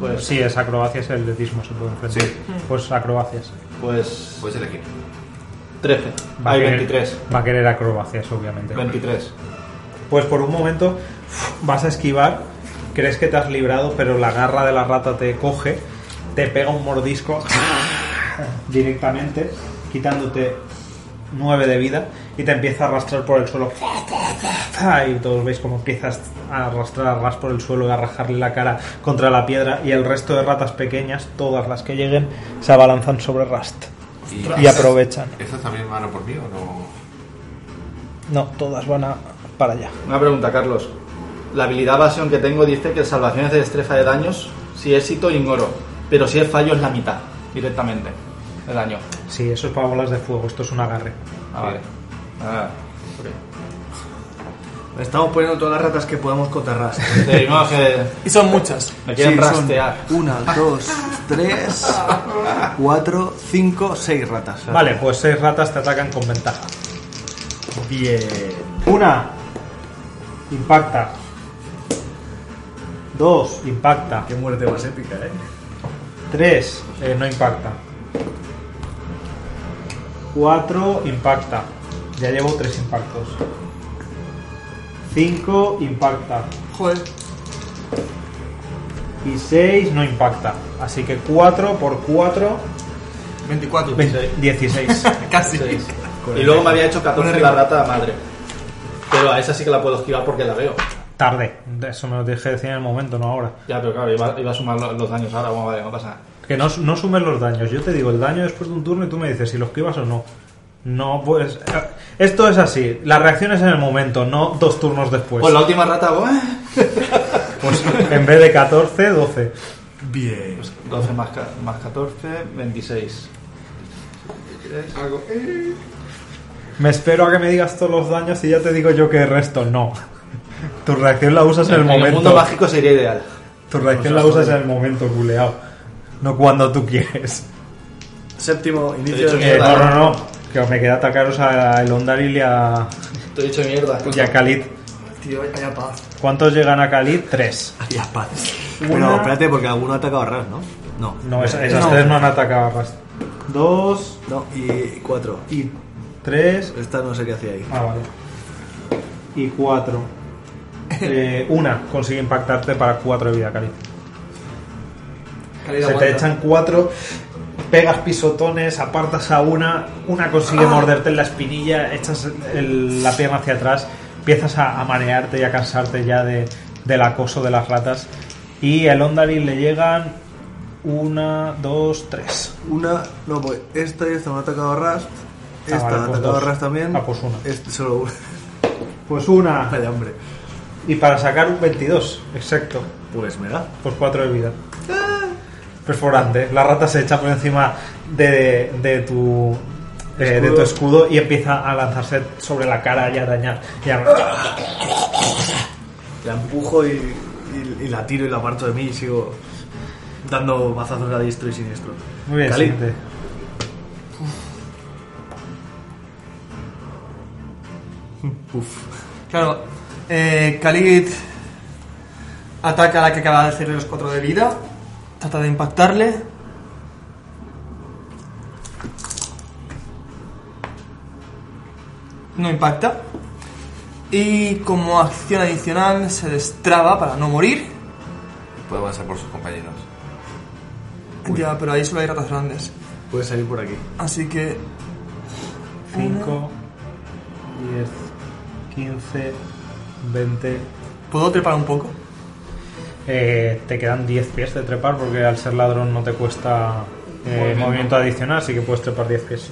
B: Pues
A: Sí, es acrobacias, el letismo se puede enfrentar.
D: Sí.
A: Pues acrobacias.
B: Pues.
D: Puedes elegir.
B: 13.
A: Va a
B: Hay
A: querer-
B: 23.
A: Va a querer acrobacias, obviamente.
B: 23.
A: Pues por un momento vas a esquivar, crees que te has librado, pero la garra de la rata te coge, te pega un mordisco *laughs* directamente, quitándote 9 de vida y te empieza a arrastrar por el suelo. Y todos veis cómo empiezas a arrastrar a Ras por el suelo, a rajarle la cara contra la piedra y el resto de ratas pequeñas, todas las que lleguen, se abalanzan sobre Rast. Y aprovechan.
D: ¿Estas también van a por mí o no?
A: No, todas van a para allá.
B: Una pregunta, Carlos. La habilidad evasión que tengo dice que salvaciones de destreza de daños, si éxito, ignoro. Pero si es fallo, es la mitad, directamente, el daño.
A: Sí, eso es para bolas de fuego, esto es un agarre.
B: Ah, vale. Ah,
G: Estamos poniendo todas las ratas que podamos cotarras.
B: sí, no, que
F: Y son muchas.
B: me quieren
G: Sí, son
B: rastear.
G: Una, dos, tres, cuatro, cinco, seis ratas.
A: Vale, pues seis ratas te atacan con ventaja.
G: Bien.
A: Una impacta. Dos impacta.
G: Qué muerte más épica, ¿eh?
A: Tres eh, no impacta. Cuatro impacta. Ya llevo tres impactos. Cinco impacta.
F: Joder.
A: Y seis no impacta. Así que cuatro por cuatro,
F: 24.
A: veinte- 16.
F: Casi.
B: Y luego me había hecho
F: Con
B: 14
F: el
B: la
F: rigor.
B: rata madre. Pero a esa sí que la puedo esquivar porque la veo.
A: *laughs* Tarde. Eso me lo dejé decir en el momento, no ahora.
B: Ya, pero claro, iba, iba a sumar lo- los daños ahora. Bueno, vale, no pasa nada.
A: Que no, no sumes los daños. Yo te digo el daño después de un turno y tú me dices si lo esquivas o no. No, pues. eh, Esto es así. La reacción es en el momento, no dos turnos después.
B: Pues la última rata, ¡buah!
A: Pues en vez de 14, 12.
G: Bien.
B: 12 Pues más, ca- más 14, 26.
A: Me espero a que me digas todos los daños y ya te digo yo que el resto no. Tu reacción la usas en el
B: En el mundo
A: momento.
B: mágico sería ideal.
A: Tu reacción la usas en el momento, culeado. No cuando tú quieres.
G: Séptimo,
B: Te he
G: inicio
B: dicho
E: Pues
G: del
A: Eh, no,
B: mierda.
A: no, no. Que me queda atacaros a Elondaril y a,
B: Te he dicho mierda.
E: Pues
A: y a Khalid.
F: Tío, haya paz.
A: ¿Cuántos llegan a Khalid? Tres.
E: Harías paz.
A: Una-
E: Pero espérate, porque alguno ha atacado a Ras, ¿no? No.
A: No, esa- esas
F: No.
A: tres no han atacado a Rast. Dos
E: No, y cuatro.
A: y tres.
E: Esta no sé qué hacía ahí.
A: Ah, vale. Y cuatro. *laughs* Eh, una consigue impactarte para cuatro de vida, Cali. Se
F: Calidad
A: te
F: aguanta.
A: echan cuatro, pegas pisotones, apartas a una, una consigue morderte en la espinilla, echas el- la pierna hacia atrás, empiezas a, a marearte y a cansarte ya de, del acoso de las ratas. Y el Ondarin le llegan una, dos, tres.
E: Una, no, pues esta y esta me ha atacado a Rast.
A: Ah,
E: Esta
A: vale,
E: ha
A: pues
E: atacado
A: dos.
E: a Rast también.
A: Ah, pues una.
E: Este solo una. *laughs*
A: Pues una.
E: Vaya hombre.
A: Y para sacar un 22, exacto.
E: Pues me da.
A: Pues 4 de vida. Perforante. La rata se echa por encima de, de tu. De, de tu escudo y empieza a lanzarse sobre la cara y a dañar. Y a-
G: La empujo y, y- y la tiro y la aparto de mí y sigo dando mazazos a diestro y siniestro.
A: Muy bien,
G: Cali.
A: siguiente.
F: Claro, eh, Khalid ataca a la que acaba de hacerle los 4 de vida, trata de impactarle. no impacta. Y como acción adicional se destraba para no morir.
D: Puede avanzar por sus compañeros.
F: Ya, pero ahí solo hay ratas grandes.
E: Puedes salir por aquí.
F: Así que
A: 5, 10, 15, 20.
F: puedo trepar un poco.
A: Eh, te quedan 10 pies de trepar porque al ser ladrón no te cuesta eh,
B: Movimiento.
A: movimiento adicional, así que puedes trepar 10 pies.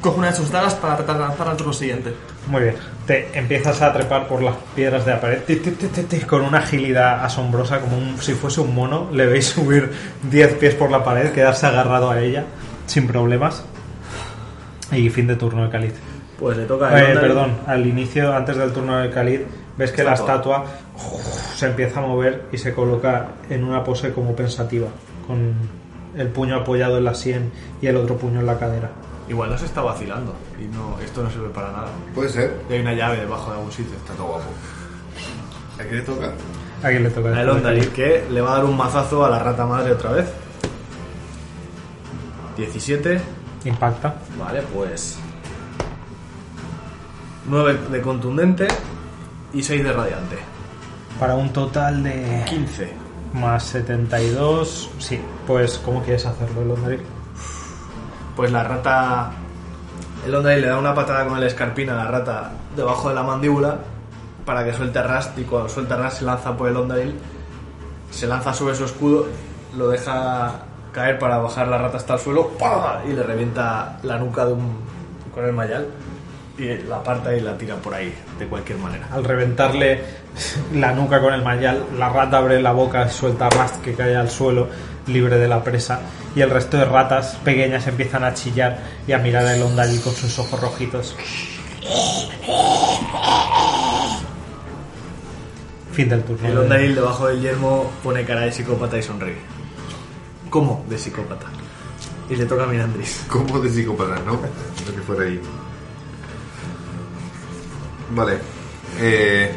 F: Cojo una de sus dagas para tratar de lanzar al turno siguiente.
A: Muy bien. Te empiezas a trepar por las piedras de la pared ti, ti, ti, ti, ti, con una agilidad asombrosa, como un- si fuese un mono. Le veis subir 10 pies por la pared, quedarse agarrado a ella sin problemas. Y fin de turno de Cáliz.
E: Pues le toca
A: Eh,
E: Elondar.
A: perdón, al inicio, antes del turno de Khalid, ves que la estatua uf, se empieza a mover y se coloca en una pose como pensativa, con el puño apoyado en la sien y el otro puño en la cadera.
E: Igual nos está vacilando. Y no, esto no sirve para nada.
D: Puede ser.
E: Y hay una llave debajo de algún sitio.
D: Está todo guapo. ¿A quién le toca?
A: ¿A quién le toca?
E: A Elondar, que le va a dar un mazazo a la rata madre otra vez. 17.
A: Impacta.
E: Vale, pues. 9 de contundente y 6 de radiante.
A: Para un total de
E: 15.
A: más 72. Sí, pues ¿cómo quieres hacerlo, Elondaril?
E: Pues la rata. El Ondai le da una patada con el escarpín a la rata debajo de la mandíbula para que suelte a Rast y cuando suelta a Rast se lanza por el Ondail, se lanza sobre su escudo, lo deja caer para bajar la rata hasta el suelo ¡pah! y le revienta la nuca de un, con el mayal y la aparta y la tira por ahí de cualquier manera.
A: Al reventarle la nuca con el mayal, la rata abre la boca y suelta a Rast que cae al suelo, libre de la presa. Y el resto de ratas pequeñas empiezan a chillar y a mirar a Elondalil con sus ojos rojitos. Fin del turno.
E: El Ondail debajo del yermo pone cara de psicópata y sonríe. ¿Cómo? De psicópata. Y le toca a Mirandris.
D: ¿Cómo de psicópata, no? Lo que fuera ahí. Vale. Eh,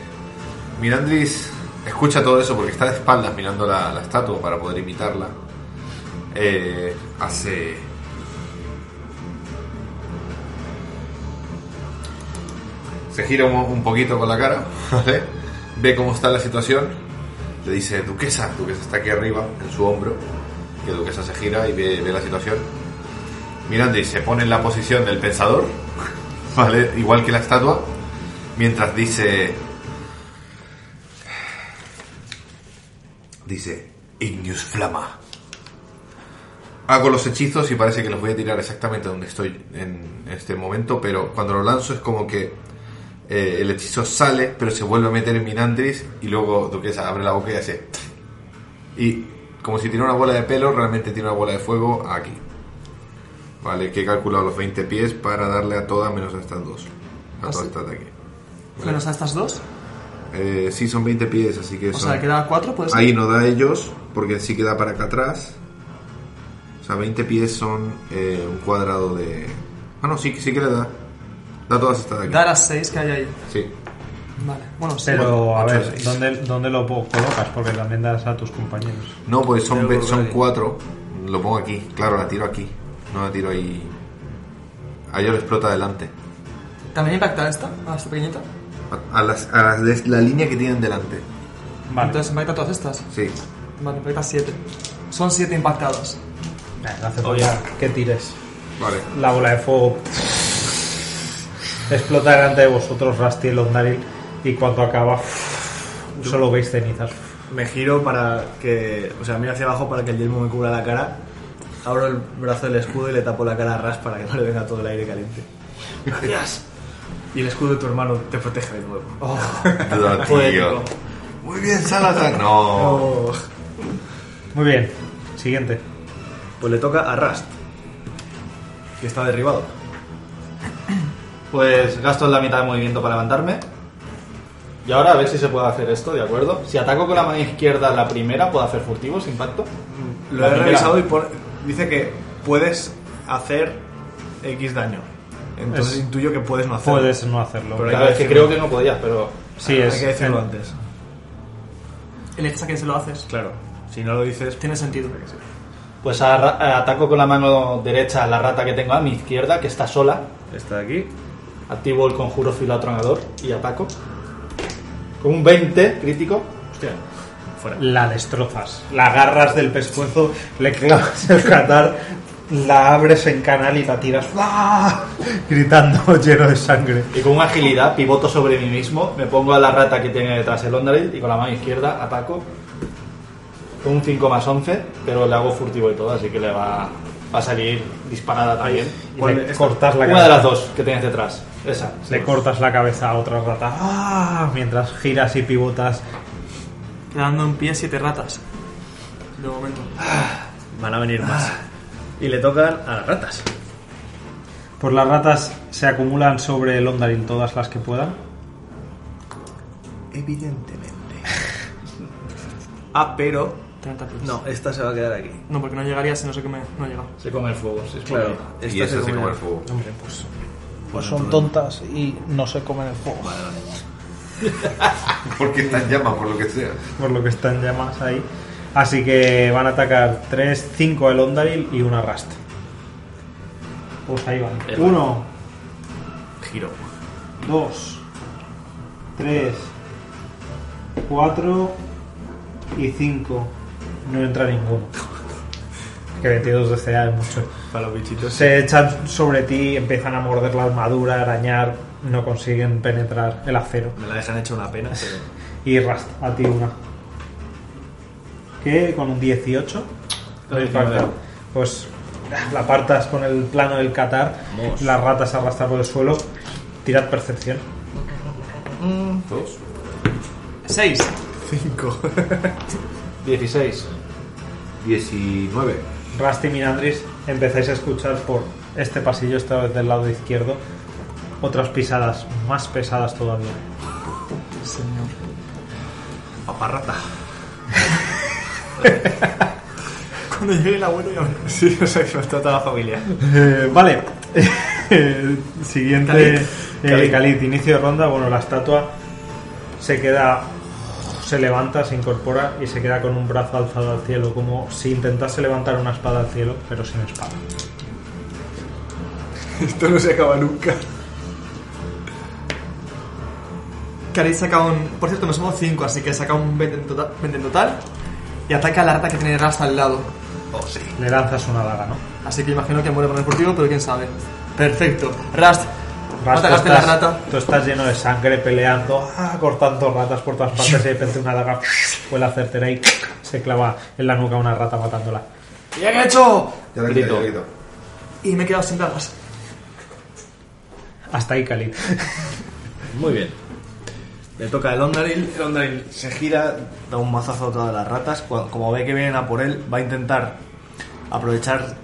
D: Mirandris escucha todo eso porque está de espaldas mirando la, la estatua para poder imitarla. Eh, hace. Se gira un, un poquito con la cara, *laughs* ¿vale? Ve cómo está la situación. Le dice, Duquesa, Duquesa está aquí arriba, en su hombro. Que Duquesa se gira y ve- ve la situación. Mirandris se pone en la posición del pensador, *laughs* ¿vale? Igual que la estatua, mientras dice... Dice, Ignius Flama. Hago los hechizos y parece que los voy a tirar exactamente donde estoy en este momento, pero cuando lo lanzo es como que eh, el hechizo sale, pero se vuelve a meter en Mirandris y luego Duquesa abre la boca y hace... Y como si tiene una bola de pelo, realmente tiene una bola de fuego aquí. Vale, que he calculado los 20 pies para darle a todas menos a estas dos. A
F: Ah,
D: todas
F: sí.
D: estas de aquí.
F: Menos a estas dos.
D: Eh, sí, son 20 pies, así que
F: O
D: son-
F: sea, queda cuatro, pues.
D: Ahí no da a ellos, porque sí queda para acá atrás. O sea, 20 pies son eh, un cuadrado de... Ah, no, sí, sí que le da. Da todas estas de aquí.
F: Dar a seis que hay ahí.
D: Sí.
F: Vale. Bueno, seis.
A: Pero, a
D: Ocho,
A: ver,
D: seis.
A: ¿dónde, ¿dónde lo po- colocas? Porque también das a tus compañeros.
D: No, pues son,
E: Pero
D: ve-
E: lo
D: son
E: veo.
D: cuatro. Lo pongo aquí. Claro, la tiro aquí. No la tiro ahí. A ellos les explota adelante.
F: ¿También impacta esta? ¿A esta pequeñita?
D: A, a las, a las de- la línea que tienen delante.
A: Vale,
F: Entonces impacta todas estas.
D: Sí.
F: Vale, impacta siete. Son siete impactadas.
A: Venga, hace falta que tires.
D: Vale.
A: La bola de fuego explota delante de vosotros, Rusty el Ondaril, y cuando acaba, solo veis cenizas.
E: Me giro para que. O sea, miro hacia abajo para que el yelmo me cubra la cara. Abro el brazo del escudo y le tapo la cara a Ras para que no le venga todo el aire caliente. ¡Gracias! Oh. Y el escudo de tu hermano te protege de nuevo.
D: Duda, tío.
E: Poético.
D: Muy bien, Salazar.
E: *laughs*
D: No.
E: Oh.
A: Muy bien, siguiente.
E: Pues le toca a Rast, que está derribado.
B: Pues gasto la mitad de movimiento para levantarme. Y ahora a ver si se puede hacer esto, ¿de acuerdo? Si ataco con la mano izquierda la primera, puedo hacer furtivo sin impacto.
E: Mm. Lo
B: La
E: he
B: primera.
E: revisado y pon- dice que puedes hacer X daño. Entonces
A: Es-
E: intuyo que puedes no hacerlo.
A: Puedes no hacerlo.
E: Pero hay
B: Claro,
E: que
B: es que
E: decirlo.
B: creo que no podías, pero
A: Sí,
E: Hay
A: es.
E: que decirlo
A: en-
E: antes.
F: Eliges a quién se lo haces.
E: Claro. Si no lo dices,
F: Tiene sentido.
B: pues arra- eh, ataco con la mano derecha a la rata que tengo a mi izquierda, que está sola.
E: está aquí.
B: Activo el conjuro filatronador y ataco. Con un 20 crítico. Hostia, fuera.
A: La destrozas, la agarras del pescuezo, le clavas el catar, la abres en canal y la tiras ¡ah! gritando *laughs* lleno de sangre.
B: Y con una agilidad pivoto sobre mí mismo, me pongo a la rata que tiene detrás el Ondaril y con la mano izquierda ataco. Con un 5 más 11, pero le hago furtivo y todo, así que le va, va a salir disparada también.
A: Y le cortas la
B: Una de
A: cabeza.
B: las dos que tienes detrás, esa.
A: Le cortas la cabeza a otra rata ¡ah! mientras giras y pivotas.
F: Quedando en pie siete ratas. De momento.
G: Van a venir más. Y le tocan a las ratas.
A: Pues las ratas se acumulan sobre el Ondaril todas las que puedan.
E: Evidentemente.
G: Ah, pero.
F: 30 pies.
E: No, esta se va a quedar aquí.
F: No, porque no llegaría si no sé qué me. No llega.
B: Se come el fuego, sí, es
E: Claro.
D: Y
E: esta
D: eso
E: se
D: sí como
E: come.
D: el fuego.
H: Pues son tontas y no se comen el fuego.
D: *laughs* Porque está en llamas, por lo que sea.
A: por lo que están llamas ahí. Así que van a atacar 3, 5 el Ondaril y una Rast. Pues ahí van. 1,
G: Giro.
A: 2, 3, 4 y 5. No entra ninguno. *laughs* Que 22 de CA es mucho.
G: Para los bichitos.
A: Se echan sobre ti, empiezan a morder la armadura, arañar, no consiguen penetrar el acero.
G: Me la dejan hecha una pena, pero.
A: Y Rast, a ti una. ¿Qué? Con un 18.
B: Con el
A: Impacta.
B: 19.
A: Pues la apartas con el plano del Qatar. Las ratas arrastran por el suelo. Tirad percepción.
D: Dos.
F: 6.
B: 16.
D: 19.
A: Rast y Minandris empezáis a escuchar por este pasillo, esta vez del lado izquierdo, otras pisadas más pesadas todavía.
F: Señor.
G: Paparrata.
F: Cuando llegue el abuelo ya verás.
G: *laughs* Sí, o sea que nos trata la familia.
A: Eh, vale. *laughs* Siguiente.
G: Khalid.
A: eh,
G: Khalid.
A: Khalid, inicio de ronda. Bueno, la estatua se queda. Se levanta, se incorpora y se queda con un brazo alzado al cielo, como si intentase levantar una espada al cielo, pero sin espada.
G: *laughs* Esto no se acaba nunca.
F: Cari saca un. Por cierto, me sumo 5, así que saca un 20 en, total, 20 en total. Y ataca a la rata que tiene Rast al lado.
G: Oh,
A: Le lanzas una daga, ¿no?
F: Así que imagino que muere por el furtivo, pero quién sabe. Perfecto. Rast.
A: Vas, tú
F: Atacaste a la
A: estás-
F: rata.
A: Tú estás lleno de sangre, peleando, ah, cortando ratas por todas partes y de repente una daga *laughs* vuela certera y se clava en la nuca a una rata matándola.
F: ¡Bien hecho!
D: Ya lo he
B: Grito.
D: quitado, ya lo he quitado.
F: Y me he quedado sin dagas.
A: Hasta ahí, Khalid.
G: Muy bien.
E: Le toca el Ondaril, el Ondaril
G: Se gira, da un mazazo a todas las ratas. Cu- Como ve que vienen a por él, va a intentar aprovechar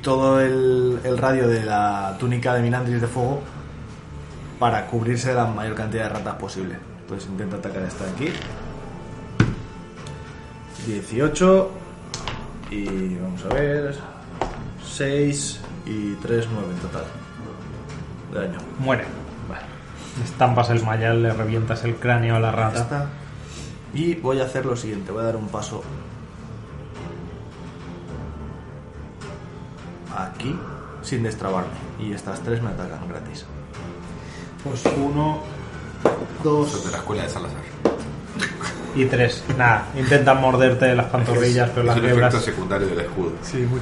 G: todo el, el radio de la túnica de Minandris de fuego para cubrirse de la mayor cantidad de ratas posible. Entonces intenta atacar esta de aquí. 18 y vamos a ver 6 y 3, 9 en total de daño.
A: Muere. Estampas el mayal, le revientas el cráneo a la
G: Ya
A: rata.
G: está. Y voy a hacer lo siguiente, voy a dar un paso aquí sin destrabarme. Y estas tres me atacan gratis.
A: Pues uno
D: Eso es de la escuela de Salazar.
A: y tres. Nada, intentan morderte las pantorrillas, pero
D: es
A: las
D: un efecto
A: guebras,
D: secundario del escudo.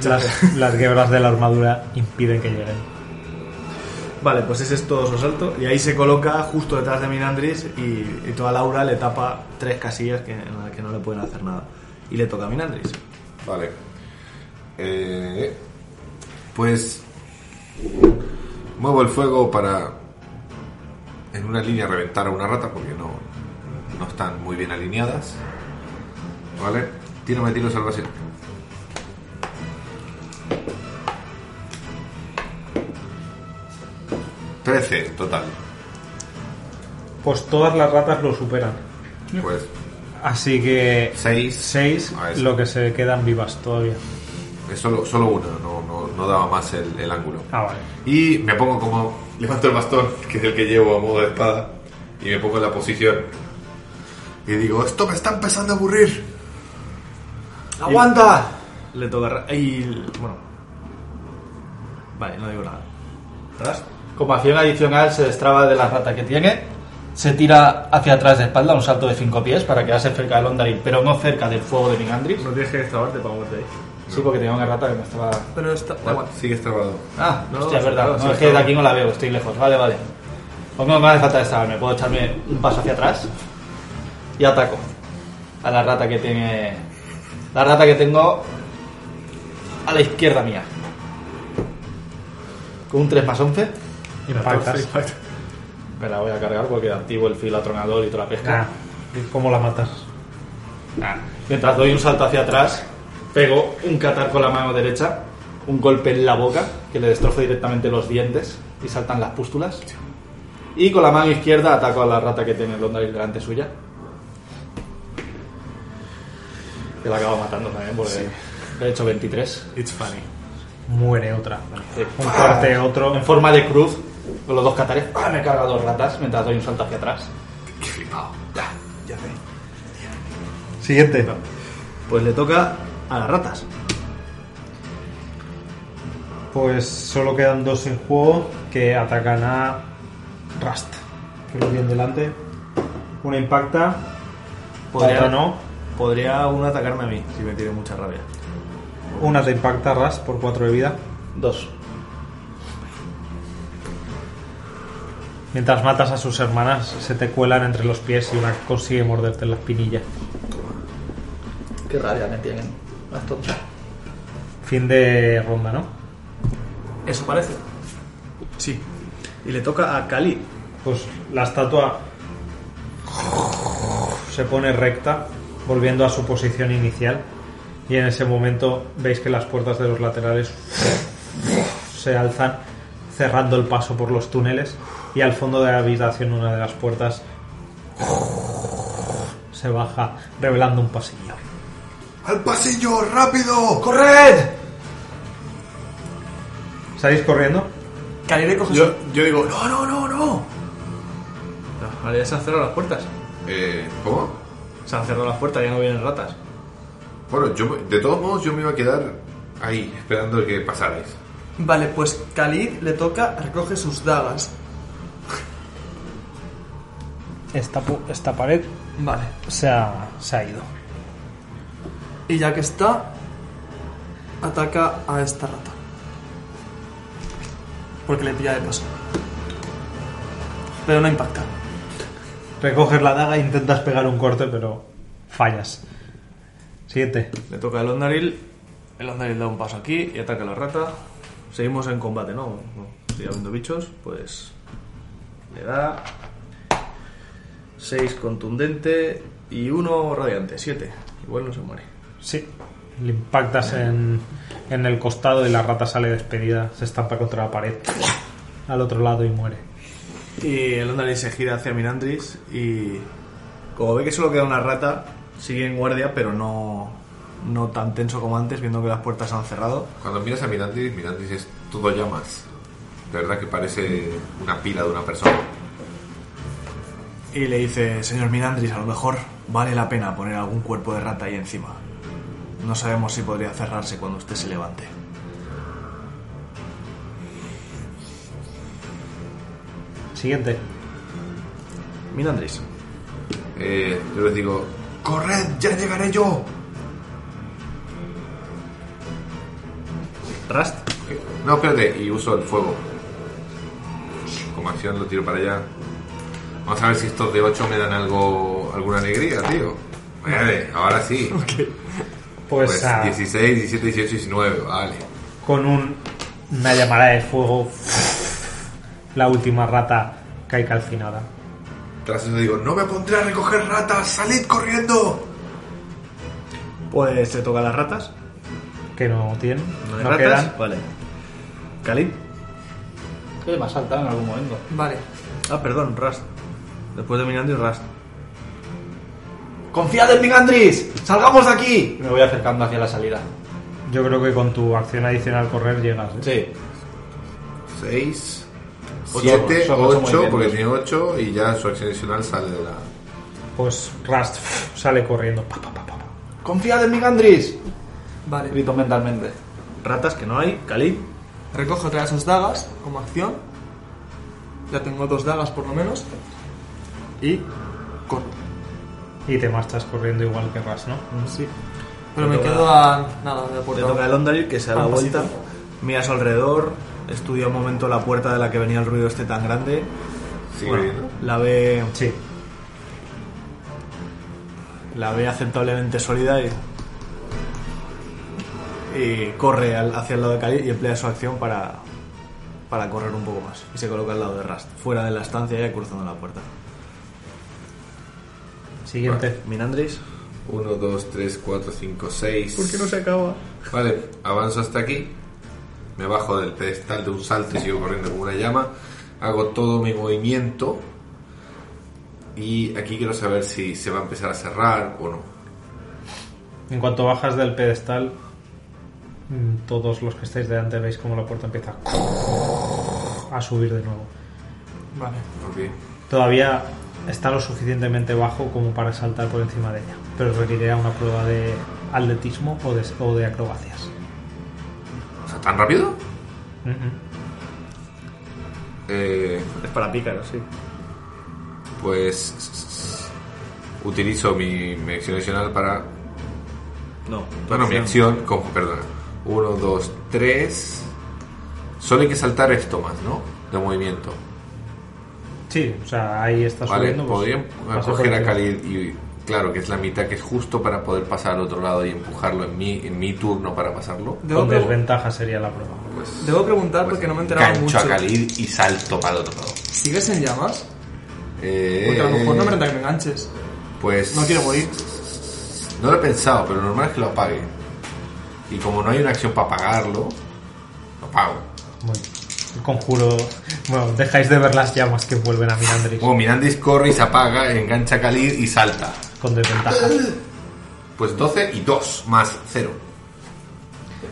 A: las, las guebras de la armadura impiden que lleguen.
G: Vale, pues ese es todo su salto. Y ahí se coloca justo detrás de Minandris y, y toda Laura le tapa tres casillas que, en las que no le pueden hacer nada. Y le toca a Minandris.
D: Vale. Eh, pues muevo el fuego para en una línea reventar a una rata porque no, no están muy bien alineadas. Vale. Tírame tiro de salvación. Trece total.
A: Pues todas las ratas lo superan.
D: Pues
A: Así que
D: seis.
A: seis,
D: Ah, es-
A: lo que se quedan vivas todavía.
D: Es solo, solo una, no, no, no daba más el, el ángulo.
A: Ah, vale.
D: Y me pongo como. Levanto el bastón, que es el que llevo a modo de espada, y me pongo en la posición. Y digo, esto me está empezando a aburrir.
G: ¡Aguanta! Le toca. a Ra- Y. Bueno. Vale, no digo nada. ¿Rast?
B: Como acción adicional se destraba de la rata que tiene, se tira hacia atrás de espalda un salto de 5 pies para quedarse cerca del Ondarin, pero no cerca del fuego de Minandris.
E: No tienes que destrabarte para moverte ahí.
B: Sí, porque tenía una rata que me estaba...
F: Pero está. da igual.
D: Sigues trabado.
B: Ah,
E: No,
B: hostia, es verdad.
E: claro,
B: no,
E: sí,
B: es que de
E: claro.
B: aquí no la veo, estoy lejos. Vale, vale. Pues no, no hace falta destrabarme, puedo echarme un paso hacia atrás y ataco a la rata que tiene... La rata que tengo a la izquierda mía. Con un 3 más 11.
A: Impactas.
B: Me la voy a cargar porque activo el filo atronador y toda la pesca.
A: Ah, ¿Cómo la matas?
B: Ah, Mientras doy un salto hacia atrás, pego un catar con la mano derecha, un golpe en la boca que le destrozo directamente los dientes y saltan las pústulas. Y con la mano izquierda ataco a la rata que tiene el Londaril delante suya. Que la acabo matando también porque le he hecho 23.
E: It's funny.
A: Muere otra.
B: Sí.
A: Un parte otro.
B: En forma de cruz, con los dos catares, ¡pah! me carga dos ratas mientras doy un salto hacia atrás. Qué flipado. Ya.
I: Siguiente.
E: Pues le toca a las ratas.
A: Pues solo quedan dos en juego que atacan a Rust, que lo tienen delante. Una impacta,
E: Podría-
A: otra no.
E: Podría uno atacarme a mí si me tiene mucha rabia.
A: Una te impacta Rust por 4 de vida.
B: Dos.
A: Mientras matas a sus hermanas, se te cuelan entre los pies y una consigue morderte en la espinilla.
B: Qué rabia me tienen. Más tonta.
A: Fin de ronda, ¿no?
F: Eso parece.
E: Sí. Y le toca a Cali.
A: Pues la estatua se pone recta, volviendo a su posición inicial. Y en ese momento veis que las puertas de los laterales se alzan, cerrando el paso por los túneles. Y al fondo de la habitación, una de las puertas se baja, revelando un pasillo.
J: ¡Al pasillo! ¡Rápido!
E: ¡Corred!
A: ¿Salís corriendo?
F: Calide coge
E: Yo, yo digo, no, no, no, no. No, Ahora ya se han cerrado las puertas.
D: Eh, ¿Cómo?
E: Se han cerrado las puertas, ya no vienen ratas.
D: Bueno, yo, me- de todos modos yo me iba a quedar ahí, esperando que pasarais.
F: su- Vale, pues Khalid le toca, recoge sus dagas.
K: Esta, pu- esta pared
F: Vale.
K: se ha, se ha ido.
F: Y ya que está, ataca a esta rata. Porque le pilla de paso. Pero no impacta.
A: Recoges la daga e intentas pegar un corte, pero fallas. Siguiente.
E: Le toca al Ondaril. El Ondaril da un paso aquí y ataca a la rata. Seguimos en combate, ¿no? no. Sigue habiendo bichos, pues. Le da. 6 contundente y 1 radiante, 7. Igual no se muere.
A: Sí, le impactas en, en el costado y la rata sale despedida, se estampa contra la pared al otro lado y muere.
E: Y el Ondaril se gira hacia Minandris y. Como ve que solo queda una rata, sigue en guardia, pero no. No tan tenso como antes, viendo que las puertas se han cerrado.
D: Cuando miras a Mirandis, Mirandis es todo llamas. De verdad que parece una pila de una persona.
E: Y le dice, señor Minandris, a lo mejor vale la pena poner algún cuerpo de rata ahí encima. No sabemos si podría cerrarse cuando usted se levante.
A: Siguiente.
E: Minandris.
D: Eh, yo les digo,
J: ¡Corred! ¡Ya llegaré yo!
E: Rast.
D: eh, no, espérate, y uso el fuego. Como acción lo tiro para allá. Vamos a ver si estos de 8 me dan algo, alguna alegría, tío. Vale, ahora sí.
A: Pues,
D: Pues
A: ah,
D: 16, 17, 18, 19, vale.
A: con un- una llamada de fuego, la última rata cae calcinada.
D: Tras eso digo, no me pondré a recoger ratas, salid corriendo.
E: Pues se toca a las ratas.
A: Que no tienen,
E: hay
A: no
E: ratas.
A: quedan.
E: Vale. Khalid.
B: Creo que me ha saltado en algún momento.
F: Vale.
E: Ah, perdón, Rast. Después de Minandris, Rast.
B: ¡Confiad en Migandris! ¡Salgamos de aquí! Me voy acercando hacia la salida.
A: Yo creo que con tu acción adicional correr llegas. ¿eh?
B: Sí.
D: 6,
B: Ocho,
D: 7,
B: son ocho
D: 8, porque
B: movimientos.
D: tiene 8 y ya su acción adicional sale de la...
A: Pues Rust sale corriendo. pa, pa, pa, pa, pa.
B: ¡Confiad en Migandris!
F: Vale.
B: Grito mentalmente.
E: Ratas que no hay. Khalid.
F: Recoge otra de sus dagas como acción. Ya tengo dos dagas por lo menos. Y corro.
A: Y te marchas corriendo igual que Ras, ¿no?
F: Sí. Pero me
G: toca-
F: quedo a nada de
G: Le
F: aportar.
G: toca a Londres que se da la
F: Ah,
G: vuelta,
F: pasito.
G: mira a su alrededor, estudia un momento la puerta de la que venía el ruido este tan grande,
D: Sigue viendo.
G: la ve,
A: Sí.
G: la ve aceptablemente sólida y, y corre al- hacia el lado de Cali y emplea su acción para, para correr un poco más. Y se coloca al lado de Rast, fuera de la estancia ya cruzando la puerta.
A: Siguiente.
G: Minandris,
D: 1, 2, 3, 4, 5, 6.
G: acaba?
D: Vale, avanzo hasta aquí. Me bajo del pedestal de un salto y sigo corriendo como una llama. Hago todo mi movimiento. Y aquí quiero saber si se va a empezar a cerrar o no.
A: En cuanto bajas del pedestal, mm, todos los que estáis delante veis como la puerta empieza a subir de nuevo.
F: Vale.
D: Ok.
A: Todavía está lo suficientemente bajo como para saltar por encima de ella, pero requerirá una prueba de atletismo o de, o de acrobacias.
D: O sea, ¿tan rápido?
A: Mm, mm.
D: Eh,
G: Es para pícaros, sí.
D: pues. Utilizo mi, mi acción adicional para.
G: No.
D: Bueno, mi acción. Con, perdona. 1, 2, 3. Solo hay que saltar esto más, ¿no? De movimiento.
A: Sí, o sea, ahí está
D: Vale,
A: subiendo. pues,
D: podría
A: pasa por
D: coger a
A: encima.
D: Khalid y claro, que es la mitad que es justo para poder pasar al otro lado y empujarlo en mi, en mi turno para pasarlo.
F: Debo,
A: Con
F: pre-
A: desventaja sería la prueba.
D: Pues,
F: debo preguntar
D: pues,
F: porque no me he enterado
D: engancho
F: mucho.
D: a Khalid y salto para el otro lado.
F: ¿Sigues en llamas?
D: Eh,
F: Porque a lo mejor no me renta que me enganches.
D: Pues
F: No quiero morir. *laughs*
D: No lo he pensado, pero lo normal es que lo apague. Y como no hay una acción para apagarlo, lo apago.
A: Muy bien. El conjuro. Bueno, dejáis de ver las llamas que vuelven a Mirandris
D: Bueno, Mirandis corre y se apaga, engancha a Khalid y salta.
A: con desventaja.
D: Pues 12 y 2 más 0.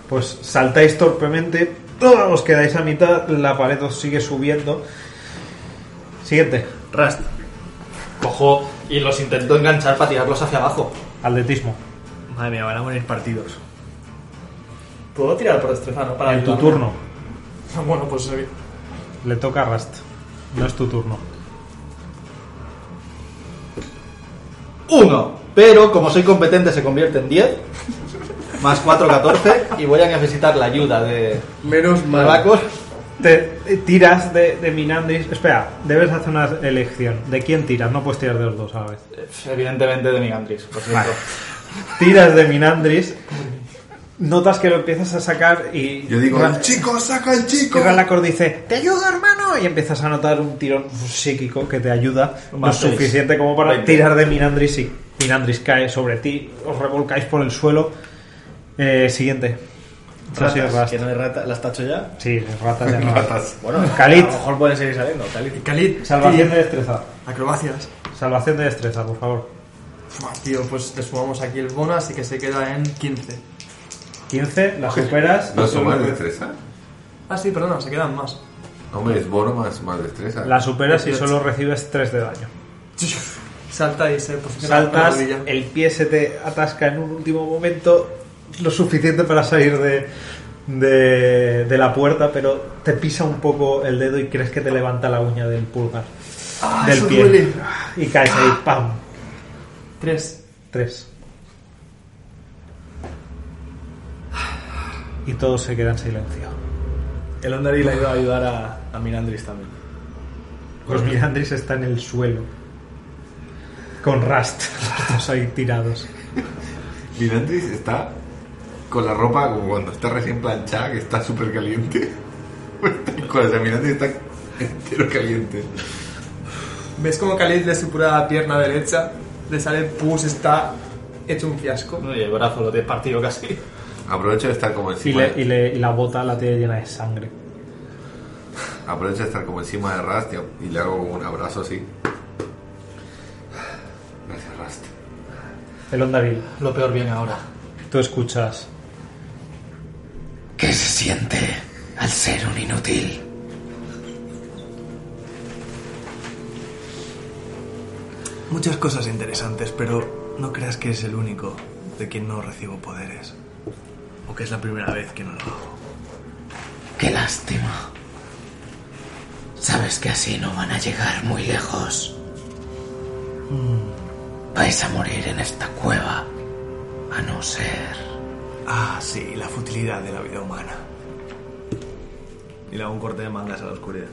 A: Pues saltáis torpemente, todos os quedáis a mitad, la pared os sigue subiendo. Siguiente,
B: Rast. Cojo y los intento enganchar para tirarlos hacia abajo.
A: atletismo.
G: Madre mía, van a morir partidos.
F: ¿Puedo tirar por destreza, no? Para
A: En tu
F: ayudarme.
A: turno,
F: Bueno, pues eh,
A: le toca a Rast. No es tu turno.
B: Uno. Pero como soy competente se convierte en 10. Más 4, 14. Y voy a necesitar la ayuda de
G: Menos
B: Malacos.
A: Te eh, tiras de, de Minandris. Espera, debes hacer una elección. ¿De quién tiras? No puedes tirar de los dos a la vez.
B: Evidentemente de Migandris, lo siento.
A: Tiras de Minandris. Notas que lo empiezas a sacar y.
D: Yo digo,
A: Ra-
D: "El chico, saca el chico.
A: Y
D: *laughs*
A: Galacor dice, te ayudo hermano, y empiezas a notar un tirón psíquico que te ayuda lo
B: Más seis.
A: suficiente como para
B: Veinte.
A: tirar de Minandris y Minandris cae sobre ti, os revolcáis por el suelo. Eh, siguiente. Eso sí, es
G: Ratas,
A: Rast.
G: que no hay rata, ¿Las tacho ya?
A: Sí, es ratas
D: *laughs*
A: de ratas.
G: Bueno,
A: Khalid.
G: a lo mejor pueden seguir saliendo. Khalid.
F: Khalid,
A: Salvación de
F: tío,
A: destreza.
F: Acrobacias.
A: Salvación de destreza, por favor.
F: Buah, Tío, pues le sumamos aquí el bono, así que se queda en 15.
A: 15, la superas.
D: No sumas destreza.
F: Ah, sí, perdona, se quedan más. *laughs*
D: Hombre, es bono más, más destreza.
A: La superas y solo recibes 3 de daño.
F: Salta y eh, pues se posiciona con la
A: Saltas,
F: rodilla.
A: el pie se te atasca en un último momento, lo suficiente para salir de, de, de la puerta, pero te pisa un poco el dedo y crees que te levanta la uña del pulgar. del
F: Ah, eso
A: pie.
F: duele. Ah.
A: Y caes ahí, ¡pam!
F: 3.
A: Tres. Y todos se quedan en silencio.
G: El Ondari le ha ido a ayudar a, a Minandris también.
A: Los Mirandris está en el suelo. Con Rast, los dos ahí tirados.
D: Mirandis está con la ropa como cuando está recién planchada, que está súper caliente. *laughs* Con esa Mirandis está entero caliente.
F: ¿Ves cómo Khalid le supura la pierna derecha? Le sale pus, está hecho un fiasco.
B: No, y el brazo lo he partido casi.
D: Aprovecho de estar como
A: Y,
D: encima.
A: le- y le- y la bota la tiene llena de sangre.
D: Aprovecho de estar como encima de Rast y- y le hago como un abrazo así. Gracias, Rast.
A: El Ondaril,
B: Lo peor viene ahora.
A: tú escuchas.
L: ¿Qué se siente al ser un inútil?
E: Muchas cosas interesantes, pero no creas que es el único de quien no recibo poderes. O que es la primera vez que no lo hago.
L: Qué lástima. Sabes que así no van a llegar muy lejos. Vais a morir en esta cueva. A no ser.
E: Ah, sí, la futilidad de la vida humana. Y le hago un corte de mangas a la oscuridad.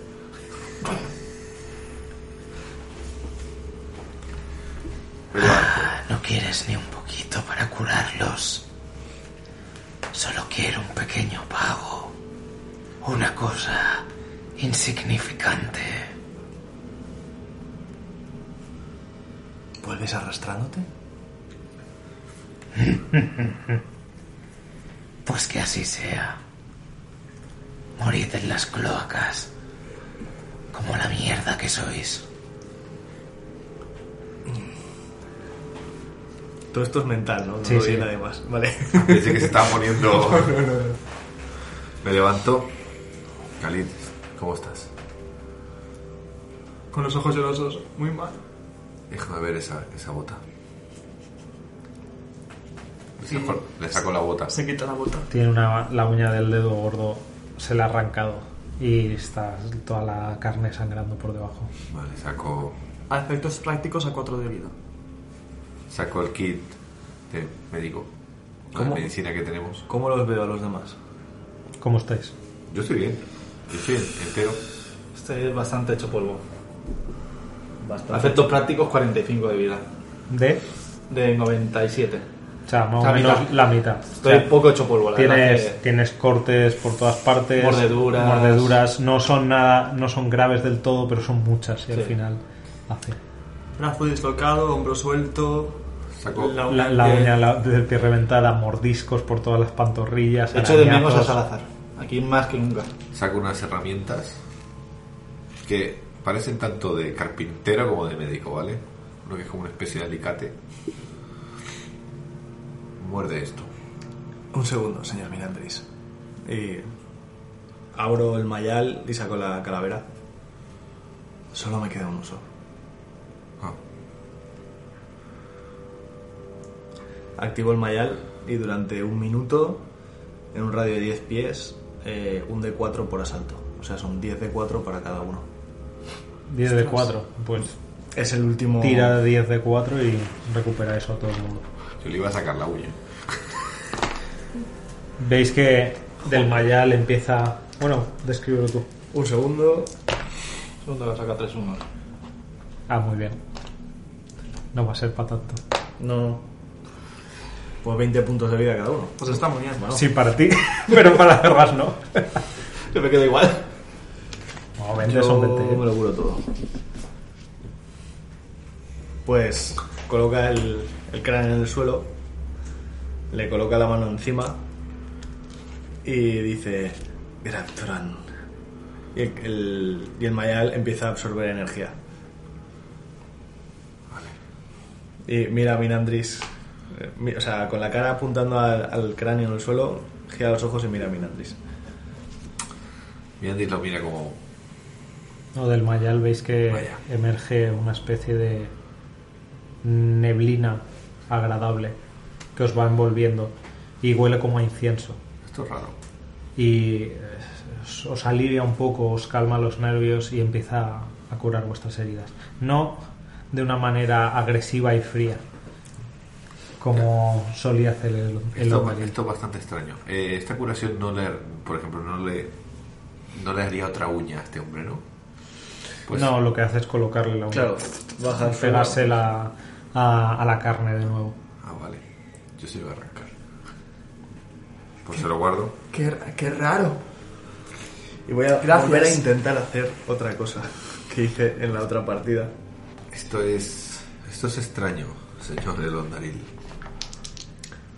L: Ah, no quieres ni un poquito para curarlos. Solo quiero un pequeño pago. Una cosa insignificante.
E: ¿Vuelves arrastrándote?
L: Pues que así sea. Morid en las cloacas. Como la mierda que sois.
M: Todo esto es mental, ¿no? No
A: Sí,
M: lo
A: sí.
M: viene además. Vale.
D: Dice que se estaba
A: *laughs*
D: poniendo. Me levanto. Khalid, ¿cómo estás?
F: Con los ojos llorosos. Muy mal.
D: Déjame ver esa, esa bota. Le
F: Sí.
D: saco, le saco la bota.
F: Se quita la bota.
A: Tiene una, la uña del dedo gordo, se la ha arrancado y está toda la carne sangrando por debajo.
D: Vale, saco,
F: A efectos prácticos a 4 de vida.
D: saco el kit de médico. Con la
E: ¿Cómo?
D: medicina que tenemos.
E: *laughs* ¿Cómo los veo a los demás?
A: ¿Cómo estáis?
D: Yo estoy bien. Yo estoy entero.
B: Este es bastante hecho polvo.
E: Bastante.
B: A efectos prácticos, 45 de vida.
A: ¿De?
B: De 97.
A: O sea, más o
B: La
A: menos
B: mitad.
A: la mitad.
B: Estoy
A: O sea,
B: poco hecho polvo, la
A: Tienes,
B: verdad. que-
A: tienes cortes por todas partes,
B: Mordeduras.
A: mordeduras, no son nada, no son graves del todo, pero son muchas y al
B: Sí.
A: final hace
F: Brazo dislocado, hombro suelto.
D: Saco,
A: la, la
B: Eh,
A: uña la- del pie reventada, mordiscos por todas las pantorrillas,
B: Echo de menos a
A: arañazos.
B: Salazar. Aquí más que nunca.
D: saco unas herramientas que parecen tanto de carpintero como de médico, ¿vale? Uno que es como una especie de alicate. Muerde esto.
E: Un segundo, señor Mirandris. Y abro el mayal y saco la calavera. Solo me queda un uso.
D: Ah,
E: Activo el mayal y durante un minuto, en un radio de 10 pies, eh, un D4 por asalto. O sea, son 10 D4 para cada uno.
A: 10 de 4, pues
E: Es el último...
A: tira 10 de 4 y recupera eso a todo el mundo.
D: yo le iba a sacar la uña.
A: Veis que del mayal empieza. Bueno, descríbelo tú.
E: Un segundo.
B: Segundo que saca 3 1
A: Ah, muy bien. No va a ser para tanto.
E: No. Pues 20 puntos de vida cada uno.
F: Pues está muy bien.
A: Sí, para ti, *laughs* pero para las demás no.
B: Yo me quedo igual.
A: No, 20 son
M: ¿eh?
A: 20.
E: me lo curo todo.
M: Pues coloca el, el cráneo en el suelo, le coloca la mano encima y dice, Graptoran. Y el, el- y el mayal empieza a absorber energía. Y mira a Minandris, eh, mi- o sea, con la cara apuntando al, al cráneo en el suelo, gira los ojos y mira a Minandris.
D: Mirandis lo mira como.
A: No, del Mayal veis que
D: Vaya.
A: emerge una especie de neblina agradable que os va envolviendo y huele como a incienso.
D: Esto es raro.
A: Y eh, os- os alivia un poco, os calma los nervios y empieza a curar vuestras heridas. No de una manera agresiva y fría, como solía hacer el, el
D: Esto,
A: Oberyn.
D: esto es bastante extraño. Eh, esta curación no le. Por ejemplo, no le. No le haría otra uña a este hombre, ¿no? Pues
A: No, lo que hace es colocarle la uña,
M: baja al suelo.
A: pegársela a- a la carne de nuevo.
D: Ah, vale. Yo se lo voy a arrancar. Pues se lo guardo.
F: Qué, ra- qué raro.
M: Y voy a
F: Gracias.
M: volver a intentar hacer otra cosa que hice en la otra partida.
D: Esto es. Esto es extraño, señor de Londaril.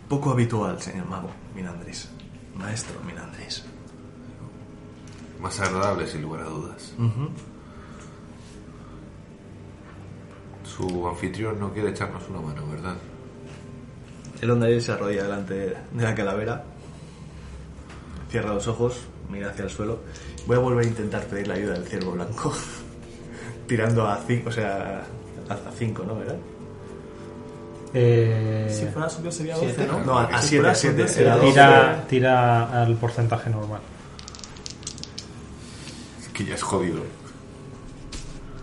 E: Poco habitual, señor mago Minandris. Maestro Minandris.
D: Más agradable, sin lugar a dudas. Su anfitrión no quiere echarnos una mano, ¿verdad?
E: El Ondaril se arrodilla delante de la calavera, cierra los ojos, mira hacia el suelo. Voy a volver a intentar pedir la ayuda del ciervo blanco, *laughs* tirando a 5, o sea, a 5, ¿no? ¿Verdad?
A: Eh,
F: Si fuera subido sería 12, ¿no?
E: No, a
F: Si
E: 7,
F: fuera
E: a 7.
F: subido sería
A: tira, tira al porcentaje normal.
D: Es que ya es jodido.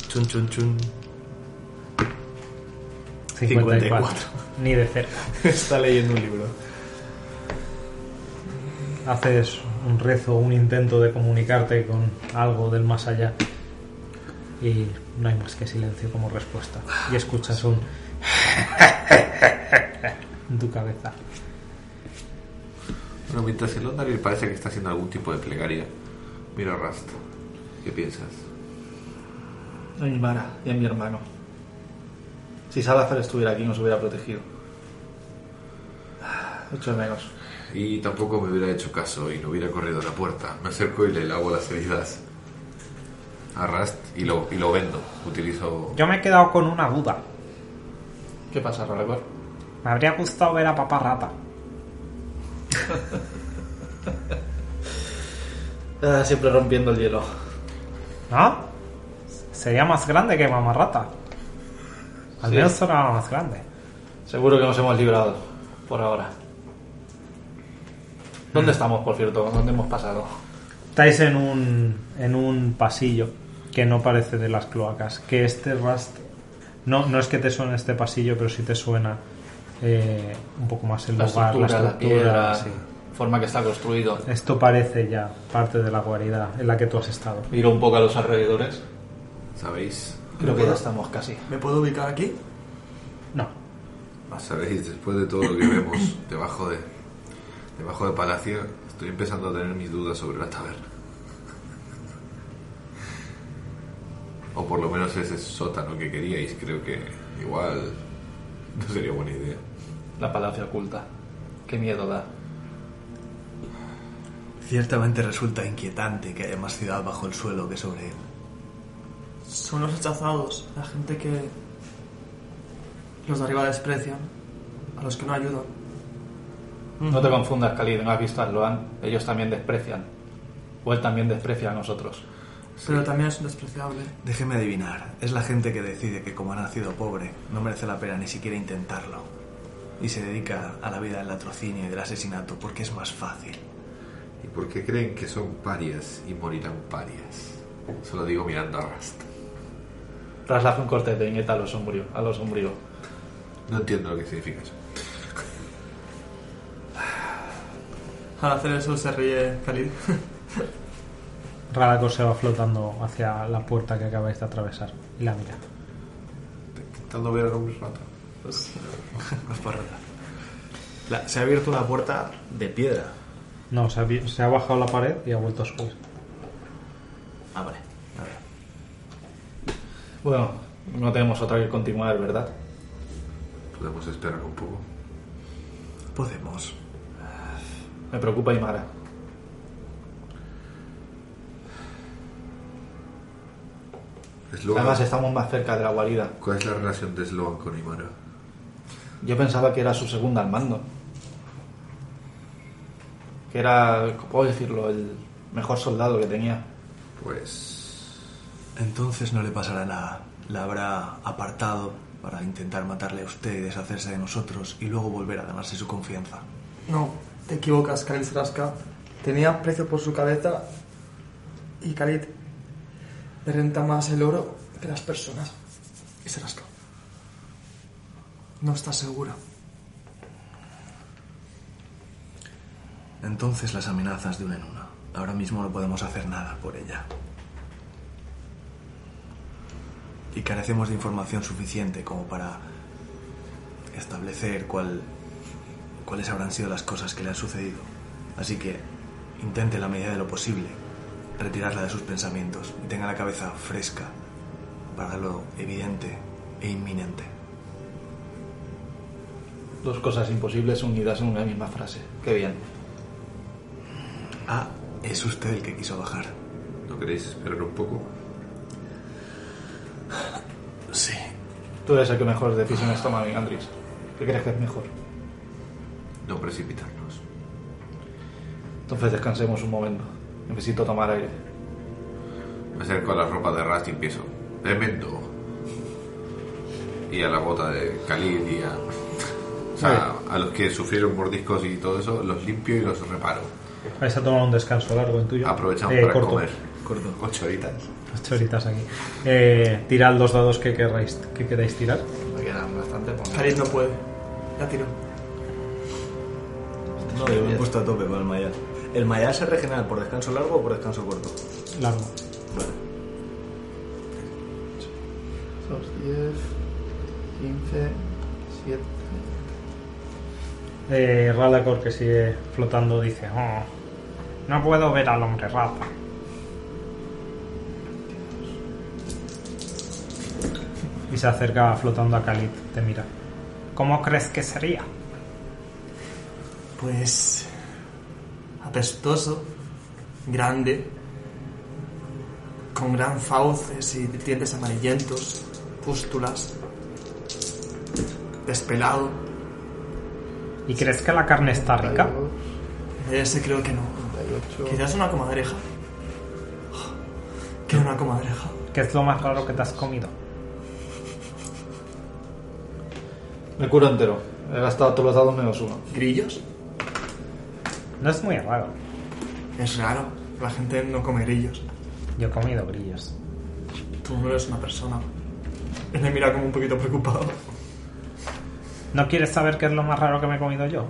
C: Chun, chun,
E: *laughs*
C: chun.
A: 54. Ni de cerca.
G: Está leyendo un libro.
A: Haces un rezo, un intento de comunicarte con algo del más allá. Y no hay más que silencio como respuesta. Y escuchas un. *laughs* en tu cabeza.
D: Bueno, mientras el Ondaril parece que está haciendo algún tipo de plegaria, miro a Rast. ¿Qué piensas?
B: A mi Mara y a mi hermano. Si Salazar estuviera aquí nos hubiera protegido. Mucho menos.
D: Y tampoco me hubiera hecho caso y no hubiera corrido a la puerta. Me acerco y le lavo las heridas a Rast y lo, y lo vendo. Utilizo.
A: Yo me he quedado con una duda.
B: ¿Qué pasa, Rolagor?
A: Me habría gustado ver a Papá Rata.
B: Ah, siempre rompiendo el hielo.
A: ¿No? Sería más grande que Mamá Rata. Al
B: Sí.
A: menos era más grande.
B: Seguro que nos hemos librado por ahora. ¿Dónde estamos, por cierto? ¿Dónde hemos pasado?
A: Estáis en un, en un pasillo que no parece de las cloacas. Que este Rust. No, no es que te suene este pasillo, pero sí te suena eh, un poco más el
B: La
A: lugar,
B: estructura,
A: la
B: la
A: estructura.
B: piedra,
A: sí.
B: forma que está construido.
A: Esto parece ya parte de la guarida en la que tú has estado.
B: Miro un poco a los alrededores.
D: ¿Sabéis?
B: Creo que ya estamos casi.
F: ¿Me puedo ubicar aquí?
A: No.
D: Ah, Sabéis, después de todo lo que vemos debajo de debajo de Palacio, estoy empezando a tener mis dudas sobre la taberna. O por lo menos ese sótano que queríais, creo que igual no sería buena idea.
B: La palacia oculta. Qué miedo da.
E: Ciertamente resulta inquietante que haya más ciudad bajo el suelo que sobre él.
F: Son los rechazados, la gente que los de arriba desprecian, a los que no ayudan.
A: Mm.
B: No te confundas, Khalid, no has visto a Loan. Ellos también desprecian. O él también desprecia a nosotros.
F: Pero también es un despreciable.
E: Déjeme adivinar, es la gente que decide que como ha nacido pobre, no merece la pena ni siquiera intentarlo. Y se dedica a la vida del latrocinio y del asesinato porque es más fácil.
D: ¿Y por qué creen que son parias y morirán parias? Se lo digo mirando a Rasta.
B: Ras le hace un corte de viñeta a lo sombrío. A lo sombrío.
D: No entiendo lo que significa eso.
F: Al hacer eso se ríe Khalid. *laughs*
A: Radako se va flotando hacia la puerta que acabáis de atravesar y la mira.
D: Intentando ver a un rato.
E: Pues, *laughs*
G: La- se ha abierto una puerta de piedra.
A: No, se ha, vi- se ha bajado la pared y ha vuelto a subir.
G: Ah, vale. A ver.
B: Bueno, no tenemos otra que continuar, ¿verdad?
D: Podemos esperar un poco.
E: Podemos.
B: Me preocupa Imara.
D: Sloan,
B: Además, estamos más cerca de la guarida.
D: ¿Cuál es la relación de Sloan con Imara?
B: Yo pensaba que era su segunda al mando. Que era, ¿cómo puedo decirlo, el mejor soldado que tenía.
D: Pues
E: Entonces no le pasará nada. La habrá apartado para intentar matarle a usted y deshacerse de nosotros y luego volver a ganarse su confianza.
F: No, te equivocas, Khalid Sraska. Tenía precio por su cabeza y Khalid le renta más el oro que las personas. Y Sraska. No está segura.
E: Entonces las amenazas de una en una. Ahora mismo no podemos hacer nada por ella. Y carecemos de información suficiente como para establecer cuál, cuáles habrán sido las cosas que le han sucedido. Así que intente en la medida de lo posible retirarla de sus pensamientos y tenga la cabeza fresca para lo evidente e inminente.
B: Dos cosas imposibles unidas en una misma frase. Qué bien.
E: Ah, es usted el que quiso bajar.
D: ¿No queréis esperar un poco?
E: Sí,
B: Tú eres el que mejores decisiones toma, mi Andrés. ¿Qué crees que es mejor?
D: No precipitarnos.
B: Entonces descansemos un momento. Necesito tomar aire.
D: Me acerco a la ropa de Rast y empiezo. Tremendo. Y a la bota de Khalid y a. O sea, a los que sufrieron mordiscos y todo eso, los limpio y los reparo.
A: Vais a tomar un descanso largo en tuyo.
D: Aprovechamos
A: Eh,
D: para
A: corto.
D: comer. Corto. Ocho horitas.
A: Las choritas aquí. Eh, tirad los dados que, queráis, que queráis tirar.
B: Me quedan bastante pocos.
F: Khalid no puede. La tiro.
C: No, yo me he puesto a tope con el Mayar. ¿El Mayar se regenera por descanso largo o por descanso corto?
A: Largo.
C: Vale.
B: 10, 15, 7.
A: Eh, Ralacor, que sigue flotando, dice: "Oh, No puedo ver al hombre rata. Y se acerca flotando a Khalid. Te mira. ¿Cómo crees que sería?
F: Pues. apestoso, grande, con gran fauces y dientes amarillentos, pústulas, despelado.
A: ¿Y crees que la carne está rica?
F: Ese creo que no. Quizás una comadreja. Que una comadreja.
A: ¿Qué es lo más raro que te has comido?
B: Me curo entero. He gastado todos los dados menos uno.
F: ¿Grillos?
A: No es muy raro.
F: Es raro. La gente no come grillos.
A: Yo he comido grillos.
F: Tú no eres una persona. Él me mira como un poquito preocupado.
A: ¿No quieres saber qué es lo más raro que me he comido yo?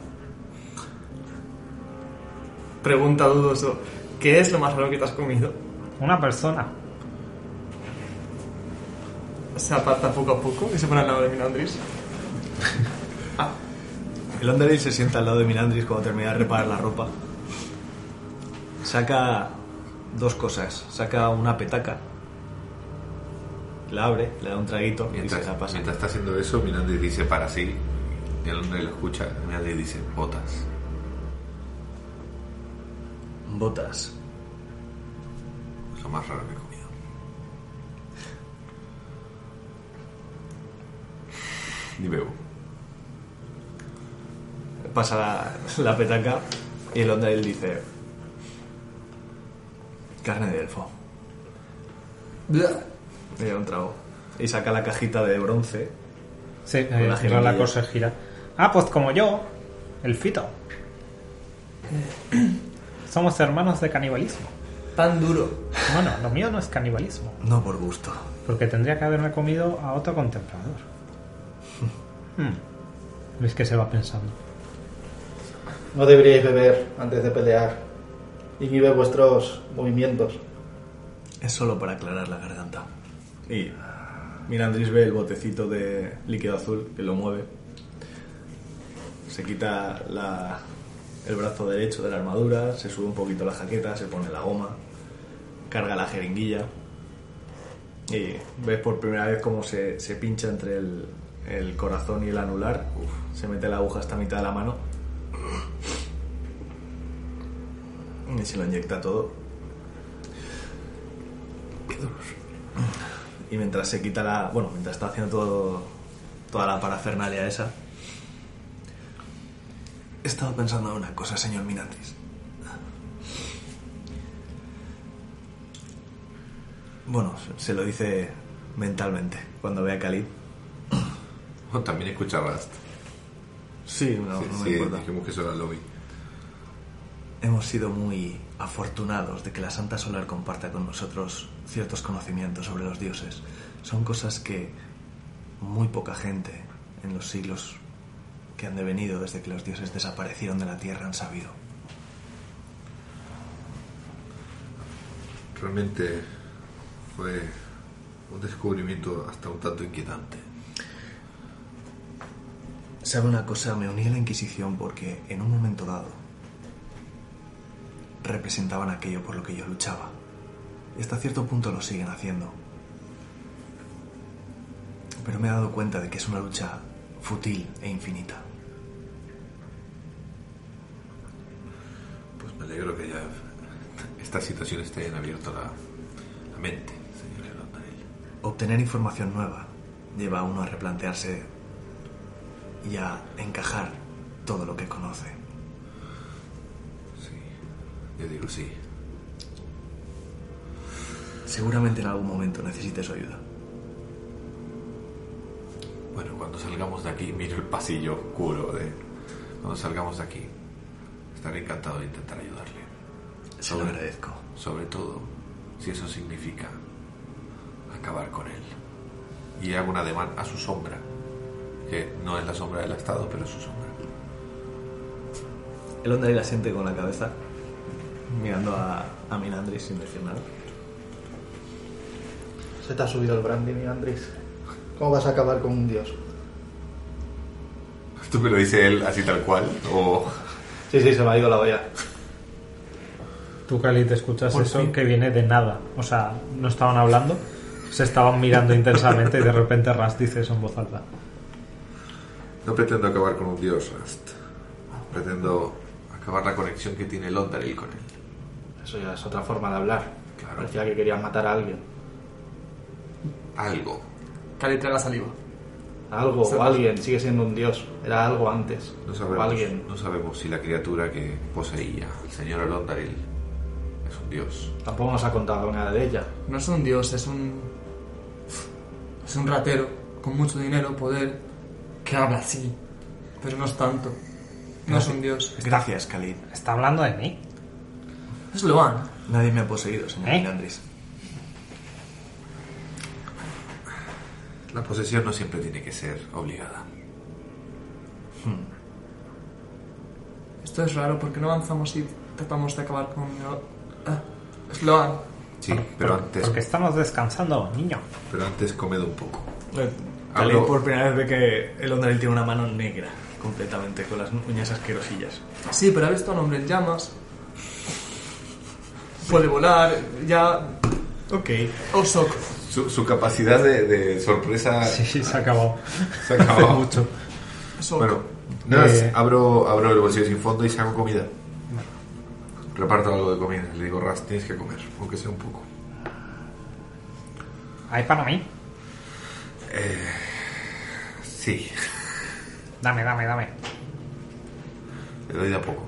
F: Pregunta dudoso. ¿Qué es lo más raro que te has comido?
A: Una persona.
F: Se aparta poco a poco y se pone al lado de Minandris.
E: El Underhill se sienta al lado de Minandris cuando termina de reparar la ropa. Saca dos cosas. Saca una petaca. La abre, le da un traguito y se la
D: Mientras,
E: pasa.
D: mientras está haciendo eso, Miranda dice para sí. Y el hombre lo escucha. Miranda dice botas.
E: Botas.
D: Lo más raro que he comido. Ni bebo.
E: Pasa la, la petaca y el Underhill dice... Carne de elfo. Le da un trago. Y saca la cajita de bronce.
A: Sí,
E: Con la
A: eh,
E: jiribilla.
A: Ralacor se gira. Ah, pues como yo, el fito. Somos hermanos de canibalismo.
F: Tan duro.
A: Bueno, lo mío no es canibalismo,
E: No por gusto.
A: porque tendría que haberme comido a otro contemplador. Hmm. ¿Ves que se va pensando?
B: No deberíais beber antes de pelear. Inhibe vuestros movimientos.
E: Es solo para aclarar la garganta. Y Mirandris ve el botecito de líquido azul que lo mueve. Se quita la- el brazo derecho de la armadura, se sube un poquito la jaqueta, se pone la goma, carga la jeringuilla. Y ves por primera vez cómo se, se pincha entre el, el corazón y el anular. Uf, se mete la aguja hasta mitad de la mano. Y se lo inyecta todo. Y mientras se quita la. Bueno, mientras está haciendo todo, toda la parafernalia esa. He estado pensando en una cosa, señor Minantis. Bueno, se- se lo dice mentalmente cuando ve a Khalid.
D: Oh, también escucha Rust.
E: Sí, no,
D: sí,
E: no me
D: sí,
E: importa.
D: dijimos que eso era el lobby.
E: Hemos sido muy afortunados de que la Santa Solar comparta con nosotros ciertos conocimientos sobre los dioses. Son cosas que muy poca gente en los siglos que han devenido desde que los dioses desaparecieron de la Tierra han sabido.
D: Realmente fue un descubrimiento hasta un tanto inquietante.
E: ¿Sabe una cosa? Me uní a la Inquisición porque en un momento dado representaban aquello por lo que yo luchaba. Y hasta cierto punto lo siguen haciendo. Pero me he dado cuenta de que es una lucha fútil e infinita.
D: Pues me alegro que ya estas situaciones te hayan abierto la, la mente, señor Leonardo.
E: Obtener información nueva lleva a uno a replantearse y a encajar todo lo que conoce.
D: Sí, yo digo sí.
E: Seguramente en algún momento necesite su ayuda.
D: Bueno, cuando salgamos de aquí, miro el pasillo oscuro de... Cuando salgamos de aquí, estaré encantado de intentar ayudarle.
E: Se lo agradezco.
D: Sobre todo si eso significa acabar con él. Y hago un ademán a su sombra, que no es la sombra del estado, pero es su sombra.
C: El Onda la siente con la cabeza, mirando a, a Minandris sin decir nada.
B: Se te ha subido el brandy, mi Andrés. ¿Cómo vas a acabar con un dios?
D: ¿Tú me lo dice él así tal cual? ¿O
B: Sí, sí, se me ha ido la olla.
A: Tú, Cali, te escuchas eso que viene de nada. O sea, no estaban hablando, se estaban mirando intensamente y de repente Ras dice eso en voz alta.
D: No pretendo acabar con un dios, Rast. Pretendo acabar la conexión que tiene Londaril con él.
B: Eso ya es otra forma de hablar.
D: Claro.
B: Parecía que querías matar a alguien.
D: Algo.
F: Cali traga saliva.
B: Algo o alguien, sigue siendo un dios. Era algo antes.
D: No
B: O
D: sabemos,
B: alguien.
D: no sabemos si la criatura que poseía el señor Londaril es un dios.
B: Tampoco nos ha contado nada de ella.
F: No es un dios, es un. Es un ratero con mucho dinero, poder, que habla así. Pero no es tanto. No es un dios.
E: Gracias, Khalid.
A: ¿Está hablando de mí?
F: Es Loan.
E: Nadie me ha poseído, señor
A: ¿Eh?
E: Minandris.
D: La posesión no siempre tiene que ser obligada.
F: Esto es raro porque no avanzamos y tratamos de acabar con. Ah, es Loan.
D: Sí, pero antes,
A: Porque estamos descansando, niño. *laughs*
D: pero antes comed un poco.
E: Khalid
D: Hablo-
E: por primera vez ve que el Ondaril tiene una mano negra, completamente, con las uñas asquerosillas.
F: Sí, pero ha visto a un hombre en llamas. Puede volar, ya. Oh,
E: Ok.
F: Osok.
D: Su, su capacidad de, de sorpresa
A: Sí, sí, se ha acabado.
D: *laughs* se acababa mucho.
F: Osok.
D: Bueno, nada,
A: Eh.
D: abro, abro el bolsillo sin fondo y saco comida. Reparto algo de comida. Le digo, Ras, tienes que comer, aunque sea un poco.
A: Hay para mí.
D: Sí,
A: Dame, dame, dame.
D: le doy de a poco.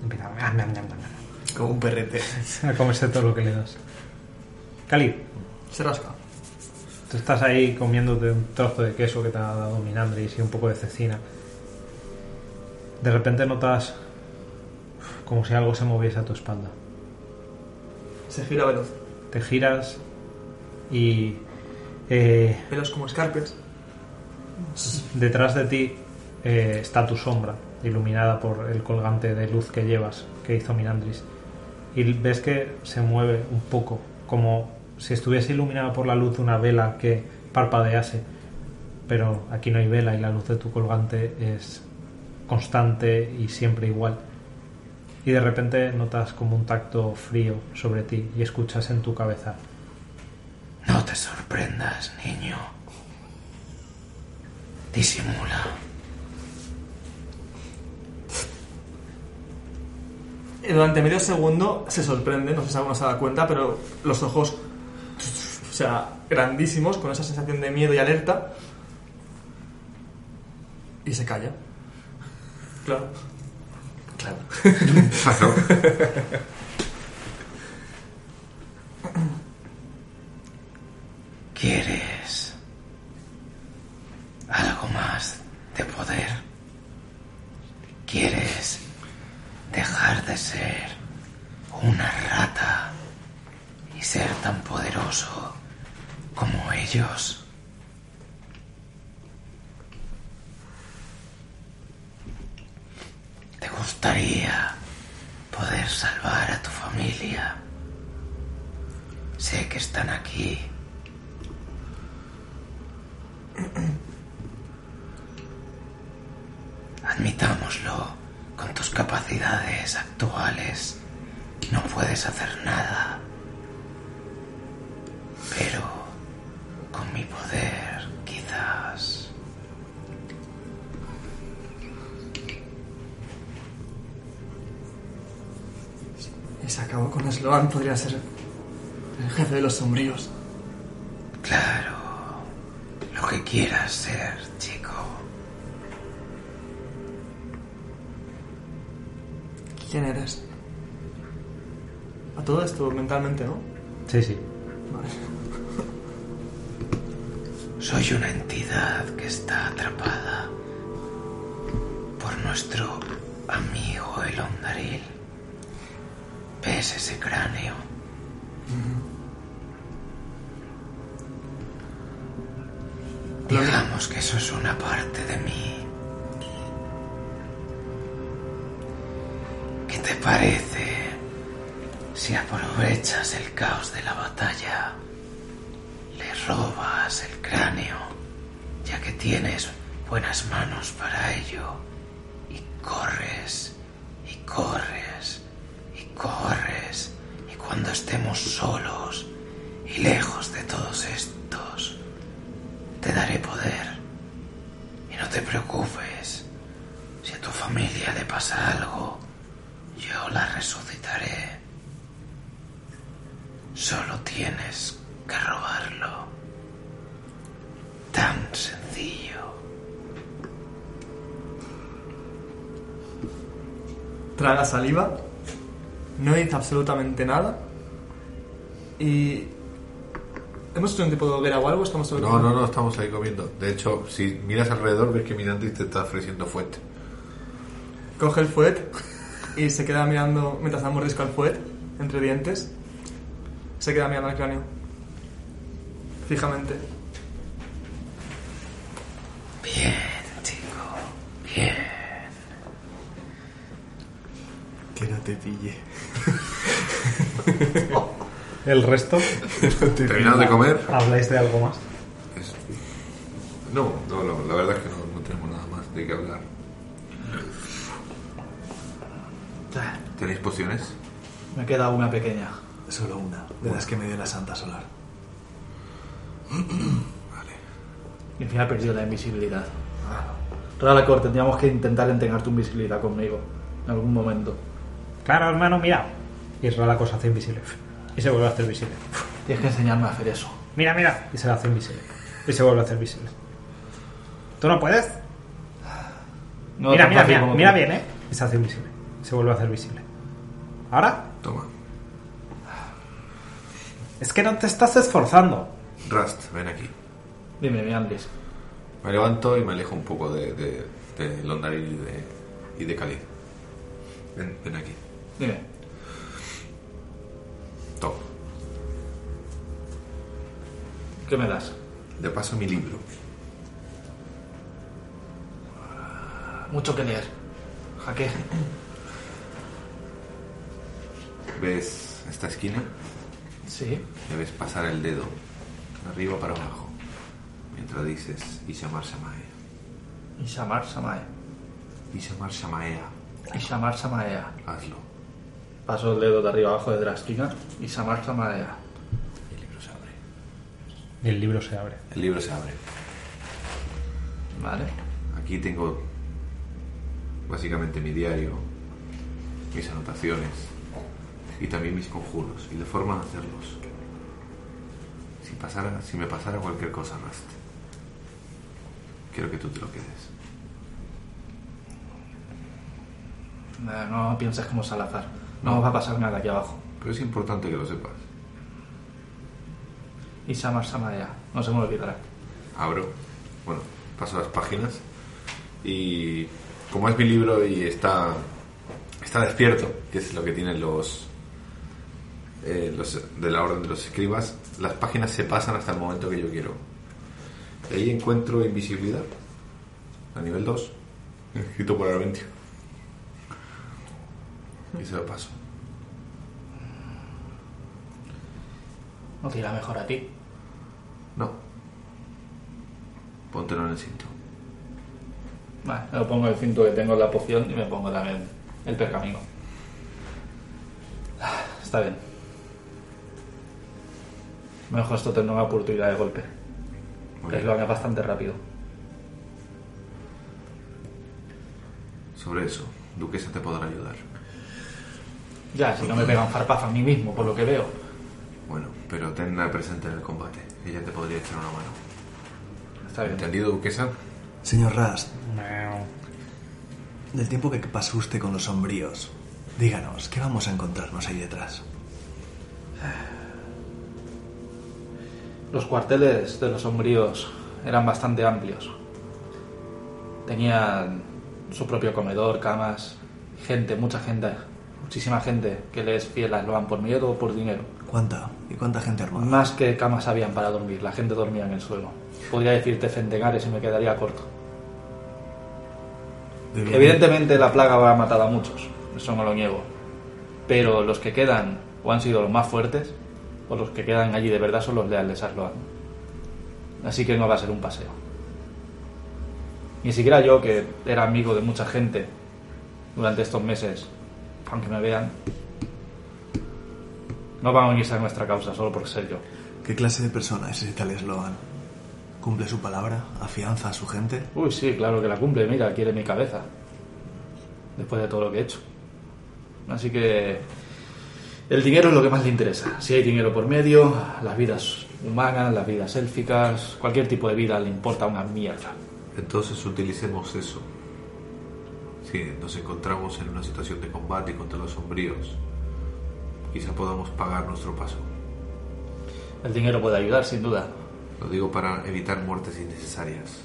A: Empieza a am, am, am, am.
E: Como un perrete.
A: a comerse todo lo que le das. Cali,
F: Se rasca.
A: tú estás ahí comiéndote un trozo de queso que te ha dado Minandris y un poco de cecina. De repente notas como si algo se moviese a tu espalda.
F: Se gira veloz.
A: Te giras y eh,
F: Pelos como escarpes.
A: detrás de ti eh, está tu sombra, iluminada por el colgante de luz que llevas, que hizo Minandris. Y ves que se mueve un poco, como si estuviese iluminada por la luz de una vela que parpadease. Pero aquí no hay vela y la luz de tu colgante es constante y siempre igual. Y de repente notas como un tacto frío sobre ti y escuchas en tu cabeza.
L: No te sorprendas, niño. Disimula.
F: Y durante medio segundo se sorprende, no sé si alguno se da cuenta, pero los ojos, o sea, grandísimos, con esa sensación de miedo y alerta. Y se calla. Claro.
D: Claro.
L: ¿Quieres algo más de poder? ¿Quieres dejar de ser una rata y ser tan poderoso como ellos? ¿Te gustaría poder salvar a tu familia? Sé que están aquí Admitámoslo, con tus capacidades actuales no puedes hacer nada. Pero con mi poder, quizás...
F: Y se acabó con Sloan, podría ser el jefe de los sombríos.
L: Claro, lo que quieras ser, chico.
F: ¿Quién eres? A todo esto mentalmente, ¿no?
A: Sí, sí.
F: Vale.
L: Soy una entidad que está atrapada por nuestro amigo el Ondaril. ¿Ves ese cráneo? Digamos que eso es una parte de mí. ¿Qué te parece si aprovechas el caos de la batalla? Le robas el cráneo, ya que tienes buenas manos para ello, y corres, y corres, y corres, y cuando estemos solos y lejos de todos estos, te daré poder. Y no te preocupes, si a tu familia le pasa algo, yo la resucitaré. Solo tienes que robarlo. Tan sencillo.
F: traga saliva, no dice absolutamente nada. Y. ¿Hemos hecho un tipo de hoguera o algo? Estamos sobre-
D: No, no, no, estamos ahí comiendo. De hecho, si miras alrededor, ves que Miranda te está ofreciendo fuente.
F: Coge el fuet y se queda mirando mientras da un mordisco al fuet, entre dientes. Se queda mirando al cráneo. Fijamente.
L: Bien, chico. Bien.
C: Que no te pille.
A: El resto,
D: Terminando de comer.
A: ¿habláis de algo más?
D: es- No, no, no, la verdad es que no, no tenemos nada más de qué hablar. ¿Tenéis pociones?
B: Me queda una pequeña.
E: Solo una, de las que me dio la Santa
D: *clears throat*
E: Solar.
B: Y al final perdió la invisibilidad. Ah. Ralacor, tendríamos que intentar entrenar tu invisibilidad conmigo. En algún momento.
A: Claro, hermano, mira. Y es la cosa, hace invisible. Y se vuelve a hacer visible.
B: Tienes que enseñarme a hacer eso.
A: Mira, mira. Y se la hace invisible. Y se vuelve a hacer visible. ¿Tú no puedes?
B: No
A: mira,
B: tan
A: mira,
B: fácil
A: mira,
B: como
A: mira
B: tú.
A: bien, ¿eh? Y se hace invisible. Y se vuelve a hacer visible. ¿Ahora?
D: Toma.
A: Es que no te estás esforzando.
D: Rust, ven aquí.
B: Dime, mi Andrés.
D: Me levanto y me alejo un poco de, de, de Londaril y de, y de Khalid. Ven, ven aquí.
B: Dime.
D: Toma.
B: ¿Qué me das?
D: Le paso mi libro.
B: Mucho que leer. Jaque. *laughs*
D: ¿Ves esta esquina?
B: Sí.
D: Debes pasar el dedo de arriba para abajo mientras dices y llamar Samaea.
B: Y llamar Samae.
D: Y llamar Samaea.
B: Y llamar Samaea.
D: Hazlo.
B: Paso el dedo de arriba abajo de la esquina. Y llamar Samaea.
D: El libro se abre.
A: Y el libro se abre.
D: El libro se abre.
B: Vale.
D: Aquí tengo básicamente mi diario, mis anotaciones y también mis conjuros y la forma de hacerlos. Si, pasara, si me pasara cualquier cosa, Rast, quiero que tú te lo quedes.
B: Nada, Eh, No pienses como Salazar. No va a pasar nada aquí abajo.
D: Pero es importante que lo sepas.
B: Y llamar Samaea. No se me olvidará.
D: abro, bueno, paso las páginas y como es mi libro y está está despierto, que es lo que tienen los eh, los de la orden de los escribas, las páginas se pasan hasta el momento que yo quiero. Y ahí encuentro invisibilidad a nivel 2, escrito por Arabentio. Y se lo paso.
B: No te irá mejor a ti.
D: No. Póntelo en el cinto.
B: Vale, me lo pongo el cinto que tengo en la poción y me pongo también el pergamino. Ah, Está bien. Mejor esto tener una oportunidad de golpe.
D: Muy
B: Que
D: bien.
B: lo haga bastante rápido.
D: Sobre eso, Duquesa te podrá ayudar.
B: Ya, si no me pegan farpaz a mí mismo, por lo que veo.
D: Bueno, pero tenla presente en el combate. Ella te podría echar una mano.
B: Está bien.
D: ¿Entendido, duquesa?
E: Señor Rast, del tiempo que pasó usted con los sombríos, díganos, ¿qué vamos a encontrarnos ahí detrás?
B: Los cuarteles de los sombríos eran bastante amplios. Tenían su propio comedor, camas, gente, mucha gente, muchísima gente que les fielas lo dan por miedo o por dinero.
E: ¿Cuánta? ¿Y cuánta gente armada?
B: Más que camas habían para dormir, la gente dormía en el suelo. Podría decirte centenares y me quedaría corto.
E: Debían-
B: Evidentemente la plaga habrá matado a muchos, eso no lo niego. Pero los que quedan o han sido los más fuertes, o los que quedan allí de verdad son los leales a Arloan. Así que no va a ser un paseo. Ni siquiera yo, que era amigo de mucha gente durante estos meses, aunque me vean, no van a unirse a nuestra causa solo por ser yo.
E: ¿Qué clase de persona es ese tal Sloan? ¿Cumple su palabra? ¿Afianza a su gente?
B: Uy, sí, claro que la cumple, mira, quiere mi cabeza. Después de todo lo que he hecho. Así que el dinero es lo que más le interesa. Si hay dinero por medio, las vidas humanas, las vidas élficas, cualquier tipo de vida le importa una mierda.
D: Entonces utilicemos eso. Si nos encontramos en una situación de combate contra los sombríos, quizá podamos pagar nuestro paso.
B: El dinero puede ayudar, sin duda.
D: Lo digo para evitar muertes innecesarias.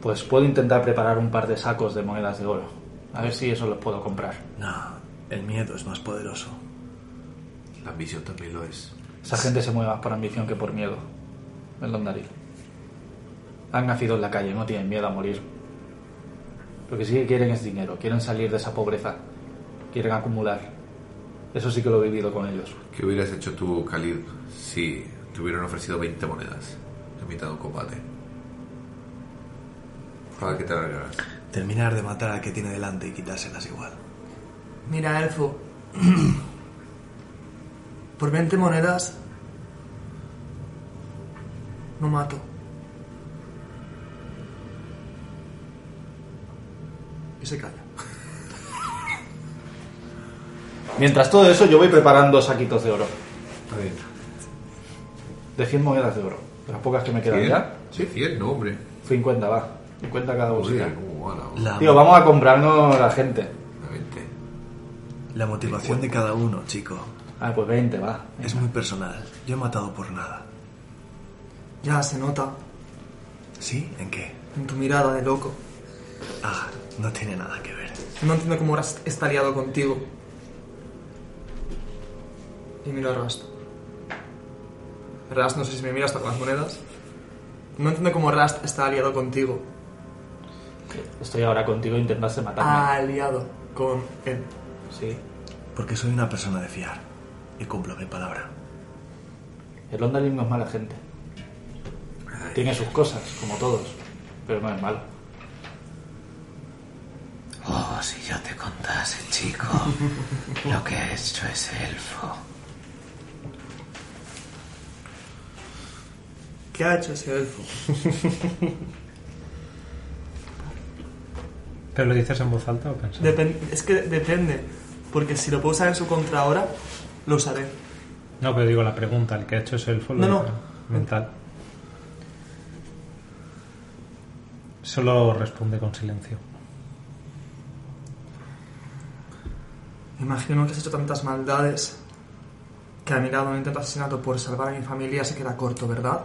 B: Pues puedo intentar preparar un par de sacos de monedas de oro. A ver si eso los puedo comprar.
E: No, el miedo es más poderoso.
D: La ambición también lo es.
B: Esa gente se mueve más por ambición que por miedo. El Londaril. Han nacido en la calle, no tienen miedo a morir. Lo que sí que quieren es dinero, quieren salir de esa pobreza, quieren acumular. Eso sí que lo he vivido con ellos.
D: ¿Qué hubieras hecho tú, Khalid, si te hubieran ofrecido 20 monedas en mitad de un combate? Para que te largaras.
E: Terminar de matar al que tiene delante y quitárselas igual.
F: Mira, Elfo. *clears throat* Por 20 monedas. No mato. Y se calla.
B: Mientras todo eso, yo voy preparando saquitos de oro.
D: Está bien.
B: De 100 monedas de oro. De las pocas que me quedan ya.
D: Sí, 100, no, hombre.
B: 50, va. 50 cada bolsita.
D: Joder, cómo va la-
E: La,
B: Tío, vamos a comprarnos la gente.
D: la 20.
E: la motivación de cada uno, chico,
B: Ah, pues 20, va.
E: es muy personal. Yo he matado por nada.
F: Ya se nota
E: ¿Sí? ¿En qué?
F: en tu mirada de loco.
E: Ah, no tiene nada que ver.
F: No entiendo cómo ahora está liado contigo. Y miro a Rast. Rast, no sé si me mira hasta con las monedas. No entiendo cómo Rast está aliado contigo.
B: Estoy ahora contigo intentándose matarme.
F: Ah. Aliado con él.
B: Sí.
E: Porque soy una persona de fiar y cumplo mi palabra.
B: El Ondaling no es mala gente. Tiene sus cosas, como todos, pero no es malo.
L: Oh, si yo te contase,
E: *laughs*
L: chico, lo que ha hecho ese elfo.
F: ¿Qué ha hecho ese elfo?
A: ¿Pero lo dices en voz alta o pensando?
F: Depen- es que depende. Porque si lo puedo usar en su contra ahora, lo usaré.
A: No, pero digo la pregunta, el que ha hecho es el follow
F: No, no.
A: dice, mental. Solo responde con silencio.
F: Me imagino que has hecho tantas maldades que a mi lado un intento de asesinato por salvar a mi familia se queda corto, ¿verdad?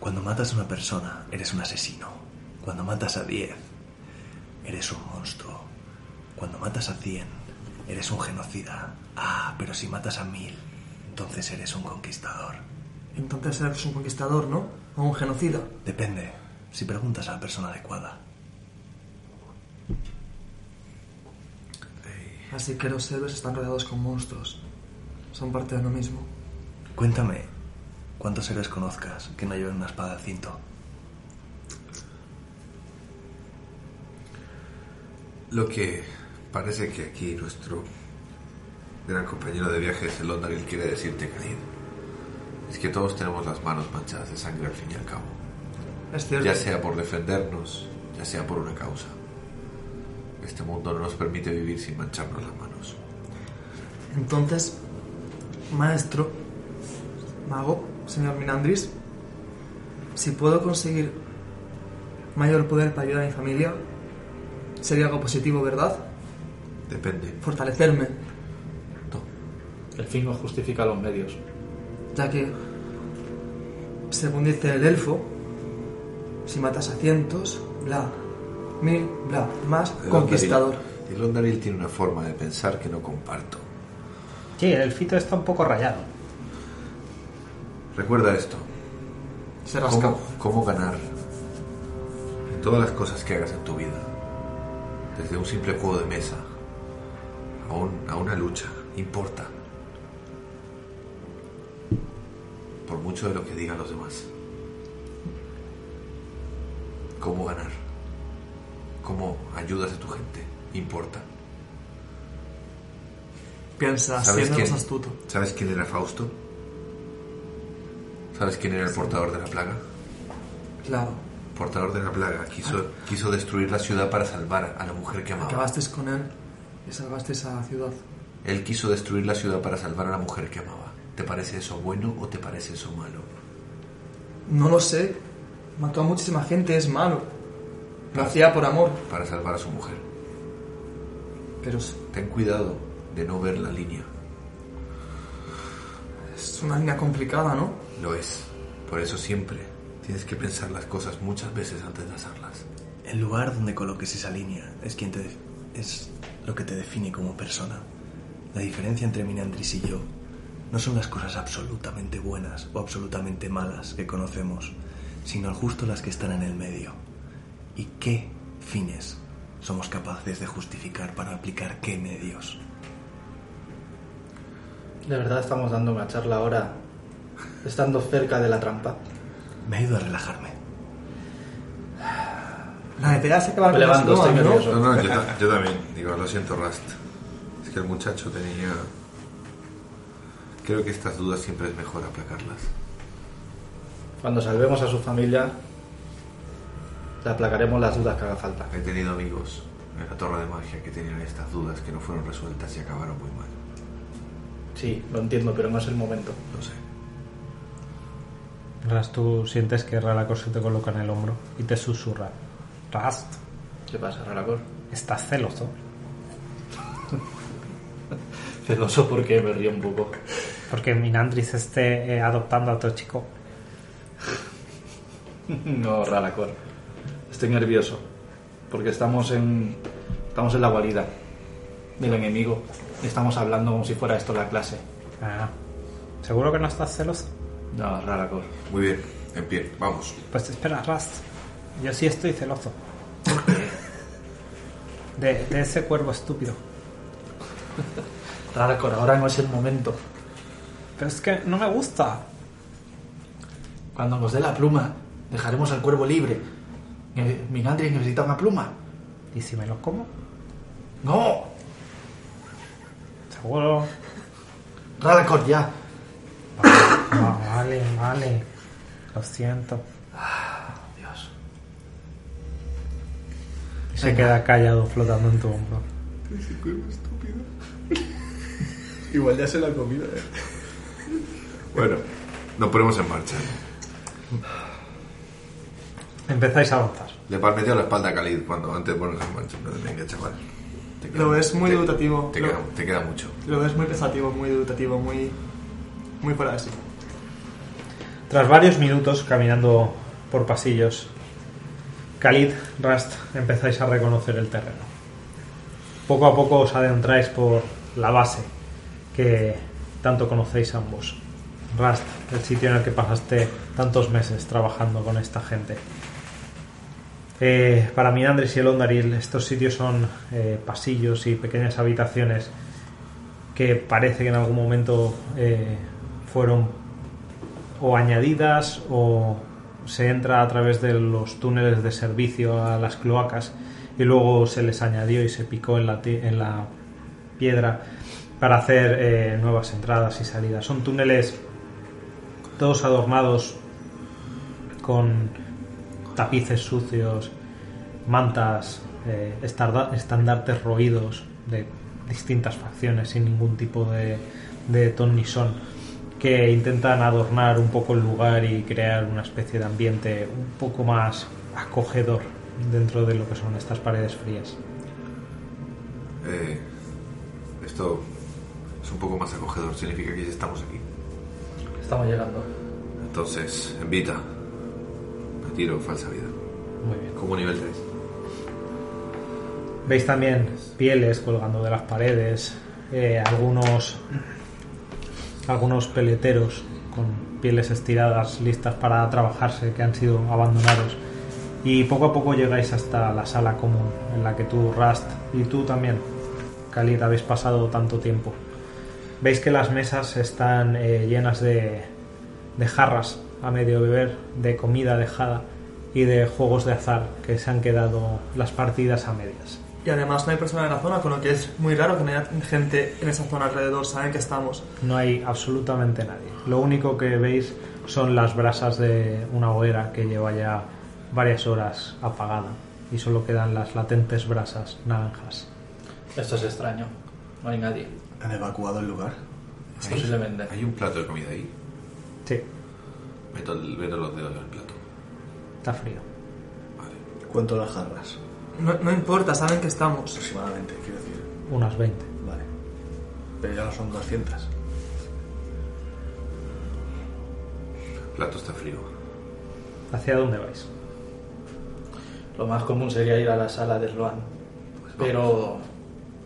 E: Cuando matas a una persona, eres un asesino. Cuando matas a 10, eres un monstruo. Cuando matas a 100, eres un genocida. Ah, pero si matas a 1000, entonces eres un conquistador.
F: Entonces eres un conquistador, ¿no? O un genocida.
E: Depende si preguntas a la persona adecuada.
F: Así que los héroes están rodeados con monstruos. Son parte de lo mismo.
E: Cuéntame cuántos héroes conozcas que no lleven una espada al cinto.
D: Lo que parece que aquí nuestro gran compañero de viajes, el Ondaril, quiere decirte, Khalid, es que todos tenemos las manos manchadas de sangre al fin y al cabo.
F: Es cierto.
D: Ya sea por defendernos, ya sea por una causa. Este mundo no nos permite vivir sin mancharnos las manos.
F: Entonces, maestro, mago, señor Minandris, si puedo conseguir mayor poder para ayudar a mi familia, sería algo positivo, ¿verdad?
D: Depende.
F: Fortalecerme,
D: No.
B: El fin no justifica los medios.
F: ya que, según dice el elfo, si matas a cientos, bla, mil, bla, más
D: El
F: conquistador.
D: Ondaril- El Ondaril tiene una forma de pensar que no comparto.
A: Sí, el fito está un poco rayado.
D: Recuerda esto.
F: Se rasca.
D: ¿Cómo, cómo ganar en todas las cosas que hagas en tu vida? Desde un simple juego de mesa a, un- a una lucha. Importa. Por mucho de lo que digan los demás. ¿Cómo ganar? ¿Cómo ayudas a tu gente? Importa.
F: Piensa,
D: ¿Sabes
F: siendo
D: quién?
F: más astuto.
D: ¿Sabes quién era Fausto? ¿Sabes quién era el portador de la plaga?
F: Claro.
D: Portador de la plaga quiso, quiso destruir la ciudad para salvar a la mujer que amaba.
F: Acabasteis con él y salvasteis a la ciudad.
D: Él quiso destruir la ciudad para salvar a la mujer que amaba. ¿Te parece eso bueno o te parece eso malo?
F: No lo sé. Mató a muchísima gente, es malo. Lo hacía por amor,
D: Para salvar a su mujer.
F: pero es-
D: Ten cuidado de no ver la línea.
F: es una línea complicada, ¿no?
D: Lo es. Por eso siempre tienes que pensar las cosas muchas veces antes de hacerlas.
E: El lugar donde coloques esa línea es, quien te, def- es lo que te define como persona. La diferencia entre Minandris y yo no son las cosas absolutamente buenas o absolutamente malas que conocemos, sino justo las que están en el medio. ¿Y qué fines somos capaces de justificar para aplicar qué medios?
B: De verdad estamos dando una charla ahora, estando cerca de la trampa.
E: Me he ido a relajarme.
F: La de pegarse acabar
B: Me
F: con las
B: levanto, estoy
F: loas, ¿no?
B: nervioso.
D: No, no, yo, ta- yo también. Digo, lo siento, Rust. Es que el muchacho tenía... Creo que estas dudas siempre es mejor aplacarlas.
B: Cuando salvemos a su familia, le aplacaremos las dudas que haga falta.
D: He tenido amigos en la torre de magia que tenían estas dudas que no fueron resueltas y acabaron muy mal.
B: Sí, lo entiendo, pero no es el momento.
D: No sé.
A: Rast, tú sientes que Ralacor te coloca en el hombro y te susurra. Rast,
B: ¿Qué pasa, Raracor?
A: estás celoso.
B: Celoso porque me río un poco.
A: Porque Minandris esté eh, adoptando a otro chico.
B: No, Ralacor. Estoy nervioso. Porque estamos en. Estamos en la guarida del enemigo. Estamos hablando como si fuera esto la clase.
A: Ah, ¿seguro que no estás celoso?
B: No, Ralacor.
D: Muy bien, en pie, vamos.
A: Pues espera, Rast. Yo sí estoy celoso. *laughs* De, de ese cuervo estúpido.
B: Ralacor, ahora no es el momento.
A: Pero es que no me gusta.
B: Cuando nos dé la pluma, dejaremos al cuervo libre. Ne- Minandris necesita una pluma.
A: ¿Y si me lo como?
B: ¡No!
A: Seguro.
B: Ralacor, ya.
A: Ah, vale, vale. Lo siento.
B: Dios.
A: Y se queda callado flotando en tu hombro.
G: Igual ya se la ha comido, eh.
D: Bueno, nos ponemos en marcha.
A: Empezáis a avanzar.
D: Le palmeteo la espalda a Khalid cuando antes de ponernos en marcha. No, venga, chaval. Te
F: Lo es muy
D: te-
F: dubitativo.
D: Te,
F: Lo-
D: queda, te queda mucho.
F: Lo ves muy pensativo, muy dudativo, muy. muy fuera de sí.
A: Tras varios minutos caminando por pasillos, Khalid, Rast, empezáis a reconocer el terreno. Poco a poco os adentráis por la base que tanto conocéis ambos. Rast, el sitio en el que pasaste tantos meses trabajando con esta gente. Eh, para mí, Andrés y el Ondaril, estos sitios son eh, pasillos y pequeñas habitaciones que parece que en algún momento eh, fueron o añadidas o se entra a través de los túneles de servicio a las cloacas y luego se les añadió y se picó en la, ti- en la piedra para hacer eh, nuevas entradas y salidas. Son túneles todos adornados con tapices sucios, mantas, eh, estarda- estandartes roídos de distintas facciones sin ningún tipo de, de ton ni son que intentan adornar un poco el lugar y crear una especie de ambiente un poco más acogedor dentro de lo que son estas paredes frías.
D: Eh, esto es un poco más acogedor. Significa que ya estamos aquí.
B: Estamos llegando.
D: Entonces, invita. Retiro falsa vida.
A: Muy bien.
D: Como nivel 3.
A: Veis también pieles colgando de las paredes, eh, algunos algunos peleteros con pieles estiradas, listas para trabajarse, que han sido abandonados. Y poco a poco llegáis hasta la sala común en la que tú, Rust, y tú también, Khalid, habéis pasado tanto tiempo. Veis que las mesas están eh, llenas de, de jarras a medio beber, de comida dejada y de juegos de azar que se han quedado las partidas a medias.
F: Y además no hay persona en la zona, con lo que es muy raro que no haya gente en esa zona alrededor, saben que estamos.
A: No hay absolutamente nadie. Lo único que veis son las brasas de una hoguera que lleva ya varias horas apagada y solo quedan las latentes brasas naranjas.
B: Esto es extraño. No hay nadie.
E: ¿Han evacuado el lugar?
B: Posiblemente.
D: Hay un plato de comida ahí.
A: Sí,
D: Meto, el- meto los dedos en el plato.
A: está frío.
E: ¿Cuánto las jarras?
F: No, no importa, saben que estamos.
E: Aproximadamente, quiero decir.
A: Unas 20.
E: Vale. Pero ya no son 200.
D: El plato está frío.
A: ¿Hacia dónde vais?
B: Lo más común sería ir a la sala de Sloan. Pero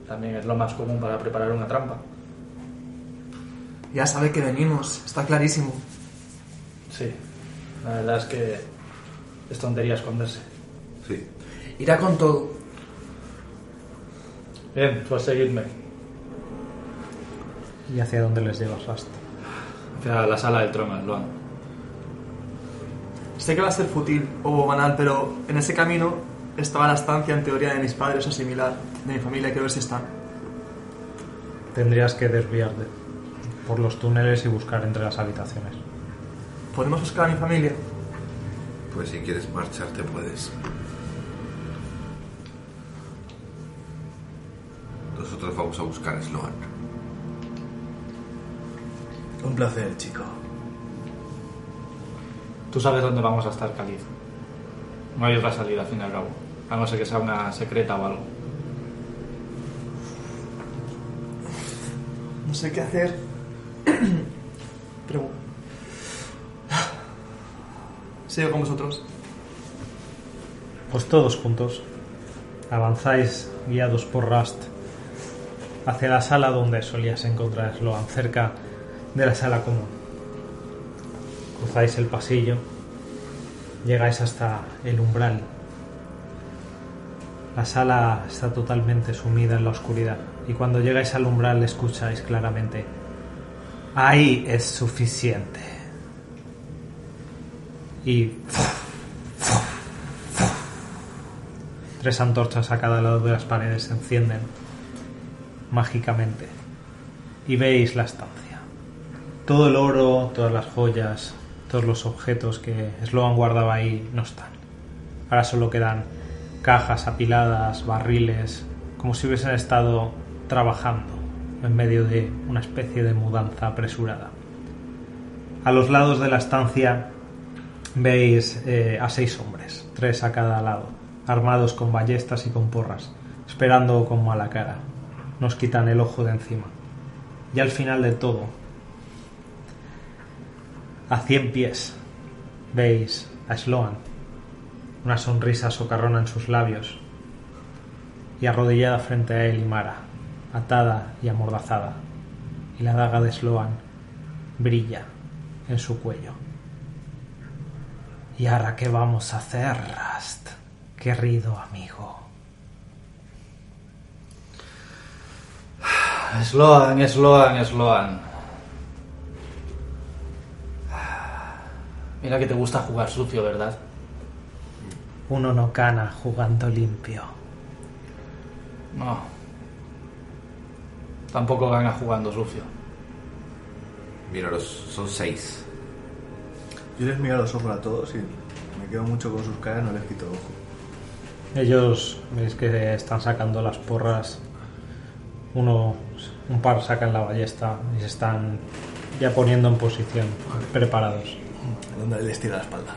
B: también es lo más común para preparar una trampa.
F: Ya sabe que venimos, está clarísimo.
B: Sí. La verdad es que es tontería esconderse.
D: Sí.
F: Irá con todo.
B: Bien, pues seguidme.
A: ¿Y hacia dónde les llevas Rust?
B: Hacia la sala del trono de Sloan.
F: Sé que va a ser fútil o banal, pero en ese camino estaba la estancia en teoría de mis padres o similar, de mi familia, quiero ver si están.
A: Tendrías que desviarte por los túneles y buscar entre las habitaciones.
F: ¿Podemos buscar a mi familia?
D: Pues si quieres marcharte puedes. Nosotros vamos a buscar a Sloan.
E: Un placer, chico.
B: Tú sabes dónde vamos a estar, Khalid. No hay otra salida, al fin y al cabo. A no ser que sea una secreta o algo.
F: No sé qué hacer. *clears throat* pero... *sighs* Sigo con vosotros.
A: Pues todos juntos avanzáis guiados por Rust hacia la sala donde solías encontrar a Sloan, cerca de la sala común. Cruzáis el pasillo, llegáis hasta el umbral. La sala está totalmente sumida en la oscuridad y cuando llegáis al umbral escucháis claramente, ahí es suficiente. Y Tres antorchas a cada lado de las paredes se encienden mágicamente. Y veis la estancia. Todo el oro, todas las joyas, todos los objetos que Sloan guardaba ahí no están. Ahora solo quedan cajas apiladas, barriles, como si hubiesen estado trabajando en medio de una especie de mudanza apresurada. A los lados de la estancia veis eh, a seis hombres, tres a cada lado, armados con ballestas y con porras, esperando con mala cara. Nos quitan el ojo de encima. Y al final de todo, a cien pies, veis a Sloan, una sonrisa socarrona en sus labios, y arrodillada frente a él y Mara, atada y amordazada, y la daga de Sloan brilla en su cuello. ¿Y ahora qué vamos a hacer, Rast? Querido amigo.
B: Sloan, Sloan, Sloan. Mira que te gusta jugar sucio, ¿verdad?
A: Uno no cana jugando limpio.
B: No. Tampoco gana jugando sucio.
D: Míralos, son seis.
E: Yo les miro a los ojos a todos y me quedo mucho con sus caras, no les quito ojo.
A: Ellos veis que están sacando las porras. Uno, un par sacan la ballesta y se están ya poniendo en posición, preparados.
E: Donde les tira la espalda.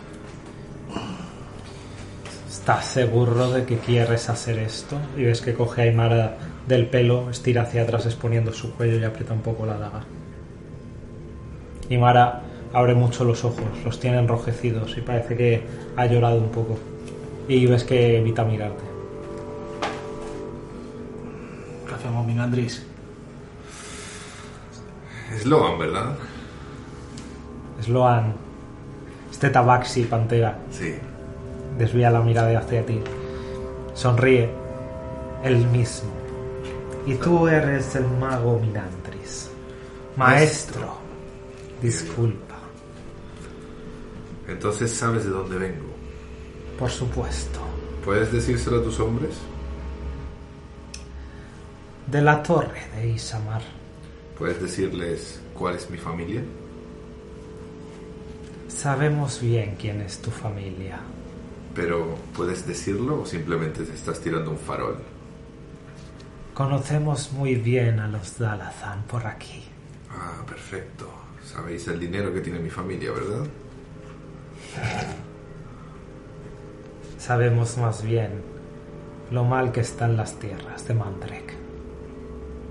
A: ¿Estás seguro de que quieres hacer esto? Y ves que coge a Aymara del pelo, estira hacia atrás exponiendo su cuello y aprieta un poco la daga. Aymara abre mucho los ojos, los tiene enrojecidos y parece que ha llorado un poco. Y ves que evita mirarte.
B: ¿Qué hacemos, Minandris?
D: Sloan, ¿verdad?
A: Sloan, este tabaxi pantera,
D: Sí.
A: desvía la mirada hacia ti. Sonríe. El mismo. Y tú eres el mago Minantris. Maestro. Disculpa.
D: Entonces sabes de dónde vengo.
A: Por supuesto.
D: ¿Puedes decírselo a tus hombres?
A: De la torre de Isamar.
D: ¿Puedes decirles cuál es mi familia?
A: Sabemos bien quién es tu familia.
D: Pero ¿puedes decirlo o simplemente te estás tirando un farol?
A: Conocemos muy bien a los Dalazan por aquí.
D: Ah, perfecto. Sabéis el dinero que tiene mi familia, ¿verdad?
A: Sabemos más bien lo mal que están las tierras de Mantrek.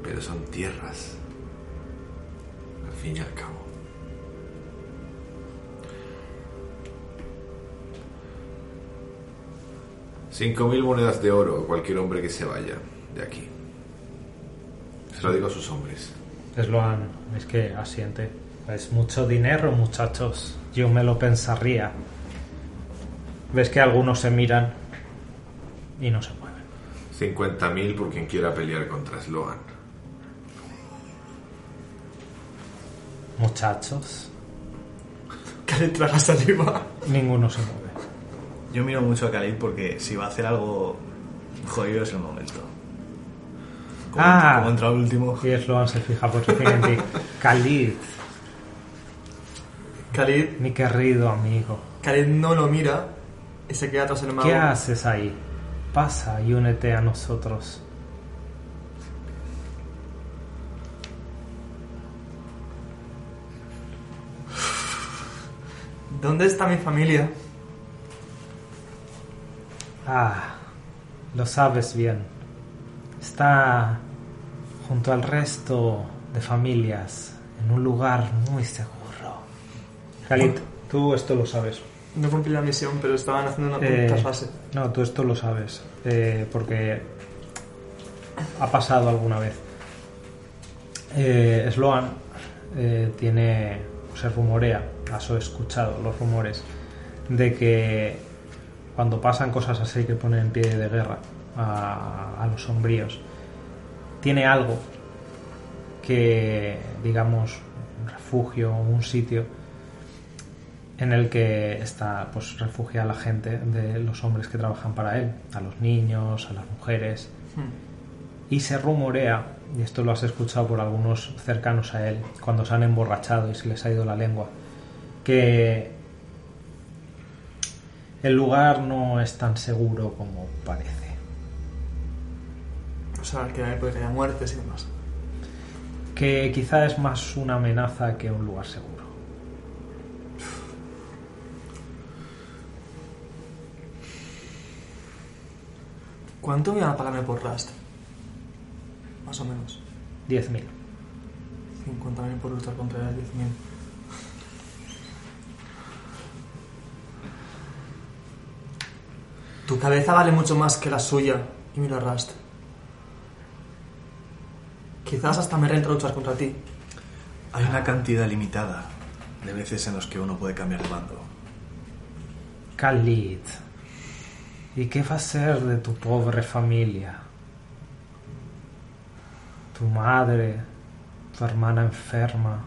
D: Pero son tierras. Al fin y al cabo. Cinco mil monedas de oro a cualquier hombre que se vaya de aquí. Se lo digo a sus hombres.
A: Sloan, es que asiente. Es mucho dinero, muchachos. Yo me lo pensaría. Ves que algunos se miran y no se mueven.
D: 50.000 por quien quiera pelear contra Sloan.
A: Muchachos,
F: Khalid traga saliva.
A: ninguno se mueve.
E: Yo miro mucho a Khalid porque si va a hacer algo jodido es el momento. Como,
A: Ah.
E: como entra el último.
A: Y Sloan se fija por fin en ti. Khalid,
F: Khalid,
A: mi querido amigo.
F: Khalid no lo mira y se queda tras el mago.
A: ¿Qué haces ahí? Pasa y únete a nosotros.
F: ¿Dónde está mi familia?
A: Ah, lo sabes bien. Está junto al resto de familias en un lugar muy seguro. Khalid, tú esto lo sabes.
F: No cumplí la misión, pero estaban haciendo una
A: Eh,
F: puta fase.
A: no, tú esto lo sabes. eh, porque ha pasado alguna vez. Eh, Sloan eh, tiene. Se rumorea, has escuchado los rumores, de que cuando pasan cosas así que ponen en pie de guerra a, a los sombríos, tiene algo que, digamos, un refugio, un sitio en el que está pues refugia a la gente de los hombres que trabajan para él, a los niños, a las mujeres. Y se rumorea, y esto lo has escuchado por algunos cercanos a él, cuando se han emborrachado y se les ha ido la lengua, que el lugar no es tan seguro como parece.
F: O sea, que hay, pues, que haya muertes y demás.
A: Que quizá es más una amenaza que un lugar seguro.
F: ¿Cuánto me van a pagarme por Rust? Más o menos.
A: 10.000.
F: 50.000 por luchar contra las 10.000. Tu cabeza vale mucho más que la suya. Y mira a Rust. Quizás hasta me renta luchar contra ti.
E: Hay una cantidad limitada de veces en los que uno puede cambiar de bando.
A: Khalid, ¿y qué va a ser de tu pobre familia? Tu madre, tu hermana enferma.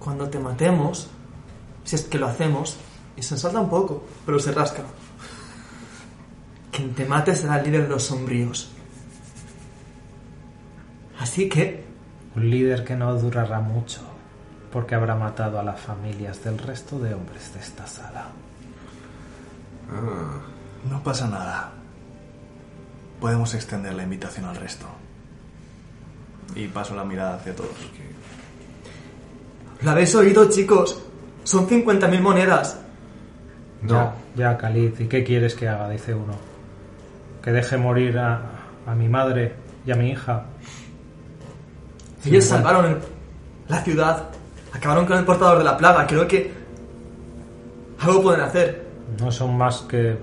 F: Cuando te matemos, si es que lo hacemos, y se ensalta un poco, pero se rasca. Quien te mate será el líder de los sombríos. Así que,
A: Un líder que no durará mucho, porque habrá matado a las familias del resto de hombres de esta sala.
D: Ah,
E: No pasa nada. Podemos extender la invitación al resto. Y paso la mirada hacia todos.
F: ¿lo habéis oído, chicos? Son 50.000 monedas.
A: Ya, ya, Khalid, ¿y qué quieres que haga? Dice uno. Que deje morir a, a mi madre y a mi hija.
F: Ellos salvaron el- la ciudad, acabaron con el portador de la plaga. Creo que algo pueden hacer.
A: No son más que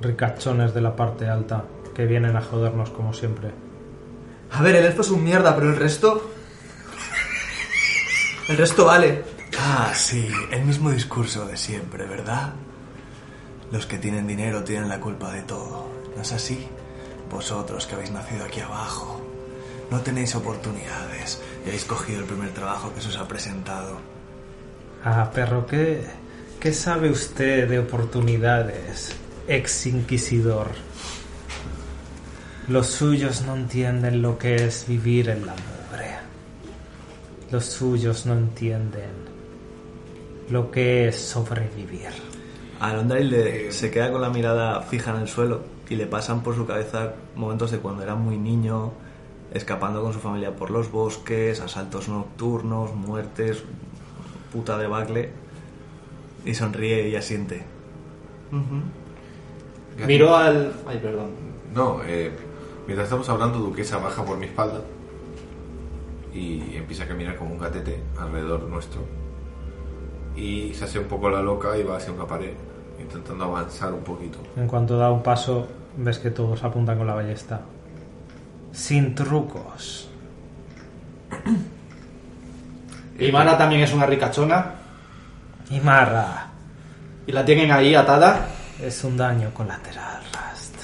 A: ricachones de la parte alta que vienen a jodernos como siempre.
F: A ver, el elfo es un mierda, pero el resto. El resto vale.
E: Ah, sí, el mismo discurso de siempre, ¿verdad? Los que tienen dinero tienen la culpa de todo. ¿No es así? Vosotros que habéis nacido aquí abajo, no tenéis oportunidades y habéis cogido el primer trabajo que se os ha presentado.
A: Ah, perro, ¿qué, qué sabe usted de oportunidades, ex inquisidor? Los suyos no entienden lo que es vivir en la mugre. Los suyos no entienden lo que es sobrevivir.
E: A Londres le, se queda con la mirada fija en el suelo y le pasan por su cabeza momentos de cuando era muy niño, escapando con su familia por los bosques, asaltos nocturnos, muertes, puta debacle. Y sonríe y asiente.
B: Miró al. Ay, perdón.
D: No, eh, mientras estamos hablando, Duquesa baja por mi espalda y empieza a caminar como un gatete alrededor nuestro. Y se hace un poco la loca y va hacia una pared, intentando avanzar un poquito.
A: En cuanto da un paso, ves que todos apuntan con la ballesta. Sin trucos.
B: Y Mara también es una ricachona.
A: Y Marra
B: Y la tienen ahí atada.
A: es un daño colateral, Rust.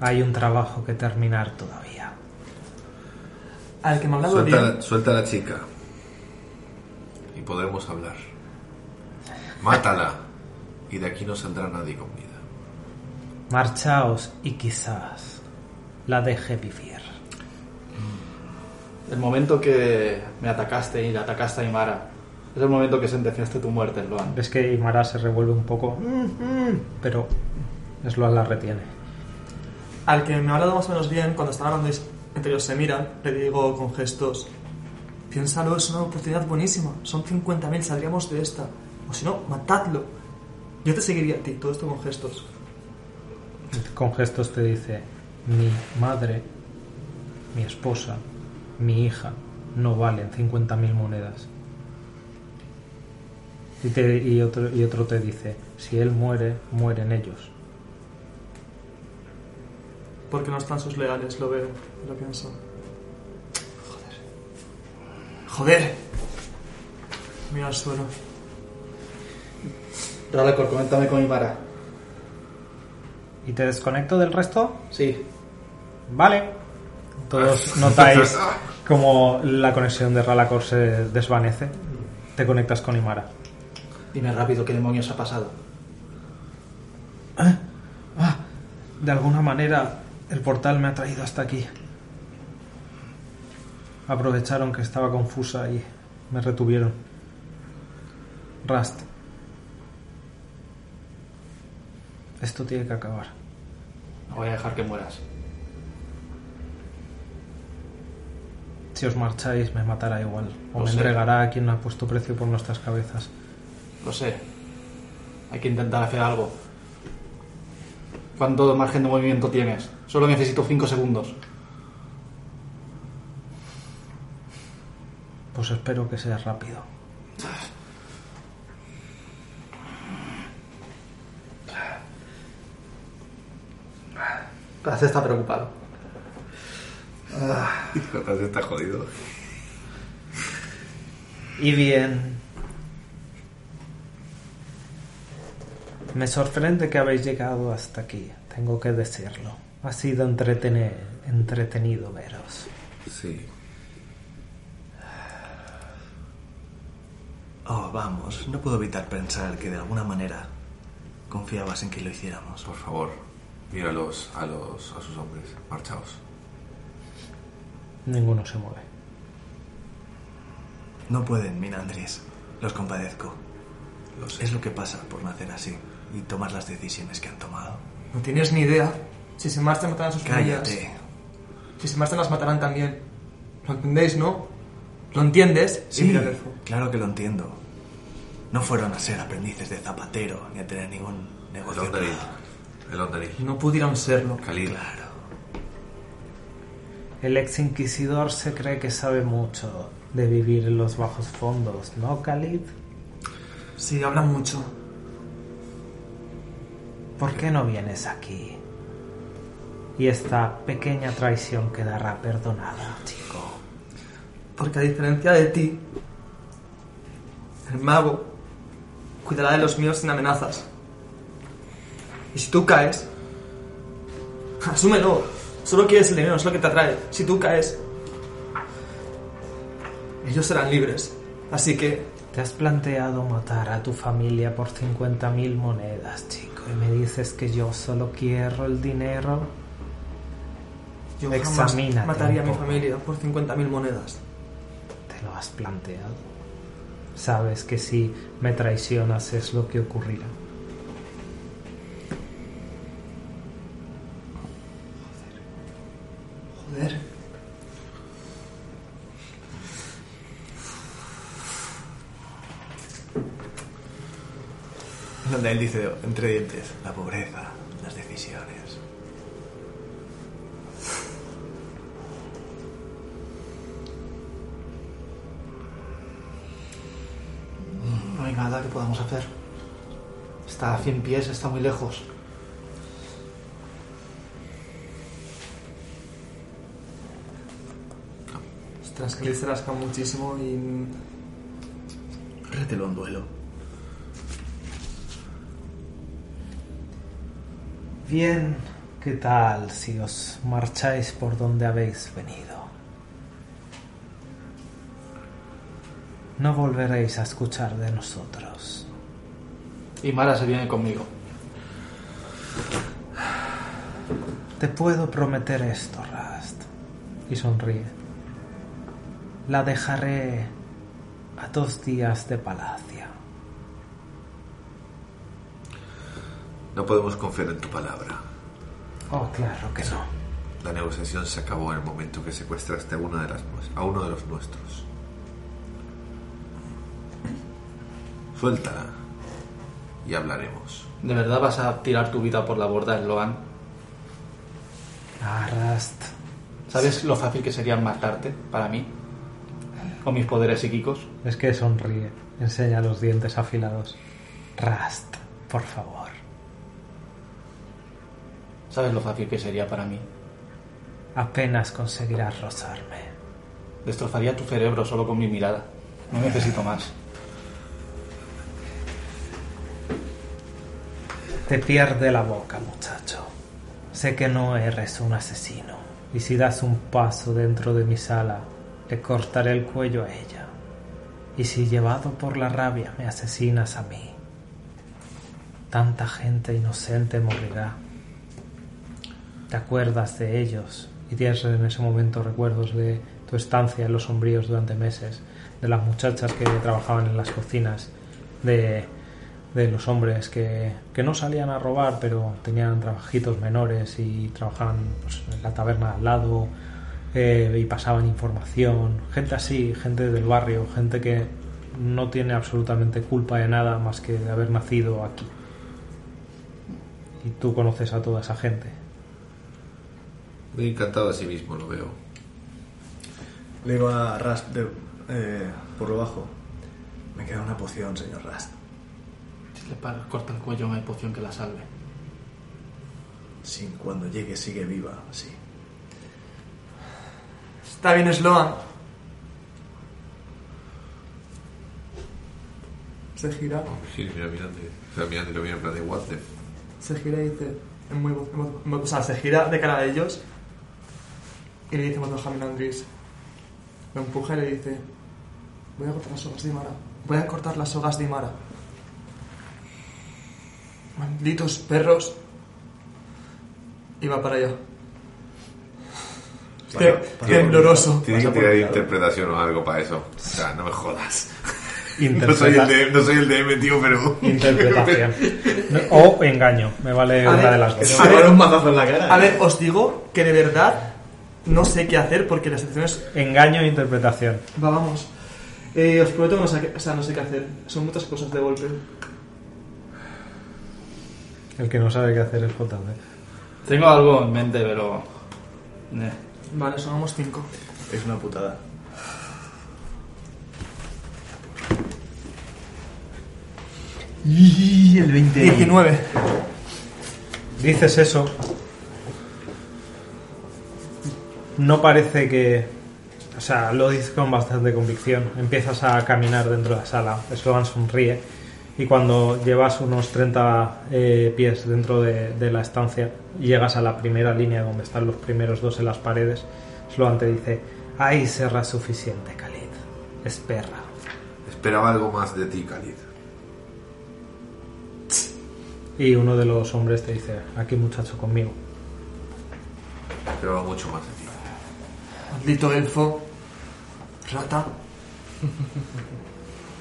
A: Hay un trabajo que terminar todavía.
F: Al que me ha hablado
D: Suelta,
F: Ah, bien,
D: la- suelta a la chica y podremos hablar. Mátala y de aquí no saldrá nadie con vida.
A: Marchaos y quizás la deje vivir.
B: El momento que me atacaste y le atacaste a Imara. Es el momento que sentenciaste tu muerte, Loan.
A: Ves que Imara se revuelve un poco, "Mm-hmm", pero Sloan la retiene.
F: al que me ha hablado más o menos bien, cuando están hablando y s- entre ellos se miran, le digo con gestos: Piénsalo, es una oportunidad buenísima. Son 50.000, saldríamos de esta. O si no, matadlo. Yo te seguiría a ti, todo esto con gestos.
A: Con gestos te dice, mi madre, mi esposa, mi hija, no valen 50.000 monedas. Y, te- y otro, y otro te dice, si él muere, mueren ellos.
F: Porque no están sus leales, lo veo, lo pienso. Joder. Joder. Mira al suelo.
B: Ralacor, coméntame con Imara.
A: ¿Y te desconecto del resto?
B: Sí.
A: Vale.
B: Ah.
A: Todos
B: *laughs*
A: notáis como la conexión de Ralacor se desvanece. Te conectas con Imara.
B: Dime rápido qué demonios ha pasado.
A: De alguna manera, el portal me ha traído hasta aquí. Aprovecharon que estaba confusa y me retuvieron. Rust. Esto tiene que acabar.
B: No voy a dejar que mueras.
A: Si os marcháis, me matará igual. O
B: Lo
A: me
B: sé.
A: entregará a quien ha puesto precio por nuestras cabezas.
B: Lo sé. Hay que intentar hacer algo. ¿Cuánto margen de movimiento tienes? Solo necesito 5 segundos.
A: Pues espero que sea rápido.
B: Raz está preocupado.
D: Jotas está jodido.
A: Y bien. Me sorprende que habéis llegado hasta aquí, tengo que decirlo. Ha sido entretene- entretenido veros.
D: Sí.
E: Oh, vamos, no puedo evitar pensar que de alguna manera confiabas en que lo hiciéramos.
D: Por favor, míralos a los a sus hombres. Marchaos.
A: Ninguno se mueve.
E: No pueden, mira Andrés, los compadezco.
D: Lo sé.
E: Es lo que pasa por nacer así y tomar las decisiones que han tomado.
F: No tienes ni idea. Si se marchan, matarán a sus familias.
E: Cállate.
F: Si se marchan, las matarán también. ¿Lo entendéis, no? ¿Lo entiendes? Y
E: Sí,
F: mira al elfo.
E: claro que lo entiendo. No fueron a ser aprendices de zapatero ni a tener ningún
D: El
E: negocio.
D: Ondaril.
E: privado.
D: El Ondaril.
F: No pudieron serlo.
D: Khalid.
E: Claro.
A: El ex inquisidor se cree que sabe mucho de vivir en los bajos fondos, ¿no, Khalid?
F: Sí, hablan mucho.
A: ¿Por qué no vienes aquí? Y esta pequeña traición quedará perdonada, chico.
F: Porque a diferencia de ti, El mago cuidará de los míos sin amenazas. Y si tú caes, *laughs* asúmelo. Solo quieres el dinero, es lo que te atrae. Si tú caes, ellos serán libres. Así que
A: Te has planteado matar a tu familia por 50.000 monedas, chico, y me dices que yo solo quiero el dinero.
F: yo
A: Examínate
F: jamás mataría a
A: un
F: mi
A: poco.
F: familia por 50.000 monedas.
A: ¿Te lo has planteado? Sabes que si me traicionas es lo que ocurrirá.
F: Joder.
E: Donde él dice entre dientes, la pobreza, las decisiones.
B: No hay nada que podamos hacer. Está a 100 pies, está muy lejos.
F: Ostras, Khalid se rasca muchísimo y
E: Rételo en duelo.
A: Bien, ¿qué tal si os marcháis por donde habéis venido? No volveréis a escuchar de nosotros.
B: Y Mara se viene conmigo.
A: Te puedo prometer esto, Rast. Y sonríe. La dejaré a dos días de palacio.
D: No podemos confiar en tu palabra.
A: Oh, claro que no.
D: La negociación se acabó en el momento que secuestraste a, una de las, nues- a uno de los nuestros. Suéltala y hablaremos.
B: ¿De verdad vas a tirar tu vida por la borda, Loan?
A: Ah, Rast.
B: ¿Sabes lo fácil que sería matarte para mí? Con mis poderes psíquicos.
A: Es que sonríe. Enseña los dientes afilados. Rast, por favor.
B: ¿Sabes lo fácil que sería para mí?
A: Apenas conseguirás rozarme.
B: Destrozaría tu cerebro solo con mi mirada. No necesito más.
A: Te pierde la boca, muchacho. Sé que no eres un asesino. Y si das un paso dentro de mi sala, le cortaré el cuello a ella. Y si llevado por la rabia me asesinas a mí, tanta gente inocente morirá. Te acuerdas de ellos y tienes en ese momento recuerdos de tu estancia en los sombríos durante meses, de las muchachas que trabajaban en las cocinas, de, de los hombres que, que no salían a robar pero tenían trabajitos menores y trabajaban pues, en la taberna al lado eh, y pasaban información, gente así, gente del barrio, gente que no tiene absolutamente culpa de nada más que de haber nacido aquí. Y tú conoces a toda esa gente.
D: Muy encantado de sí mismo, lo veo.
E: Le digo a Rast de- eh, por lo bajo. Me queda una poción, señor Rast.
B: Si le paras, corta el cuello, no hay poción que la salve.
E: Si cuando llegue sigue viva, sí.
F: Está bien, Sloan. Se gira,
D: Sí, mira, mirando. O sea, mirando y lo mira en plan de what the...
F: se gira y dice. En muy, voz- en voz- en voz- o sea, se gira de cara a ellos. Y le dice Benjamin Andrés. Lo empuja y le dice: Voy a cortar las sogas de Imara. Voy a cortar las sogas de Imara. Malditos perros. Y va para allá. Tem- Tembloroso.
D: Tienes que tirar interpretación o algo para eso. O sea, no me jodas. No soy el
N: Interpreta-
D: DM, no soy el DM, tío, pero...
N: Interpretación. *laughs* o engaño, me vale
F: A
N: una
F: ver,
N: de las dos.
F: a ver,
E: mazazo en la cara. ¿eh?
F: A ver, os digo que de verdad no sé qué hacer porque la situación es.
N: Engaño e interpretación.
F: Va, vamos. Eh, os prometo que no sé, qué- o sea, no sé qué hacer. Son muchas cosas de golpe.
N: El que no sabe qué hacer es JD.
B: Tengo algo en mente, pero... eh.
F: Vale, sonamos cinco.
E: Es una putada.
O: Y el 20.
F: 19.
N: Dices eso. No parece que
A: O sea, lo dices con bastante convicción. Empiezas a caminar dentro de la sala. Sloan sonríe. Y cuando llevas unos 30 eh, pies dentro de, de la estancia, llegas a la primera línea donde están los primeros dos en las paredes. Sloan te dice: Hay serra suficiente, Khalid. Esperra.
D: Esperaba algo más de ti, Khalid.
A: Y uno de los hombres te dice: Aquí, muchacho, conmigo.
D: Esperaba mucho más de ti.
F: Maldito elfo. Rata.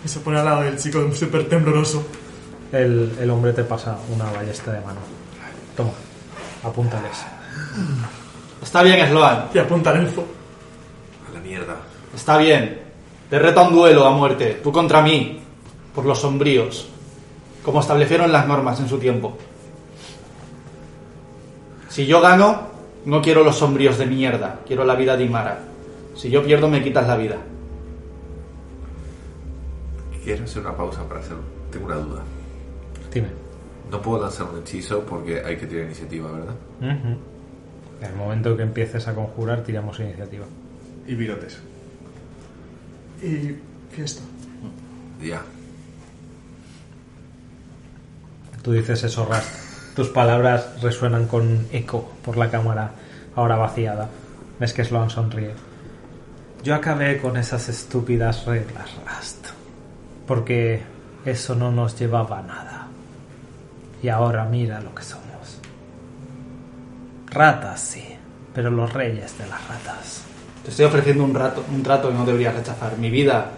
F: Y se pone al lado del chico súper tembloroso.
A: El, el hombre te pasa una ballesta de mano. Toma, apúntales.
B: Está bien, Sloan.
F: Y apunta al elfo.
D: A la mierda.
B: Está bien. Te reto a un duelo a muerte. Tú contra mí. Por los sombríos. Como establecieron las normas en su tiempo. Si yo gano, no quiero los sombríos de mierda. Quiero la vida de Imara. Si yo pierdo, me quitas la vida.
D: Quiero hacer una pausa para hacer. Tengo una duda.
A: Dime.
D: No puedo lanzar un hechizo porque hay que tirar iniciativa, ¿verdad?
A: Ujú. En el momento que empieces a conjurar, tiramos iniciativa.
C: Y virotes.
F: Y fiesta.
D: Ya.
A: Tú dices eso, Rast. Tus palabras resuenan con eco por la cámara, ahora vaciada. Ves que Sloan sonríe. Yo acabé con esas estúpidas reglas, Rast. Porque eso no nos llevaba a nada. Y ahora mira lo que somos. Ratas, sí, pero los reyes de las ratas.
B: Te estoy ofreciendo un, rato, un trato que no deberías rechazar. Mi vida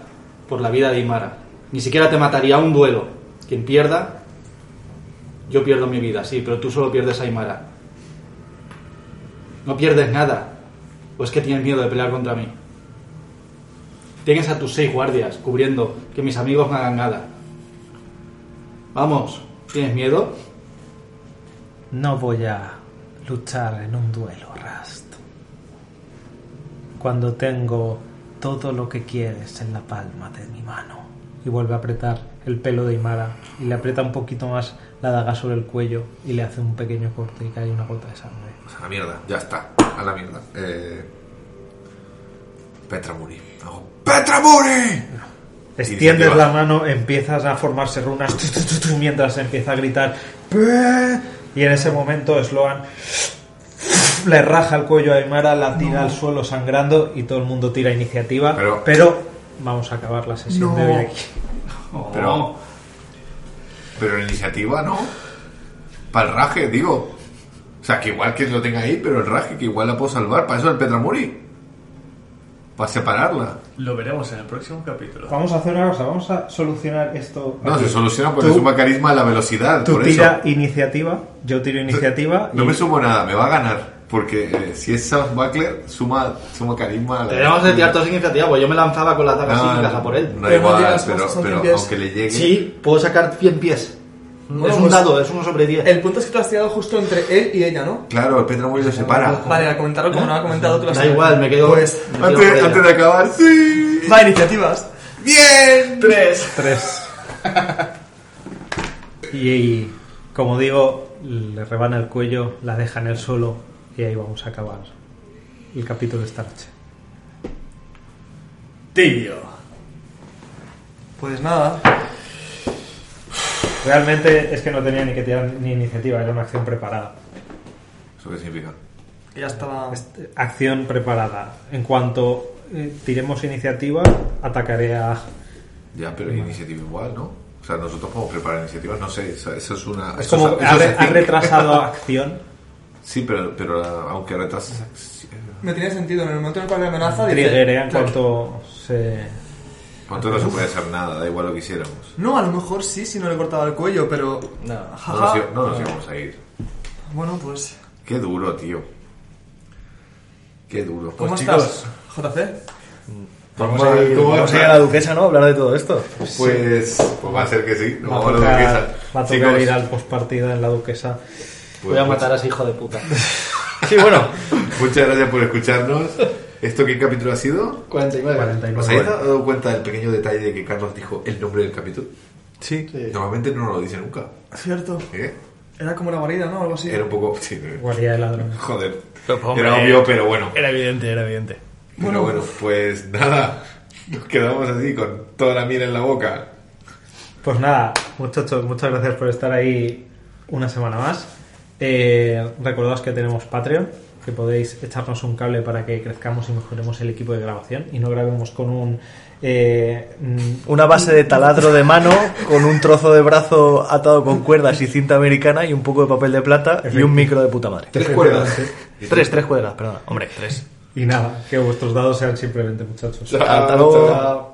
B: por la vida de Imara. Ni siquiera te mataría un duelo. Quien pierda, yo pierdo mi vida, sí, pero tú solo pierdes a Imara. No pierdes nada. ¿O es que tienes miedo de pelear contra mí? Tienes a tus seis guardias cubriendo que mis amigos no hagan nada. Vamos, ¿tienes miedo?
A: No voy a luchar en un duelo, Rast. Cuando tengo todo lo que quieres en la palma de mi mano. Y vuelve a apretar el pelo de Imara y le aprieta un poquito más la daga sobre el cuello y le hace un pequeño corte y cae una gota de sangre.
D: Pues a la mierda. Ya está. A la mierda. Eh... Petra Muri. Hago ¡Petra Muri!
A: Extiendes
D: Iniciativa.
A: la mano, empiezas a formarse runas tu, tu, tu, tu, mientras empieza a gritar "Pe". y en ese momento Sloan le raja el cuello a Aymara, la tira al suelo sangrando y todo el mundo tira iniciativa, pero,
D: Pero-
A: vamos a acabar la sesión de hoy aquí.
D: Pero.
A: Oh.
D: Pero la iniciativa no. Para el raje, digo. O sea, que igual que lo tenga ahí, pero el raje que igual la puedo salvar. Para eso el Petra Muri. Para separarla.
G: Lo veremos en el próximo capítulo.
A: Vamos a hacer una cosa, vamos a solucionar esto.
D: No,
A: aquí.
D: se soluciona por
A: Ah, Tú-
D: el suma carisma a la velocidad.
A: Tú
D: por
A: tira
D: eso.
A: iniciativa, yo tiro iniciativa
D: No
A: y-
D: me sumo nada, me va a ganar. Porque eh, si es Sam Buckler, suma, suma carisma a la
B: Deberíamos de tirar todos iniciativa, porque yo me lanzaba con las dagas psíquicas a por él.
D: No, da
F: Pero no
D: igual,
F: digas
D: pero,
F: cosas, son
D: pero
F: limpias.
D: aunque le llegue.
B: Sí, puedo sacar 100 pies.
F: Bueno,
B: es un
F: pues-
B: dado, es uno sobre 10.
F: El punto es que tú has tirado justo entre él y ella, ¿no?
D: Claro, el Petra Muri lo separa.
F: Vale, al comentarlo como no ha comentado, tú lo has
B: Da igual, me quedo.
F: Pues,
B: me quedo por
D: Antes,
B: ella.
D: antes de acabar, sí.
F: va, iniciativas.
D: ¡Bien!
G: Tres.
A: Tres. Y, y, como digo, le rebana el cuello, la deja en el suelo y ahí vamos a acabar el capítulo de esta noche.
G: Tibio.
F: Pues nada,
A: Realmente es que no tenía ni que tirar ni iniciativa, era una acción preparada.
D: ¿Eso qué significa?
F: que ya estaba.
A: Este, acción preparada. En cuanto eh, tiremos iniciativa, atacaré a...
D: Ya, pero hay iniciativa igual, ¿no? O sea, nosotros podemos preparar iniciativas, no sé, eso, eso es una...
A: Es
D: Pues eso
A: como
D: es-
A: ha,
D: eso
A: re-
D: es
A: ha
D: acción.
A: retrasado a
D: *laughs*
A: acción.
D: Sí, pero, pero ah, aunque retrases acción...
F: No tenía sentido, en el momento en el cual me amenaza, dice.
A: Triggerea ¿eh? en
F: claro.
A: cuanto se...
D: Entonces no se puede hacer nada, da igual lo que hiciéramos.
F: No, a lo mejor sí, si no le cortaba el cuello, pero.
G: No.
D: No nos,
F: Jaja.
D: i- no nos íbamos a ir.
F: Bueno, pues.
D: Qué duro, tío. Qué duro.
F: ¿Cómo
D: Pues,
F: estás, JC?
D: Vamos a ir,
G: Vamos a ir a la duquesa, ¿no? A hablar de todo esto.
D: Pues, pues va a ser que sí. nos
A: Va a
D: vamos a la
A: tocar, va
D: duquesa.
A: a tocar
D: Chicos,
A: ir al postpartida en la duquesa.
D: pues,
B: Voy a matar a ese hijo de puta.
G: Sí, bueno.
D: Muchas gracias por escucharnos. ¿Esto qué capítulo ha sido?
B: 49.
A: 49.
D: ¿Os habéis dado cuenta del pequeño detalle de que Carlos dijo el nombre del capítulo?
G: Sí.
D: Normalmente no lo dice nunca.
F: Cierto.
D: ¿eh?
F: Era como una guarida, ¿no? Algo así.
D: Era un poco... sí, eh,
A: Guardia de ladrones.
D: Joder.
G: Pero, hombre,
D: Era obvio, pero bueno.
G: Era evidente, era evidente.
D: Bueno, bueno, pues nada. Nos quedamos así con toda la miel en la boca.
A: Pues nada, muchachos, muchas gracias por estar ahí una semana más. Eh, recordaos que tenemos Patreon, que podéis echarnos un cable para que crezcamos y mejoremos el equipo de grabación y no grabemos con un... eh, mm,
E: Una base de taladro de mano *laughs* con un trozo de brazo atado con cuerdas y cinta americana y un poco de papel de plata y un micro de puta madre.
A: *laughs*
B: Tres cuerdas.
E: Tres, tres cuerdas, perdón. Hombre, tres.
A: y nada, que vuestros dados sean simplemente muchachos.
D: Chao,
E: luego.
D: chao.